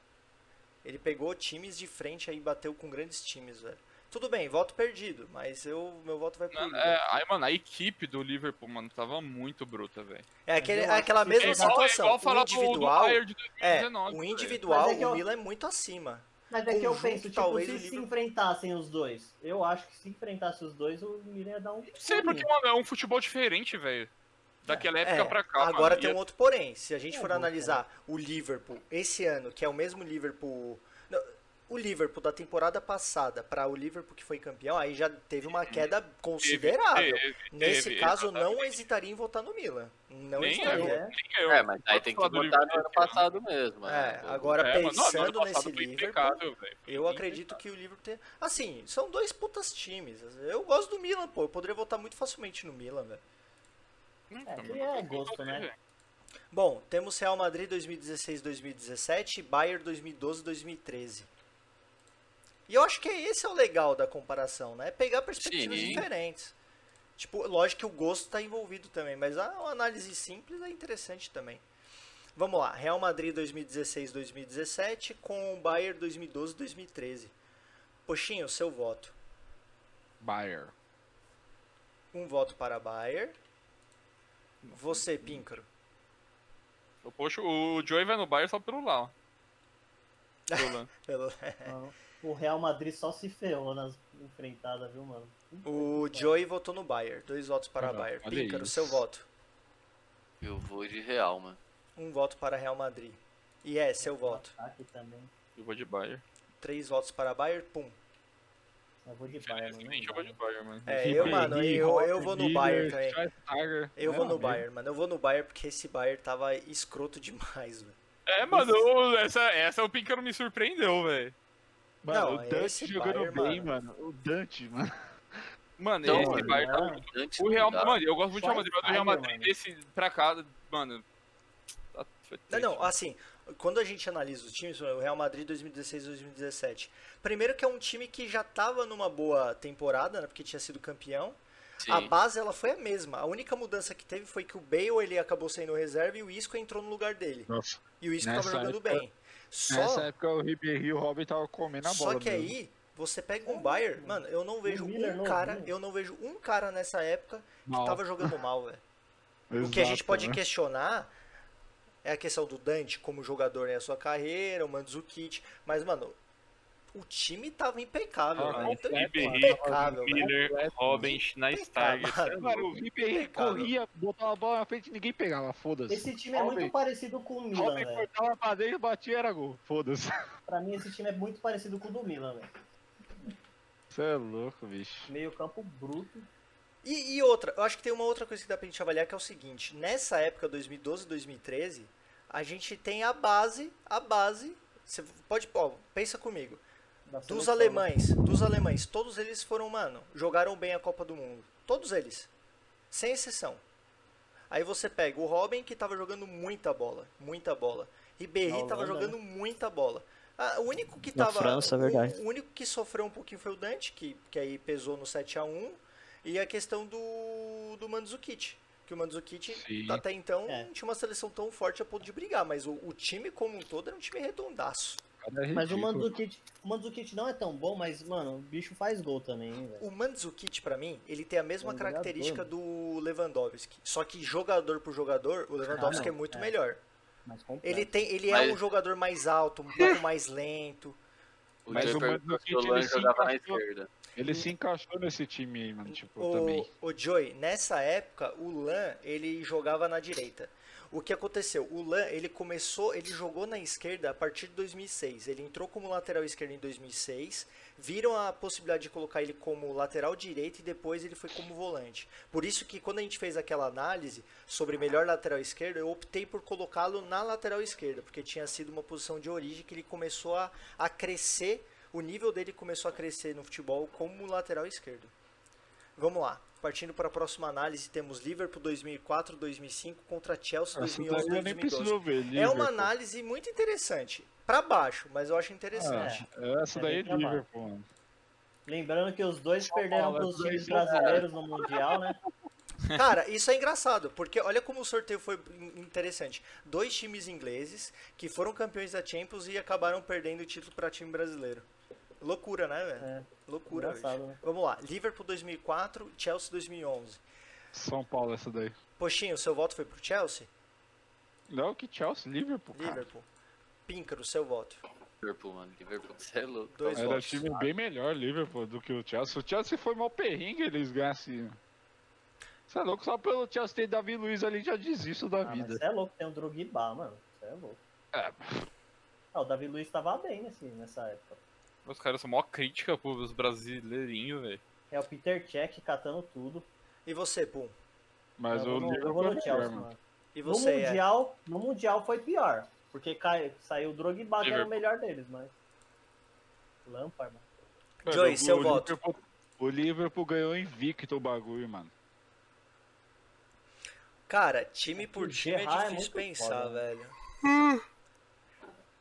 C: Ele pegou times de frente aí, bateu com grandes times, velho. Tudo bem, voto perdido, mas eu, meu voto vai pro
E: Mano,
C: Liverpool.
E: é, aí, mano, a equipe do Liverpool, mano, tava muito bruta, velho.
C: É aquele,
A: Eu acho
C: aquela
A: que
C: mesma
E: É igual, é
C: situação.
E: igual
C: o
E: falar do-
C: individual,
E: do Bayern de
C: é,
E: 2019.
C: o
E: velho.
C: individual,
A: Mas é que eu-
C: o Milan é muito acima.
A: Mas é que eu
C: Conjunto,
A: penso, tipo,
C: talvez, o
A: se se
C: Liverpool-
A: enfrentassem os dois, eu acho que se enfrentassem os dois, o Milan ia dar um.
E: Não sei, porque, mano, é um futebol diferente, velho. Daquela época
C: Uhum. É,
E: pra cá.
C: Agora
E: mano,
C: tem
E: E
C: um outro porém. Se a gente
A: É
C: for
A: bom,
C: analisar o Liverpool esse ano, que é o mesmo Liverpool. não, O Liverpool da temporada passada para o Liverpool que foi campeão, aí já teve uma queda considerável.
E: teve,
C: Nesse
E: teve,
C: caso, eu não hesitaria em votar no Milan. Não
E: Nem
A: É,
C: hesitaria.
E: nem eu.
D: É, mas aí
E: Posso
D: tem que
E: falar do
D: botar no
E: Liverpool
D: ano
E: esse ano?
D: passado mesmo.
C: É,
D: né?
E: É,
C: agora
E: mano, não,
C: pensando
E: ano
C: nesse
E: passado foi
C: Liverpool,
E: impecável, velho. Foi
C: eu acredito que o Liverpool tem. Assim, são dois putas times. Eu gosto do Milan, pô. Eu poderia votar muito facilmente no Milan, velho.
E: impecável.
A: É, que é gosto, né?
C: Bom, temos Real Madrid 2016-2017 e Bayern 2012-2013. E eu acho que esse é o legal da comparação, né? É Pegar perspectivas
D: Sim.
C: diferentes. Tipo, lógico que o gosto está envolvido também, mas a uma análise simples é interessante também. Vamos lá, Real Madrid 2016-2017 com o Bayern 2012-2013. Poxinho, seu voto.
B: Bayer.
C: Um voto para Bayern. Você, Píncaro.
E: Eu puxo, o Joey vai no Bayern só pelo lá, ó. Pelo lá.
C: Pelo-
A: Mano, O Real Madrid só se ferrou nas enfrentadas, viu, mano?
C: O Joey votou no Bayer. Dois votos para
B: Ah,
C: Bayer.
B: olha
C: Píncaro,
B: isso.
C: seu voto.
D: Eu vou de Real, mano.
C: Um voto para Real Madrid. E é, seu voto.
A: Ataque também.
E: Eu vou de Bayern.
C: Três votos para Bayer, pum.
A: Eu vou de Bayern. não
E: Infelizmente, eu vou de
A: dá.
E: Bayern, mano.
C: É,
B: Tipo,
C: eu, mano, eu, eu vou no Bayer também.
B: também.
C: Eu vou no Bayer, mano. Eu vou no Bayer porque esse Bayer tava escroto demais, velho.
E: É, mano, eu- essa, essa o Pincaro me surpreendeu, velho.
B: Mano,
C: Não,
B: o Dante
C: esse
B: jogando
C: Bayern,
B: bem, mano. O Dante, mano.
E: Mano,
D: Então,
E: esse
D: mano,
E: Bayern tá
A: né? não.
E: muito-
C: é
D: Antes
E: O
D: não
E: Real
D: dá.
E: Madrid, eu gosto muito do
A: Só
E: Real Madrid, mas o Real
A: Bayern,
E: Madrid
A: mano.
E: desse pra cá, mano. tá- foi
C: Não,
E: triste.
C: não, assim, quando a gente analisa os times, o Real Madrid 2016 2017. Primeiro que é um time que já tava numa boa temporada, né, porque tinha sido campeão.
D: Sim.
C: A base ela foi a mesma. A única mudança que teve foi que o Bale ele acabou saindo reserva e o Isco entrou no lugar dele.
B: Nossa.
C: E o Isco
B: Nessa
C: tava jogando
B: época-
C: bem. Só,
B: Nessa época o Ribeirinho e o Robin tava comendo a bola.
C: só que
B: mesmo.
C: aí você pega um Bayern, mano, eu não vejo
A: Miller
C: um
A: novinho.
C: cara, eu não vejo um cara nessa época que
B: Mal.
C: tava jogando mal, velho. O
B: Exato,
C: que a gente pode
B: né?
C: questionar é a questão do Dante como jogador e a sua carreira, o Mandzukic, mas mano, o time tava impecável,
B: Ah,
C: velho.
B: com
C: Então,
E: Ribéry,
C: impecável, velho.
E: Miller, Robin,
B: tá
E: Schneider.
C: Impecável.
B: Mano, o Ribeirinho
C: Impecável.
B: corria, botava a bola na frente e ninguém pegava, foda-se.
A: Esse time é
B: Robin-
A: muito parecido com o Milan, né?
B: Robin
A: velho.
B: cortava pra dentro, batia era gol. Foda-se.
A: Pra mim, esse time é muito parecido com o do Milan, velho.
B: Você é louco, bicho.
A: Meio campo bruto.
C: E, e outra, eu acho que tem uma outra coisa que dá pra gente avaliar que é o seguinte, nessa época 2012, 2013, a gente tem a base, a base, você pode, ó, pensa comigo,
A: da
C: dos
A: seleção.
C: alemães, dos alemães, todos eles foram, mano, jogaram bem a Copa do Mundo, todos eles, sem exceção. Aí você pega o Robin que tava jogando muita bola, muita bola.
A: Na
C: Ribéry
A: Holanda, né?
C: tava jogando muita bola. Ah, o único que
F: Na
C: tava
F: França, é
C: o-
F: verdade.
C: O, único que sofreu um pouquinho foi o Dante, que, que aí pesou no 7 a 1 e a questão do do Mandzukic, que o Mandzukic
B: Sim.
C: até então
A: É.
C: não tinha uma seleção tão forte a ponto de brigar, mas o, o time como um todo era um time redondaço.
B: Cara, é
A: Mas o
B: ridículo.
A: Mandzukic, o Mandzukic não é tão bom, mas, mano, o bicho faz gol também, hein, velho.
C: O Mandzukic, pra mim, ele tem a mesma
A: É um
C: característica do Lewandowski. Só que jogador por jogador, o Lewandowski
A: não,
C: é muito
A: é.
C: melhor.
A: Mas completo.
C: Ele, tem, ele é
D: Mas-
C: um jogador mais alto, um pouco mais lento.
D: O
B: Mas
D: Joey
B: o
D: perguntou
B: Mandzukic,
D: se o Lan
B: ele se
D: jogava na
B: encaixou.
D: esquerda.
B: Ele se encaixou nesse time aí, mano. Tipo, também.
C: O, o Joey, nessa época, o Lan, ele jogava na direita. O que aconteceu? O Lan, ele começou, ele jogou na esquerda a partir de 2006. Ele entrou como lateral esquerdo em 2006. Viram a possibilidade de colocar ele como lateral direito e depois ele foi como volante. Por isso que quando a gente fez aquela análise sobre melhor lateral esquerdo, eu optei por colocá-lo na lateral esquerda, porque tinha sido uma posição de origem que ele começou a, a crescer o nível dele começou a crescer no futebol como lateral esquerdo. Vamos lá. Partindo para a próxima análise, temos Liverpool 2004, 2005 contra Chelsea
B: Essa
C: 2011,
B: daí Assim, eu nem
C: 2012.
B: preciso ver.
C: É uma
B: Liverpool.
C: análise muito interessante. Pra baixo, mas eu acho interessante.
B: Ah, essa
A: É
B: daí é
A: bem trabalho.
B: Liverpool, mano.
A: Lembrando que os dois perderam
B: Paulo,
A: para os
B: essa
A: times
B: daí é São Paulo.
A: brasileiros no Mundial, né?
C: Cara, isso é engraçado, porque olha como o sorteio foi in- interessante. Dois times ingleses que foram campeões da Champions e acabaram perdendo o título pra time brasileiro. Loucura, né, velho?
A: É,
C: Loucura. bicho.
A: engraçado, né?
C: Vamos lá. Liverpool 2004, Chelsea 2011.
B: São Paulo, essa daí.
C: Poxinho, seu voto foi pro Chelsea?
B: Não, que Chelsea, Liverpool,
A: Ah.
B: cara.
C: Liverpool. Píncaro, seu voto.
D: Liverpool, mano. Liverpool, você é louco.
C: Dois
B: Era um
C: votos.
B: time bem
E: é
B: melhor, Liverpool, do que o Chelsea. O Chelsea foi mal perrengue, eles ganhassem. Você é louco, só pelo Chelsea ter Davi Luiz ali já desisto da
A: Ah, mas
B: vida.
A: você é louco, tem o Drogba, mano. Você é louco.
B: É,
A: Ah, o Davi Luiz tava bem nesse, nessa época.
E: Os caras são mó crítica pros brasileirinhos, velho.
A: É o Peter Cech catando tudo.
C: E você, Pum?
B: mas
A: Eu
B: o
A: vou- eu
B: Liverpool
A: vou
B: é
A: no
B: melhor,
A: Chelsea,
B: mano.
A: mano.
C: E
A: No
C: você, é?
A: mundial, no mundial foi pior, porque cai, saiu o Drogba que era o
E: Liverpool.
A: melhor deles, mas Lampard, mano.
B: Mano,
C: Joey,
B: o-
C: seu
B: o
C: voto.
B: Liverpool- O Liverpool ganhou invicto o bagulho, mano.
C: Cara, time por
A: O
C: time é
A: Gerrard é
C: difícil
A: muito
C: pensar,
A: foda,
C: velho.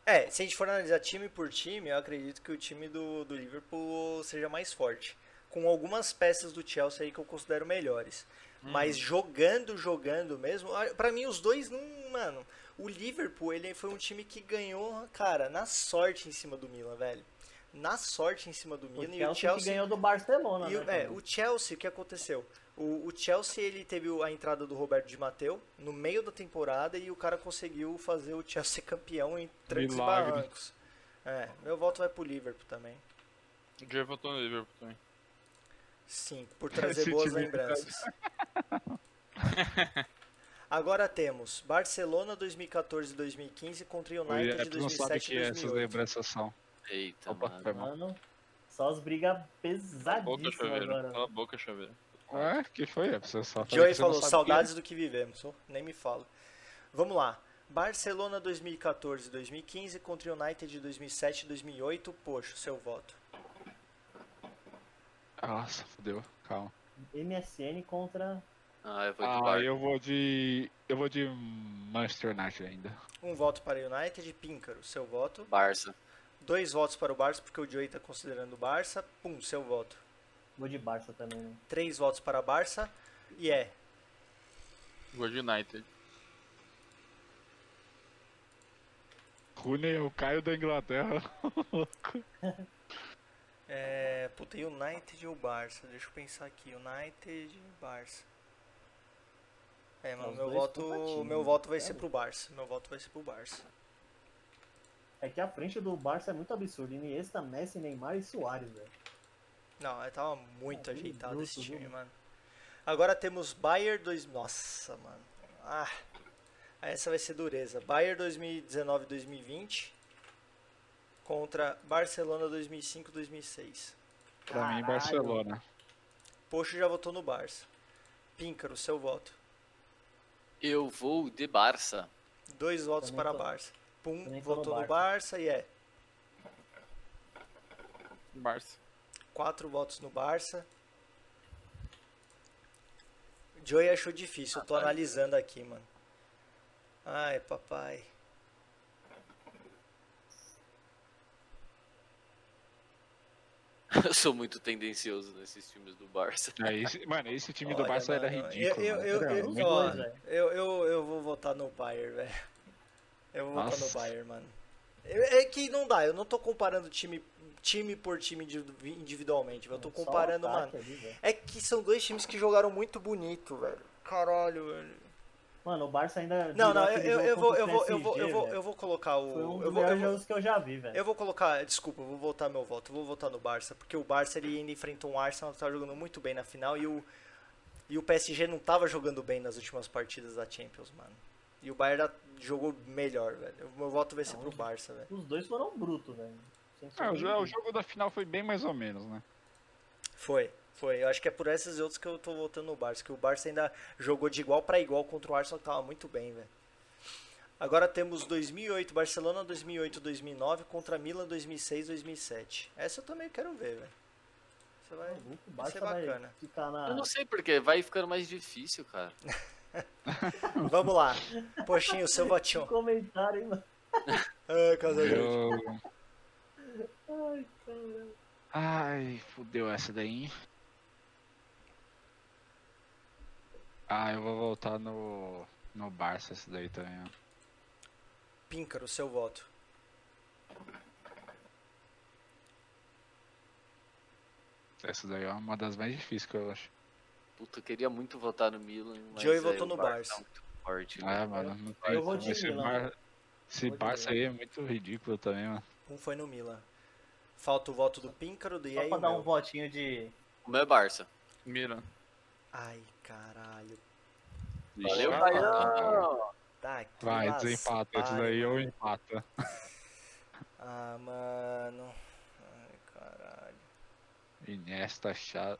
C: É, se a gente for analisar time por time, eu acredito que o time do, do Liverpool seja mais forte. Com algumas peças do Chelsea aí que eu considero melhores.
A: Uhum.
C: Mas jogando, jogando mesmo, ah, pra mim os dois não. Mano, o Liverpool ele foi um time que ganhou, cara, na sorte em cima do Milan, velho. Na sorte em cima do
A: O
C: Milan.
A: Chelsea, que ganhou do Barcelona,
C: E, o-
A: né?
C: é,
A: cara?
C: o Chelsea, o que aconteceu? O, o Chelsea, ele teve o- a entrada do Roberto Di Matteo no meio da temporada e o cara conseguiu fazer o Chelsea campeão em trancos e
B: Milagre.
C: barrancos. É, meu voto vai pro Liverpool também.
E: O Diego votou no Liverpool também.
C: Sim, por trazer
B: Esse
C: boas
B: time-
C: lembranças. Agora temos Barcelona 2014 e 2015 contra
B: O
C: United de
B: Liverpool não sabe o
C: 2007
B: que
C: e
B: é essas
C: 2008.
B: lembranças são.
D: Eita,
B: Opa,
D: mano.
B: foi mal.
A: Mano, só as brigas
E: Cala a boca,
A: pesadíssimas
E: chaveiro.
A: agora.
E: Cala a boca, chaveiro.
B: É, que foi? É, você só falou
C: Joey
B: que é. você não
C: falou,
B: sabe
C: saudades do que vivemos. Oh, Nem me falo. Vamos lá. Barcelona 2014 2015 contra United de 2007 2008. Poxa, seu voto.
B: quem é. Nossa, fodeu. Calma.
A: MSN contra
D: Ah, eu vou de
B: Ah,
D: Bayern.
B: eu vou de. Eu vou de Manchester United ainda.
C: Um voto para United, Píncaro, seu voto.
D: Barça.
C: Dois votos para o Barça, porque o Joey está considerando o Barça. Pum, seu voto.
A: vou de Barça também, né?
C: Três votos para Barça. E é.
E: Gol de United.
B: Rooney é o Caio da Inglaterra.
C: é puta, e United ou Barça? Deixa eu pensar aqui. United e Barça. É, mano,
A: Os
C: meu
A: dois
C: voto,
A: compatíveis,
C: meu
A: né?
C: voto vai ser
A: Sério?
C: pro Barça. Meu voto vai ser pro Barça.
A: É que a frente do Barça é muito absurda. Iniesta, Messi, Neymar e Soares, velho.
C: Não, eu tava muito
A: Ah, que
C: ajeitado
A: bruto,
C: esse time,
A: viu?
C: mano. Agora temos Bayern 2. Nossa, mano. Ah. Essa vai ser dureza. Bayern 2019-2020 contra Barcelona 2005-2006.
B: Pra mim,
A: Caralho.
B: Barcelona.
C: Poxo já votou no Barça. Píncaro, seu voto.
D: Eu vou de Barça.
C: Dois votos
A: Também
C: para
A: tô-
C: Barça. Pum,
A: também tô no
C: votou no Barça e é.
E: Barça.
C: Quatro votos no Barça. Joey achou difícil, eu tô analisando aqui, mano. Ai, papai.
D: eu sou muito tendencioso nesses times do Barça.
B: É, esse- mano, esse time do
C: Olha,
B: Barça era
C: mano,
B: ridículo. né?
C: Eu, eu, eu,
B: mano. Era
C: eu,
B: muito
C: ó,
A: doido, velho.
C: eu, eu, eu vou votar no Bayern, velho. Eu vou votar no
B: Nossa.
C: Bayern, mano. Eu- É que não dá, eu não tô comparando time, time por time individu- individualmente, eu tô
A: É Só o
C: comparando, mano.
A: ataque ali, velho.
C: É que são dois times que jogaram muito bonito, velho. Caralho, velho.
A: Mano, o Barça ainda.
C: Não,
A: virou
C: não, eu,
A: aquele
C: eu,
A: jogo
C: eu vou,
A: contra
C: eu vou,
A: o
C: eu vou, eu
A: PSG,
C: vou,
A: velho.
C: eu vou colocar o. eu
A: Foi um dos
C: vou, eu
A: melhores
C: vou-
A: jogos que eu já vi, velho.
C: eu vou colocar, desculpa, eu vou voltar meu voto. Eu vou votar no Barça, porque o Barça ele ainda enfrentou um Arsenal que tava jogando muito bem na final e o e o PSG não tava jogando bem nas últimas partidas da Champions, mano. E o Bayern da- jogou melhor, velho. O meu voto vai ser pro Barça, velho.
A: Os dois foram brutos, velho. Sem
B: Ah, o jo-
A: dúvida.
B: o jogo da final foi bem mais ou menos, né?
C: Foi, foi. Eu acho que é por essas e outras que eu tô votando no Barça, que o Barça ainda jogou de igual pra igual contra o Arsenal que tava muito bem, velho. Agora temos 2008, Barcelona 2008, 2009 contra Milan 2006, 2007. Essa eu também quero ver, velho. Você vai...
A: O
C: Vai ser
A: Barça vai
C: é bacana.
A: ficar na.
C: Ah.
D: Eu não sei porquê, vai ficando mais difícil, cara.
C: Vamos lá. Poxinho, seu votinho.
A: Comentário, hein, mano.
C: Ah, Casagrande.
B: Eu-
A: Ai, caramba.
B: Ai, fudeu essa daí. hein? Ah, eu vou voltar no. no Barça essa daí também. ó.
C: Píncaro, seu voto.
B: Essa daí é uma das mais difíceis que eu acho.
D: Puta, eu queria muito votar no Milan. Mas
C: Joey
D: é,
C: votou
D: o
C: no
D: Barça
C: Barça.
D: é muito forte, né?
B: Ah, mano, não tem
A: eu vou
B: como.
A: de
B: Esse,
A: Milan.
B: Bar... Esse
A: Vou de
B: Barça aí é muito ridículo também, mano.
C: Um foi no Milan. Falta o voto do Píncaro, do
A: Só
C: Yei.
A: pra dar
C: meu.
A: um votinho de.
D: O meu é Barça.
E: Mira.
C: Ai, caralho.
D: Valeu,
C: Ah.
B: Ixi,
D: Baiano!
C: Tá aqui.
B: Vai,
C: mas-
B: desempata. Esse
C: Ai,
B: daí é um eu empata.
C: Ah, mano. Ai, caralho.
B: Iniesta, chato.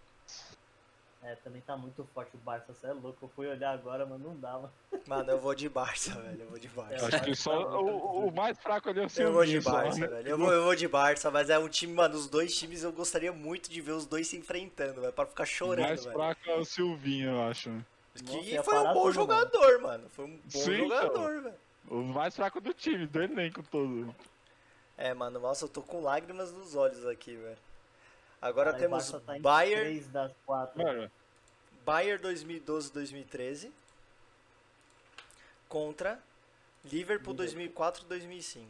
A: É, também tá muito forte o Barça, você é louco. Eu fui olhar agora, mas não dava.
C: Mano, eu vou de Barça, velho. Eu vou de
B: Eu
C: Barça.
B: Acho que só o, o mais fraco ali é o seu.
C: Eu vou de
B: Nilson,
C: Barça,
B: né?
C: velho. Eu vou, eu vou de Barça, mas é um time, mano, os dois times eu gostaria muito de ver os dois se enfrentando, velho, pra ficar
B: O
C: chorando,
B: mais
C: velho.
B: fraco é o Silvinho, eu acho.
A: Nossa,
C: Que
A: ia
C: foi um
A: parar
C: bom
A: tudo, mano.
C: jogador, mano. Foi um bom
B: Sim, então.
C: jogador, velho.
B: O mais fraco do time, do elenco todo.
C: É, mano, nossa, eu tô com lágrimas nos olhos aqui, velho. Agora
A: Aí o
C: temos
A: Barça tá em
C: Bayern,
A: três das quatro.
B: Mano,
C: Bayern 2012-2013 contra Liverpool 2004-2005.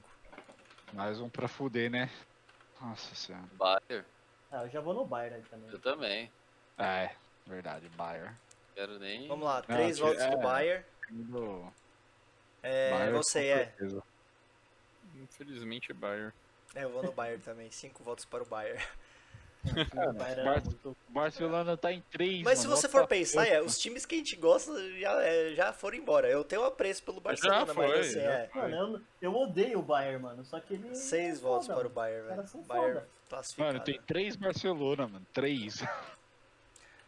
B: mais um pra fuder, né? Nossa senhora.
D: Bayern?
A: Ah, eu já vou no Bayern aí também.
D: Eu também.
B: É, verdade, Bayern.
D: Quero nem.
C: Vamos
A: Ah,
C: lá,
B: Não,
C: três
B: tira-
C: votos pro
B: é.
C: Bayern.
B: Do
C: É,
B: Bayern,
C: você
B: com
C: é.
B: certeza.
E: Infelizmente, Bayern.
C: É, eu vou no Bayern também. Cinco votos para o Bayern.
A: O Bayern é- era
B: Barça-
A: muito.
B: Barcelona tá em três.
C: Mas se
B: mano,
C: você
B: what
C: for
B: the
C: pensar,
B: fuck?
C: é, os times que a gente gosta já, é, já foram embora. Eu tenho apreço pelo Barcelona,
E: foi,
C: mas assim,
E: já
C: é.
A: Mano, eu, eu odeio o Bayern, mano. Só que ele.
C: Seis
A: é
C: votos
A: foda,
C: para o Bayern,
A: Os
C: velho.
A: caras são
C: Bayern
A: foda.
C: classificado.
B: Mano, tem três Barcelona, mano. Três.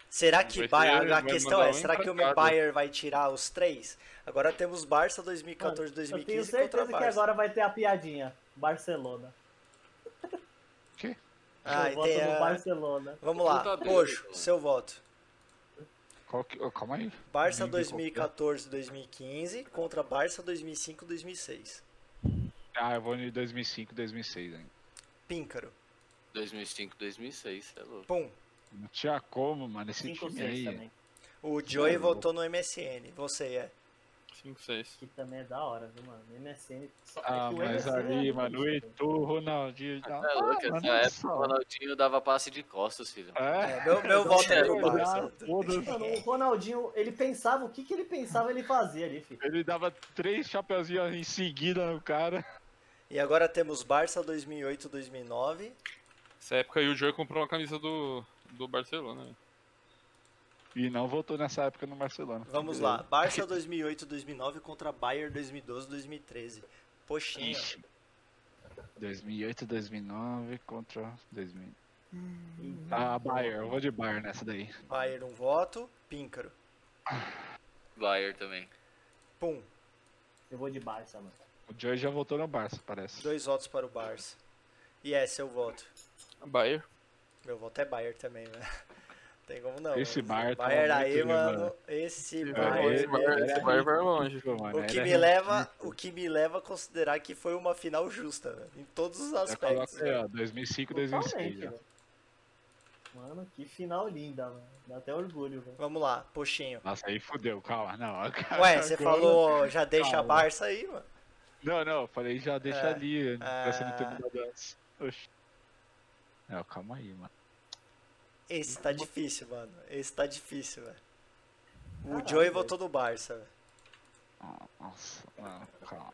C: Será que
E: Vai
C: Bayern,
E: tirar,
C: a
E: vai
C: questão
E: mandar
C: é,
E: um
C: será que o
E: empatado.
C: Bayern vai tirar os três? Agora temos Barça 2014,
A: Eu tenho
C: 2015 contra
A: certeza que
C: Barça.
A: agora vai ter a piadinha. Barcelona.
C: Ah,
A: eu
C: e
A: voto
C: tem
A: no
C: a-
A: Barcelona.
C: Ah, Vamos lá,
D: Puta merda,
C: Poxo,
D: mano.
C: seu voto.
B: Qual que... ô, calma aí.
C: Barça
B: Ninguém tem
C: 2014, 2015 contra Barça 2005, 2006.
B: Ah, eu vou de 2005, 2006, hein.
C: Píncaro.
D: 2005, 2006, cê é louco.
C: Pum.
B: Não tinha como, mano, esse
A: Cinco ou
B: time
A: seis
B: aí.
A: também.
C: O Joey
B: Mano.
C: votou no MSN. Você é.
E: 5, 6.
A: Que também é da hora, viu, mano? MSN. Só
B: Ah,
A: é que o
B: mas
A: MSN é
B: ali,
A: muito
B: mano, o
A: difícil.
B: Heitor, o Ronaldinho. Ah,
D: Cê é louco,
B: mano,
D: essa época
B: só.
D: o Ronaldinho dava passe de costas, filho.
B: É?
C: É, meu meu voto é pro
D: É,
C: Barça.
B: Foda-se.
A: Mano, o Ronaldinho, ele pensava, o que que ele pensava, ele fazia ali, filho.
B: Ele dava três chapeuzinhos em seguida no cara.
C: E agora temos Barça 2008, 2009.
E: Essa época aí o Joey comprou uma camisa do, do Barcelona. né?
B: E não voltou nessa época no Barcelona.
C: Vamos lá. Barça 2008, 2009 contra Bayern 2012, 2013. Poxinha.
B: Ixi. 2008, 2009 contra 2000.
C: Hum.
B: Ah, Bayern. Eu vou de Bayern nessa daí.
C: Bayern um voto. Píncaro.
D: Bayern também.
C: Pum.
A: Eu vou de Barça, mano.
B: O Joey já voltou no Barça, parece.
C: Dois votos para o Barça. E é seu voto.
E: Bayern.
C: Meu voto é Bayern também, velho. Tem como não.
B: Esse
C: mano.
B: Bayern tá
C: Bayern
B: muito,
C: aí,
B: né,
C: mano.
B: mano?
C: Esse
B: Bayern,
A: é
C: Bayern.
B: Bayern.
C: meu.
E: Esse Bayern vai longe.
B: Mano,
C: O que
B: era
C: me leva, o que me leva a considerar que foi uma final justa, velho, em todos os
B: Já coloca
C: aspectos.
B: aí, ó, 2005, 2006.
A: Totalmente,
B: já.
C: né?
A: velho. Mano, que final linda, mano. Dá até orgulho, velho.
C: Vamos lá, Poxinho.
B: Nossa, aí fudeu, calma. Não, cara,
C: Ué, você
B: agora-
C: falou, já deixa a
B: Calma.
C: Barça aí, mano.
B: Não, não, eu falei já deixa
C: É,
B: ali, né? pra você não ter
C: é.
B: mudado antes. Oxi. Não, calma aí, mano.
C: Esse tá difícil, mano. Esse tá difícil, velho. O
A: Caralho,
C: Joey
A: velho.
C: votou no Barça, velho.
B: Nossa, não, calma.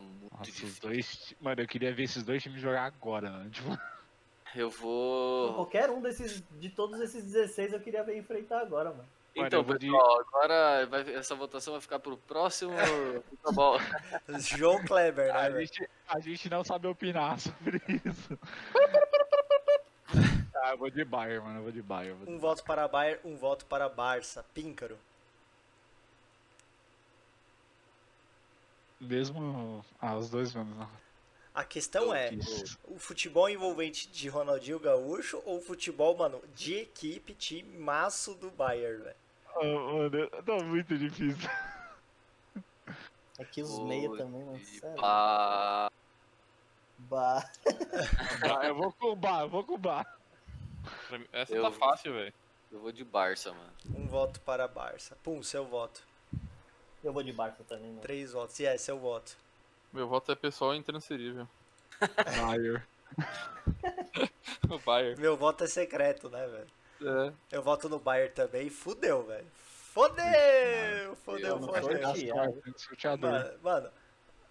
D: Muito
B: Nossa, os
D: difícil.
B: dois. ti- Mano, eu queria ver esses dois times jogar agora, mano. Tipo,
D: Eu vou.
A: Qualquer um desses, de todos esses 16 eu queria ver enfrentar agora, mano.
B: Mano,
D: Então,
B: eu vou de-
D: pessoal, agora vai- essa votação vai ficar pro próximo futebol.
C: João Kleber, né,
B: a,
C: velho?
B: gente, a gente não sabe opinar sobre isso. ah, eu vou de Bayern, mano. Eu vou de Bayern. eu vou de-
C: Um voto para Bayern, um voto para Barça. Píncaro.
B: Mesmo ah, os dois anos, não.
C: A questão é, o futebol envolvente de Ronaldinho Gaúcho ou o futebol, mano, de equipe, time maço do Bayern, velho?
B: Ah, mano, tá muito difícil.
A: É que os meia também,
B: Tá
A: mano.
D: E
A: sério.
D: pá,
A: Bah.
B: Ah, eu vou com o Bar, eu vou com o Bar.
E: Pra mim- Essa
D: Eu-
E: tá fácil, velho.
D: eu vou de Barça, mano.
C: Um voto para Barça. Pum, seu voto.
A: Eu vou de Barça também, mano.
C: Três votos. E é, seu voto.
E: Meu voto é pessoal e intransferível.
B: Bayer.
E: O Bayern.
C: Meu voto é secreto, né, velho?
E: É.
C: Eu voto no Bayern também. Fudeu, velho. Fodeu! Fodeu,
A: eu não
C: fodeu.
A: sorteado.
B: né, Sorteador.
C: Mano, mano,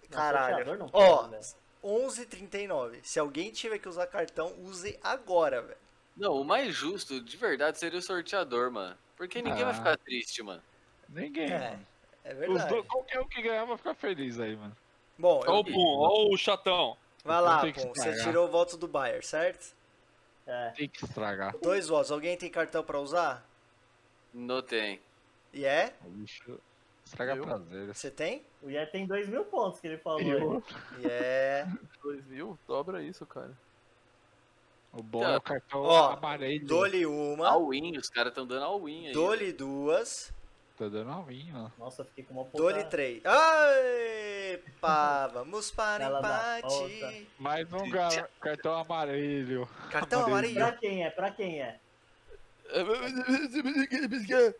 A: Não,
C: caralho.
A: sorteador não
C: Ó,
A: pode, né?
C: 11h39. Se alguém tiver que usar cartão, use agora, velho.
D: Não, o mais justo, de verdade, seria o sorteador, mano. Porque ninguém vai
B: Ah.
D: ficar triste, mano.
B: Ninguém.
C: É,
B: mano.
C: é
B: Os
C: verdade.
B: dois, qualquer um que ganhar vai ficar feliz aí, mano.
C: Bom,
E: Ó
C: eu-
E: o Pum, ó o chatão.
C: vai lá,
B: Então tem que
C: Pum. Você
B: estragar.
C: tirou o voto do Bayern, certo?
A: É,
B: Tem que estragar.
C: Dois votos. Alguém tem cartão pra usar?
D: Não tem.
C: E é?
B: Bicho, estraga
E: Eu?
B: prazer.
C: Você tem?
A: o Ié tem dois mil pontos que ele falou. aí.
B: Eu-
C: E é.
E: 2 mil? Dobra isso, cara.
B: O bom é o cartão
C: Ó,
B: amarelo.
C: Dou-lhe uma,
D: All-in, os caras estão dando all-in aí.
C: dou-lhe duas,
B: Tá dando alvinho, ó.
A: Nossa, eu fiquei com uma ponta.
C: dou-lhe três. Ai, pá, vamos para
A: Ela dá
C: empate.
B: Mais um ga- cartão amarelo.
C: Cartão
B: Amarelo.
C: amarelo.
A: Pra quem é? Pra quem é?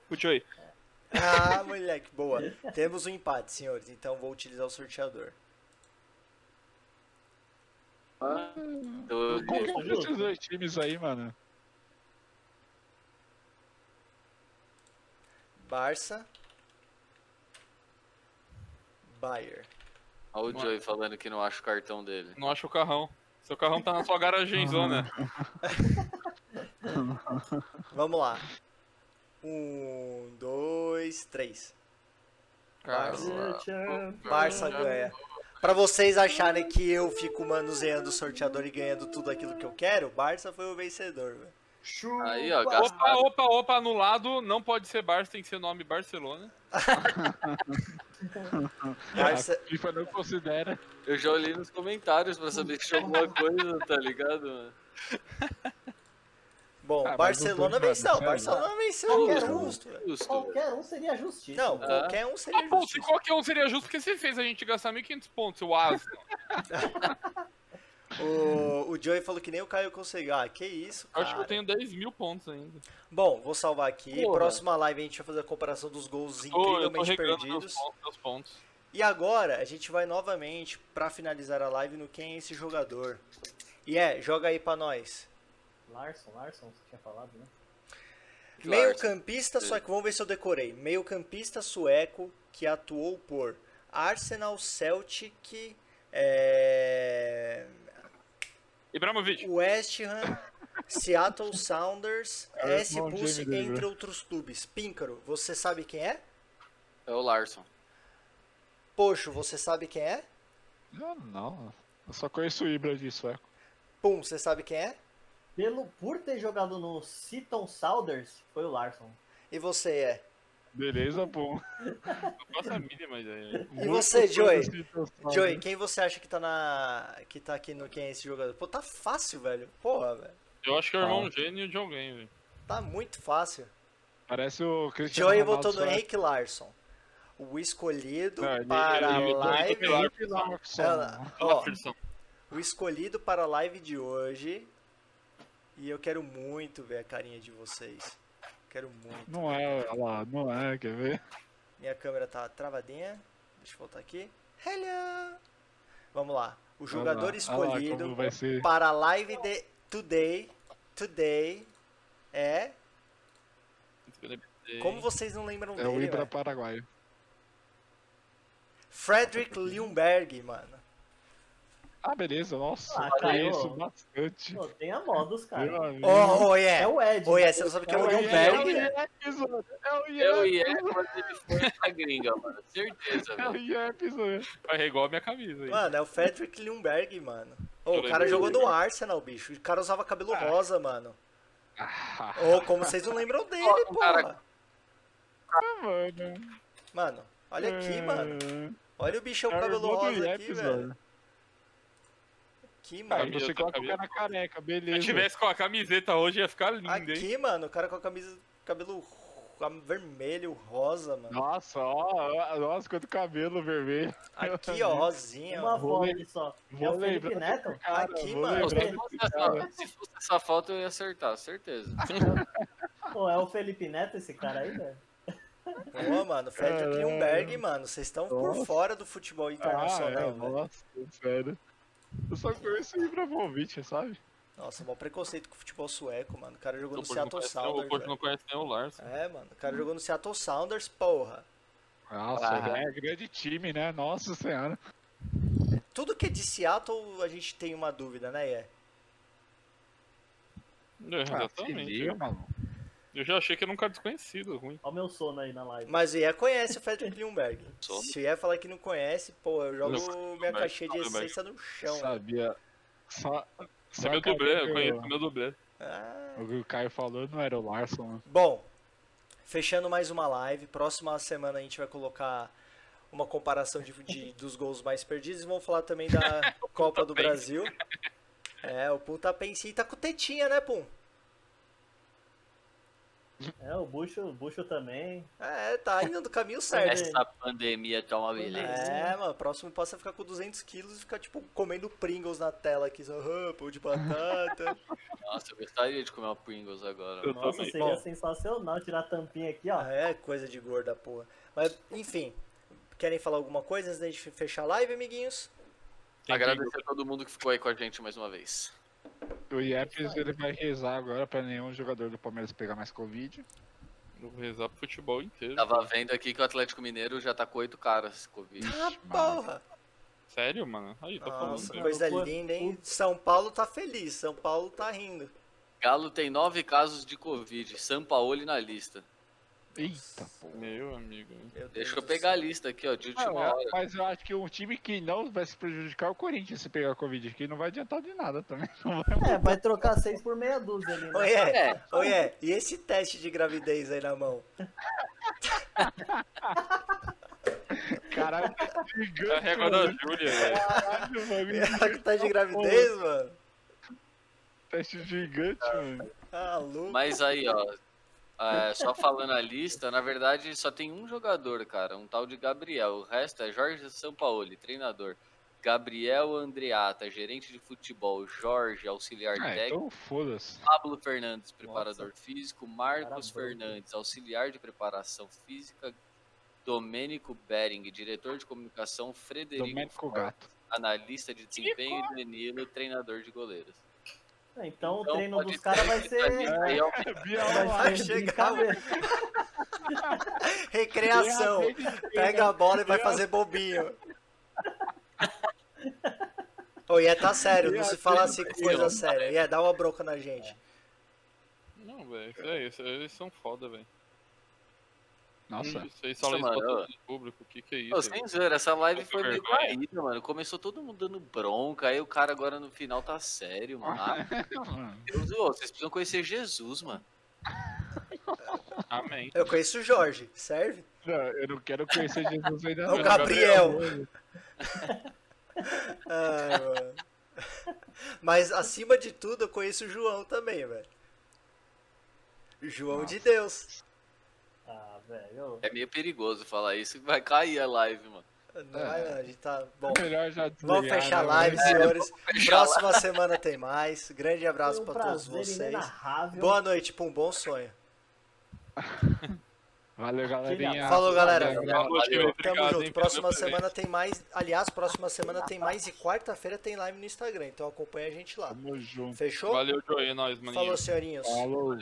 E: Continue aí.
C: Ah, moleque, boa. Temos um empate, senhores. Então vou utilizar o sorteador.
D: Do-
B: Qual que é
D: do-
B: um desses dois times aí, mano?
C: Barça. Bayer.
D: Olha o Joey falando que não acha o cartão dele.
E: Não acho o carrão. Seu carrão tá na sua
B: Ah.
E: garagemzona.
C: Vamos lá. Um, dois, três.
E: Cara,
C: é Barça
E: já-
C: ganha. Pra vocês acharem que eu fico manuseando o sorteador e ganhando tudo aquilo que eu quero, Barça foi o vencedor, velho.
D: Aí, ó,
E: Opa,
D: gastado.
E: opa, opa, anulado. Não pode ser Barça, tem que ser nome Barcelona.
C: Barça,
B: A FIFA não considera.
D: Eu já olhei nos comentários pra saber se tinha alguma coisa, tá ligado, mano?
C: Bom,
B: Ah, mas
C: Barcelona
B: não tô
C: venceu,
B: jogando,
C: Barcelona venceu, que
D: Não,
C: era
D: não.
C: justo. velho.
D: Justo.
A: Qualquer um seria justiça.
C: Não,
A: né?
C: qualquer um
E: Ah,
C: seria
E: pô, se
C: justo.
E: qualquer um seria justo, porque você fez a gente gastar 1.500 pontos, o Aston.
C: O, o Joey falou que nem o Caio conseguiu. Ah, que isso,
E: Eu Acho que eu
C: cara.
E: tenho 10 mil pontos ainda.
C: Bom, vou salvar aqui.
D: Porra.
C: Próxima live a gente vai fazer a comparação dos gols
E: Tô, eu tô
C: incrivelmente
E: regando meus
C: perdidos.
E: pontos, meus pontos.
C: E agora a gente vai novamente pra finalizar a live no quem é esse jogador. E é, joga aí pra nós.
A: Larson, Larson, você tinha falado, né?
C: Meio
D: Larson.
C: campista sueco, vamos ver se eu decorei. Meio campista sueco que atuou por Arsenal, Celtic, é...
E: Ibrahimovic.
C: West Ham, Seattle Sounders,
B: Cara,
C: S
B: bom
C: Pulse,
B: time dele,
C: entre
B: né?
C: outros clubes. Píncaro, você sabe quem é?
D: É o Larson.
C: Poxo, você sabe quem é?
B: Não, não. Eu só conheço o Ibra de sueco.
C: Pum, você sabe quem é?
A: Pelo, por ter jogado no Seaton Sounders, foi o Larson.
C: E você é?
B: Beleza, bom.
E: Não faço a mínima ideia.
C: E você, Joey? Joey,
B: Joey?
C: quem você acha que tá na. que tá aqui no quem é esse jogador? Pô, tá fácil, velho. Porra, velho.
E: Eu acho que é o irmão
B: Tá.
E: gênio de alguém, velho.
C: Tá muito fácil.
B: Parece o Cristiano
C: Joey
B: Ronaldo
C: votou no
B: sueco.
C: Henrique Larson. O escolhido
B: Não, ele-
C: para
E: ele- ele-
C: a
E: ele-
C: live.
E: ele-
B: Henrique Larson.
C: Ela-
E: Fala,
C: ó,
E: Firção.
C: O escolhido para a live de hoje. E eu quero muito ver a carinha de vocês. Quero muito.
B: Não é, olha lá, não é, quer ver?
C: Minha câmera tá travadinha. Deixa eu voltar aqui. Hello! Vamos lá. O jogador
B: Olha lá, olha lá
C: escolhido
B: como vai ser.
C: para a live de today. Today é. Como vocês não lembram
B: É o
C: dele?
B: Ibra
C: velho?
B: paraguaio.
C: Frederick Ljungberg, mano.
B: Ah, beleza, nossa,
A: Ah,
B: eu
A: caiu.
B: conheço bastante.
A: Pô, tem a modos,
B: Meu
A: cara.
B: amigo.
C: Oh, oh,
A: É
C: yeah.
A: o Ed.
C: Oh, yeah. Você não sabe quem é o
A: É o
C: Ljungberg?
B: É o Iepes, mano. É o
D: É o
B: Iepes,
D: Iep, mas ele foi pra gringa, mano. Certeza,
B: é o
D: velho.
B: Iepes, mano.
E: Vai igual a minha camisa aí.
C: Mano, é o Frederick Ljungberg, mano. Ô, o
E: Eu
C: cara
E: lembro
C: jogou
E: dele.
C: no Arsenal, bicho. O cara usava cabelo rosa, mano.
B: Ah,
C: Ô, como vocês não lembram dele,
B: Ah,
E: Ó, o cara-
C: porra.
B: mano.
C: Mano, Olha
B: Hum,
C: aqui, mano. Olha o bichão
B: É o
C: cabelo
B: irmão do
C: rosa aqui,
B: Iepes,
C: velho.
B: mano.
C: Aqui,
B: Cara,
E: Camisa,
C: mano.
B: Ah, você
E: tá
B: coloca o
E: camisa.
B: cara careca,
E: Se eu
B: beleza.
E: tivesse com a camiseta hoje, ia ficar lindo, hein?
C: Aqui, mano, o cara com a camisa, cabelo ro- vermelho, rosa, mano.
B: Nossa, ó, ó, nossa, quanto cabelo vermelho.
C: Aqui, ó, rosinha.
A: Uma
C: ó.
B: vou
A: foto só. É
B: Vou
A: o Felipe
B: lembrar
A: Neto?
B: cara,
C: Aqui,
B: vou
C: mano.
B: lembrar
D: Se
B: desse
D: fosse,
B: cara.
D: essa, se fosse essa foto, eu ia acertar, certeza.
A: Pô, é o Felipe Neto esse cara aí, velho?
C: Pô, mano, Fred
B: Caralho.
C: Klimberg, mano. Vocês estão por
B: Nossa.
C: fora do futebol
B: Ah,
C: internacional,
B: é,
C: velho.
B: nossa, sério. Eu só conheço o Ibrahimovic, sabe?
C: Nossa, mó preconceito com o futebol sueco, mano. O cara jogou
E: O
C: no
E: Porto não
C: Seattle
E: conhece nem- o
C: Sounders.
E: Porto
C: velho.
E: não conhece nem o Larson.
C: É, mano. O cara jogou no Seattle Sounders, porra.
B: Nossa,
D: Ah.
B: é grande time, né? Nossa senhora.
C: Tudo que é de Seattle a gente tem uma dúvida, né, Ié?
E: É,
B: Ah, se
E: exatamente.
B: liga, mano.
E: eu já achei que era um cara desconhecido, ruim.
A: Olha o meu sono aí na live.
C: Mas o Ié conhece o Fred Klimberg.
D: Sou.
C: Se o Ié falar que não conhece, pô, eu
E: Eu
C: jogo minha
E: Klimberg,
C: caixinha de
E: sou Klimberg.
C: essência no chão.
B: Sabia. Só,
E: Esse
B: só
E: é meu dublê, eu
B: que
E: conheço meu dublê.
C: Ah.
B: O que o Caio falou não era o Larson, né?
C: Bom, fechando mais uma live. Próxima semana a gente vai colocar uma comparação de, de- dos gols mais perdidos. E vamos falar também da Copa do
E: Pence.
C: Brasil. É, o Pum tá pensinho e tá com tetinha, né, Pum?
A: É, o Bucho, o Bucho também.
C: É, tá indo do caminho certo.
D: Essa pandemia tá uma beleza.
C: É, mano, próximo passo é ficar com 200 quilos e ficar, tipo, comendo Pringles na tela aqui. Só, "Ah, pão de batata.
D: Nossa, eu gostaria de comer uma Pringles agora.
E: Eu
A: Nossa,
E: também.
A: seria
C: Bom.
A: sensacional tirar a tampinha aqui, ó.
C: Ah, é, coisa de gorda, porra. Mas, enfim, querem falar alguma coisa antes da gente fechar a live, amiguinhos?
E: Tem
D: Agradecer a todo mundo que ficou aí com a gente mais uma vez.
B: O Iepes ele vai rezar agora pra nenhum jogador do Palmeiras pegar mais Covid.
E: que- Vou rezar pro futebol inteiro.
D: Tava vendo aqui que o Atlético Mineiro já tá com oito caras Covid.
C: Ah,
B: mano.
C: porra!
E: Sério, mano? Aí, tô falando.
C: Nossa,
E: sério.
C: coisa
A: Pô,
C: linda, hein? São Paulo tá feliz, São Paulo tá rindo.
D: Galo tem nove casos de Covid. Sampaoli na lista.
B: Eita, pô.
E: Meu amigo.
C: Meu Deus
D: Deixa eu
C: do
D: pegar a
C: céu.
D: lista aqui, ó, de
B: Ah,
D: última hora.
B: mas eu acho que um time que não vai se prejudicar é o Corinthians se pegar Covid aqui. Não vai adiantar de nada também. Não vai
A: É, vai trocar seis por meia dúzia ali,
C: Oi,
A: né?
C: é.
D: É,
C: Oi, é. E esse teste de gravidez aí na mão?
B: Caralho,
E: É a
B: gigante.
E: régua da Júlia, velho.
B: Caralho, mano.
C: Ela que tá de gravidez, mano?
B: Teste gigante,
E: é
B: mano.
C: Ah, louco.
D: mas aí, ó. é, só falando a lista, na verdade só tem um jogador, cara, um tal de Gabriel. O resto é Jorge Sampaoli, treinador. Gabriel Andreata, gerente de futebol. Jorge, auxiliar
B: Ah,
D: técnico.
B: então foda-se.
D: Pablo Fernandes, preparador físico. Marcos
A: Cara branco.
D: Fernandes, auxiliar de preparação física. Domênico Bering, diretor de comunicação. Frederico,
B: Domênico
D: Fortes,
B: Gato.
D: analista de desempenho. E Danilo, treinador de goleiros.
A: Então o
D: Então,
A: treino
D: pode
A: dos
D: ser
A: caras vai
D: que
A: ser.
D: a lista
B: É,
D: aí aumente.
E: um-
A: Vai
C: Vai
A: ser
C: chegar,
A: brincadeira.
C: Recreação. Pega a bola e vai fazer bobinho. Ô, Ié, tá sério, não se fala assim com coisa séria. Ié, dá uma bronca na gente.
E: Não, velho. Isso é isso. Eles são foda, velho.
B: Nossa,
E: Isso aí,
D: Nossa,
E: só isso pra
D: mano, ó.
E: todo mundo público. O que que é isso?
D: Ô,
E: velho?
D: sem zoeira, essa live
E: Nossa,
D: foi meio
E: vergonha.
D: caída, mano. Começou todo mundo dando bronca, aí o cara agora no final tá sério, mano. Ah,
B: mano.
D: Deus, ô, vocês precisam conhecer Jesus, mano.
E: Amém.
C: Eu conheço o Jorge, serve?
B: Não, eu não quero conhecer Jesus ainda.
C: É
B: não.
C: o Gabriel. Ai, mano. Mas acima de tudo, eu conheço o João também, velho. João de Deus.
A: Ah, velho.
D: É meio perigoso falar isso, vai cair a live, mano.
C: Não, ai, mano, a gente tá bom.
B: Melhor já
C: Vamos
B: desligar,
C: fechar a
B: né,
C: live,
B: mano?
C: senhores.
D: fechar a
C: Próxima semana tem mais. Grande abraço
A: Foi um
C: pra todos
A: prazer
C: vocês.
A: inenarrável.
C: Boa noite, Pum. Bom sonho.
B: Valeu, galerinha.
C: Falou, galera.
E: Boa noite,
D: Valeu.
E: velho.
C: Tamo
E: Obrigado,
C: junto.
E: hein,
C: Próxima
E: pelo presente.
C: semana tem mais. Aliás, próxima semana tem mais e quarta-feira tem live no Instagram. Então acompanha a gente lá.
B: Tamo junto.
C: Fechou?
E: Valeu, Joey. É nóis, maninho.
C: Falou, senhorinhos.
B: Falou.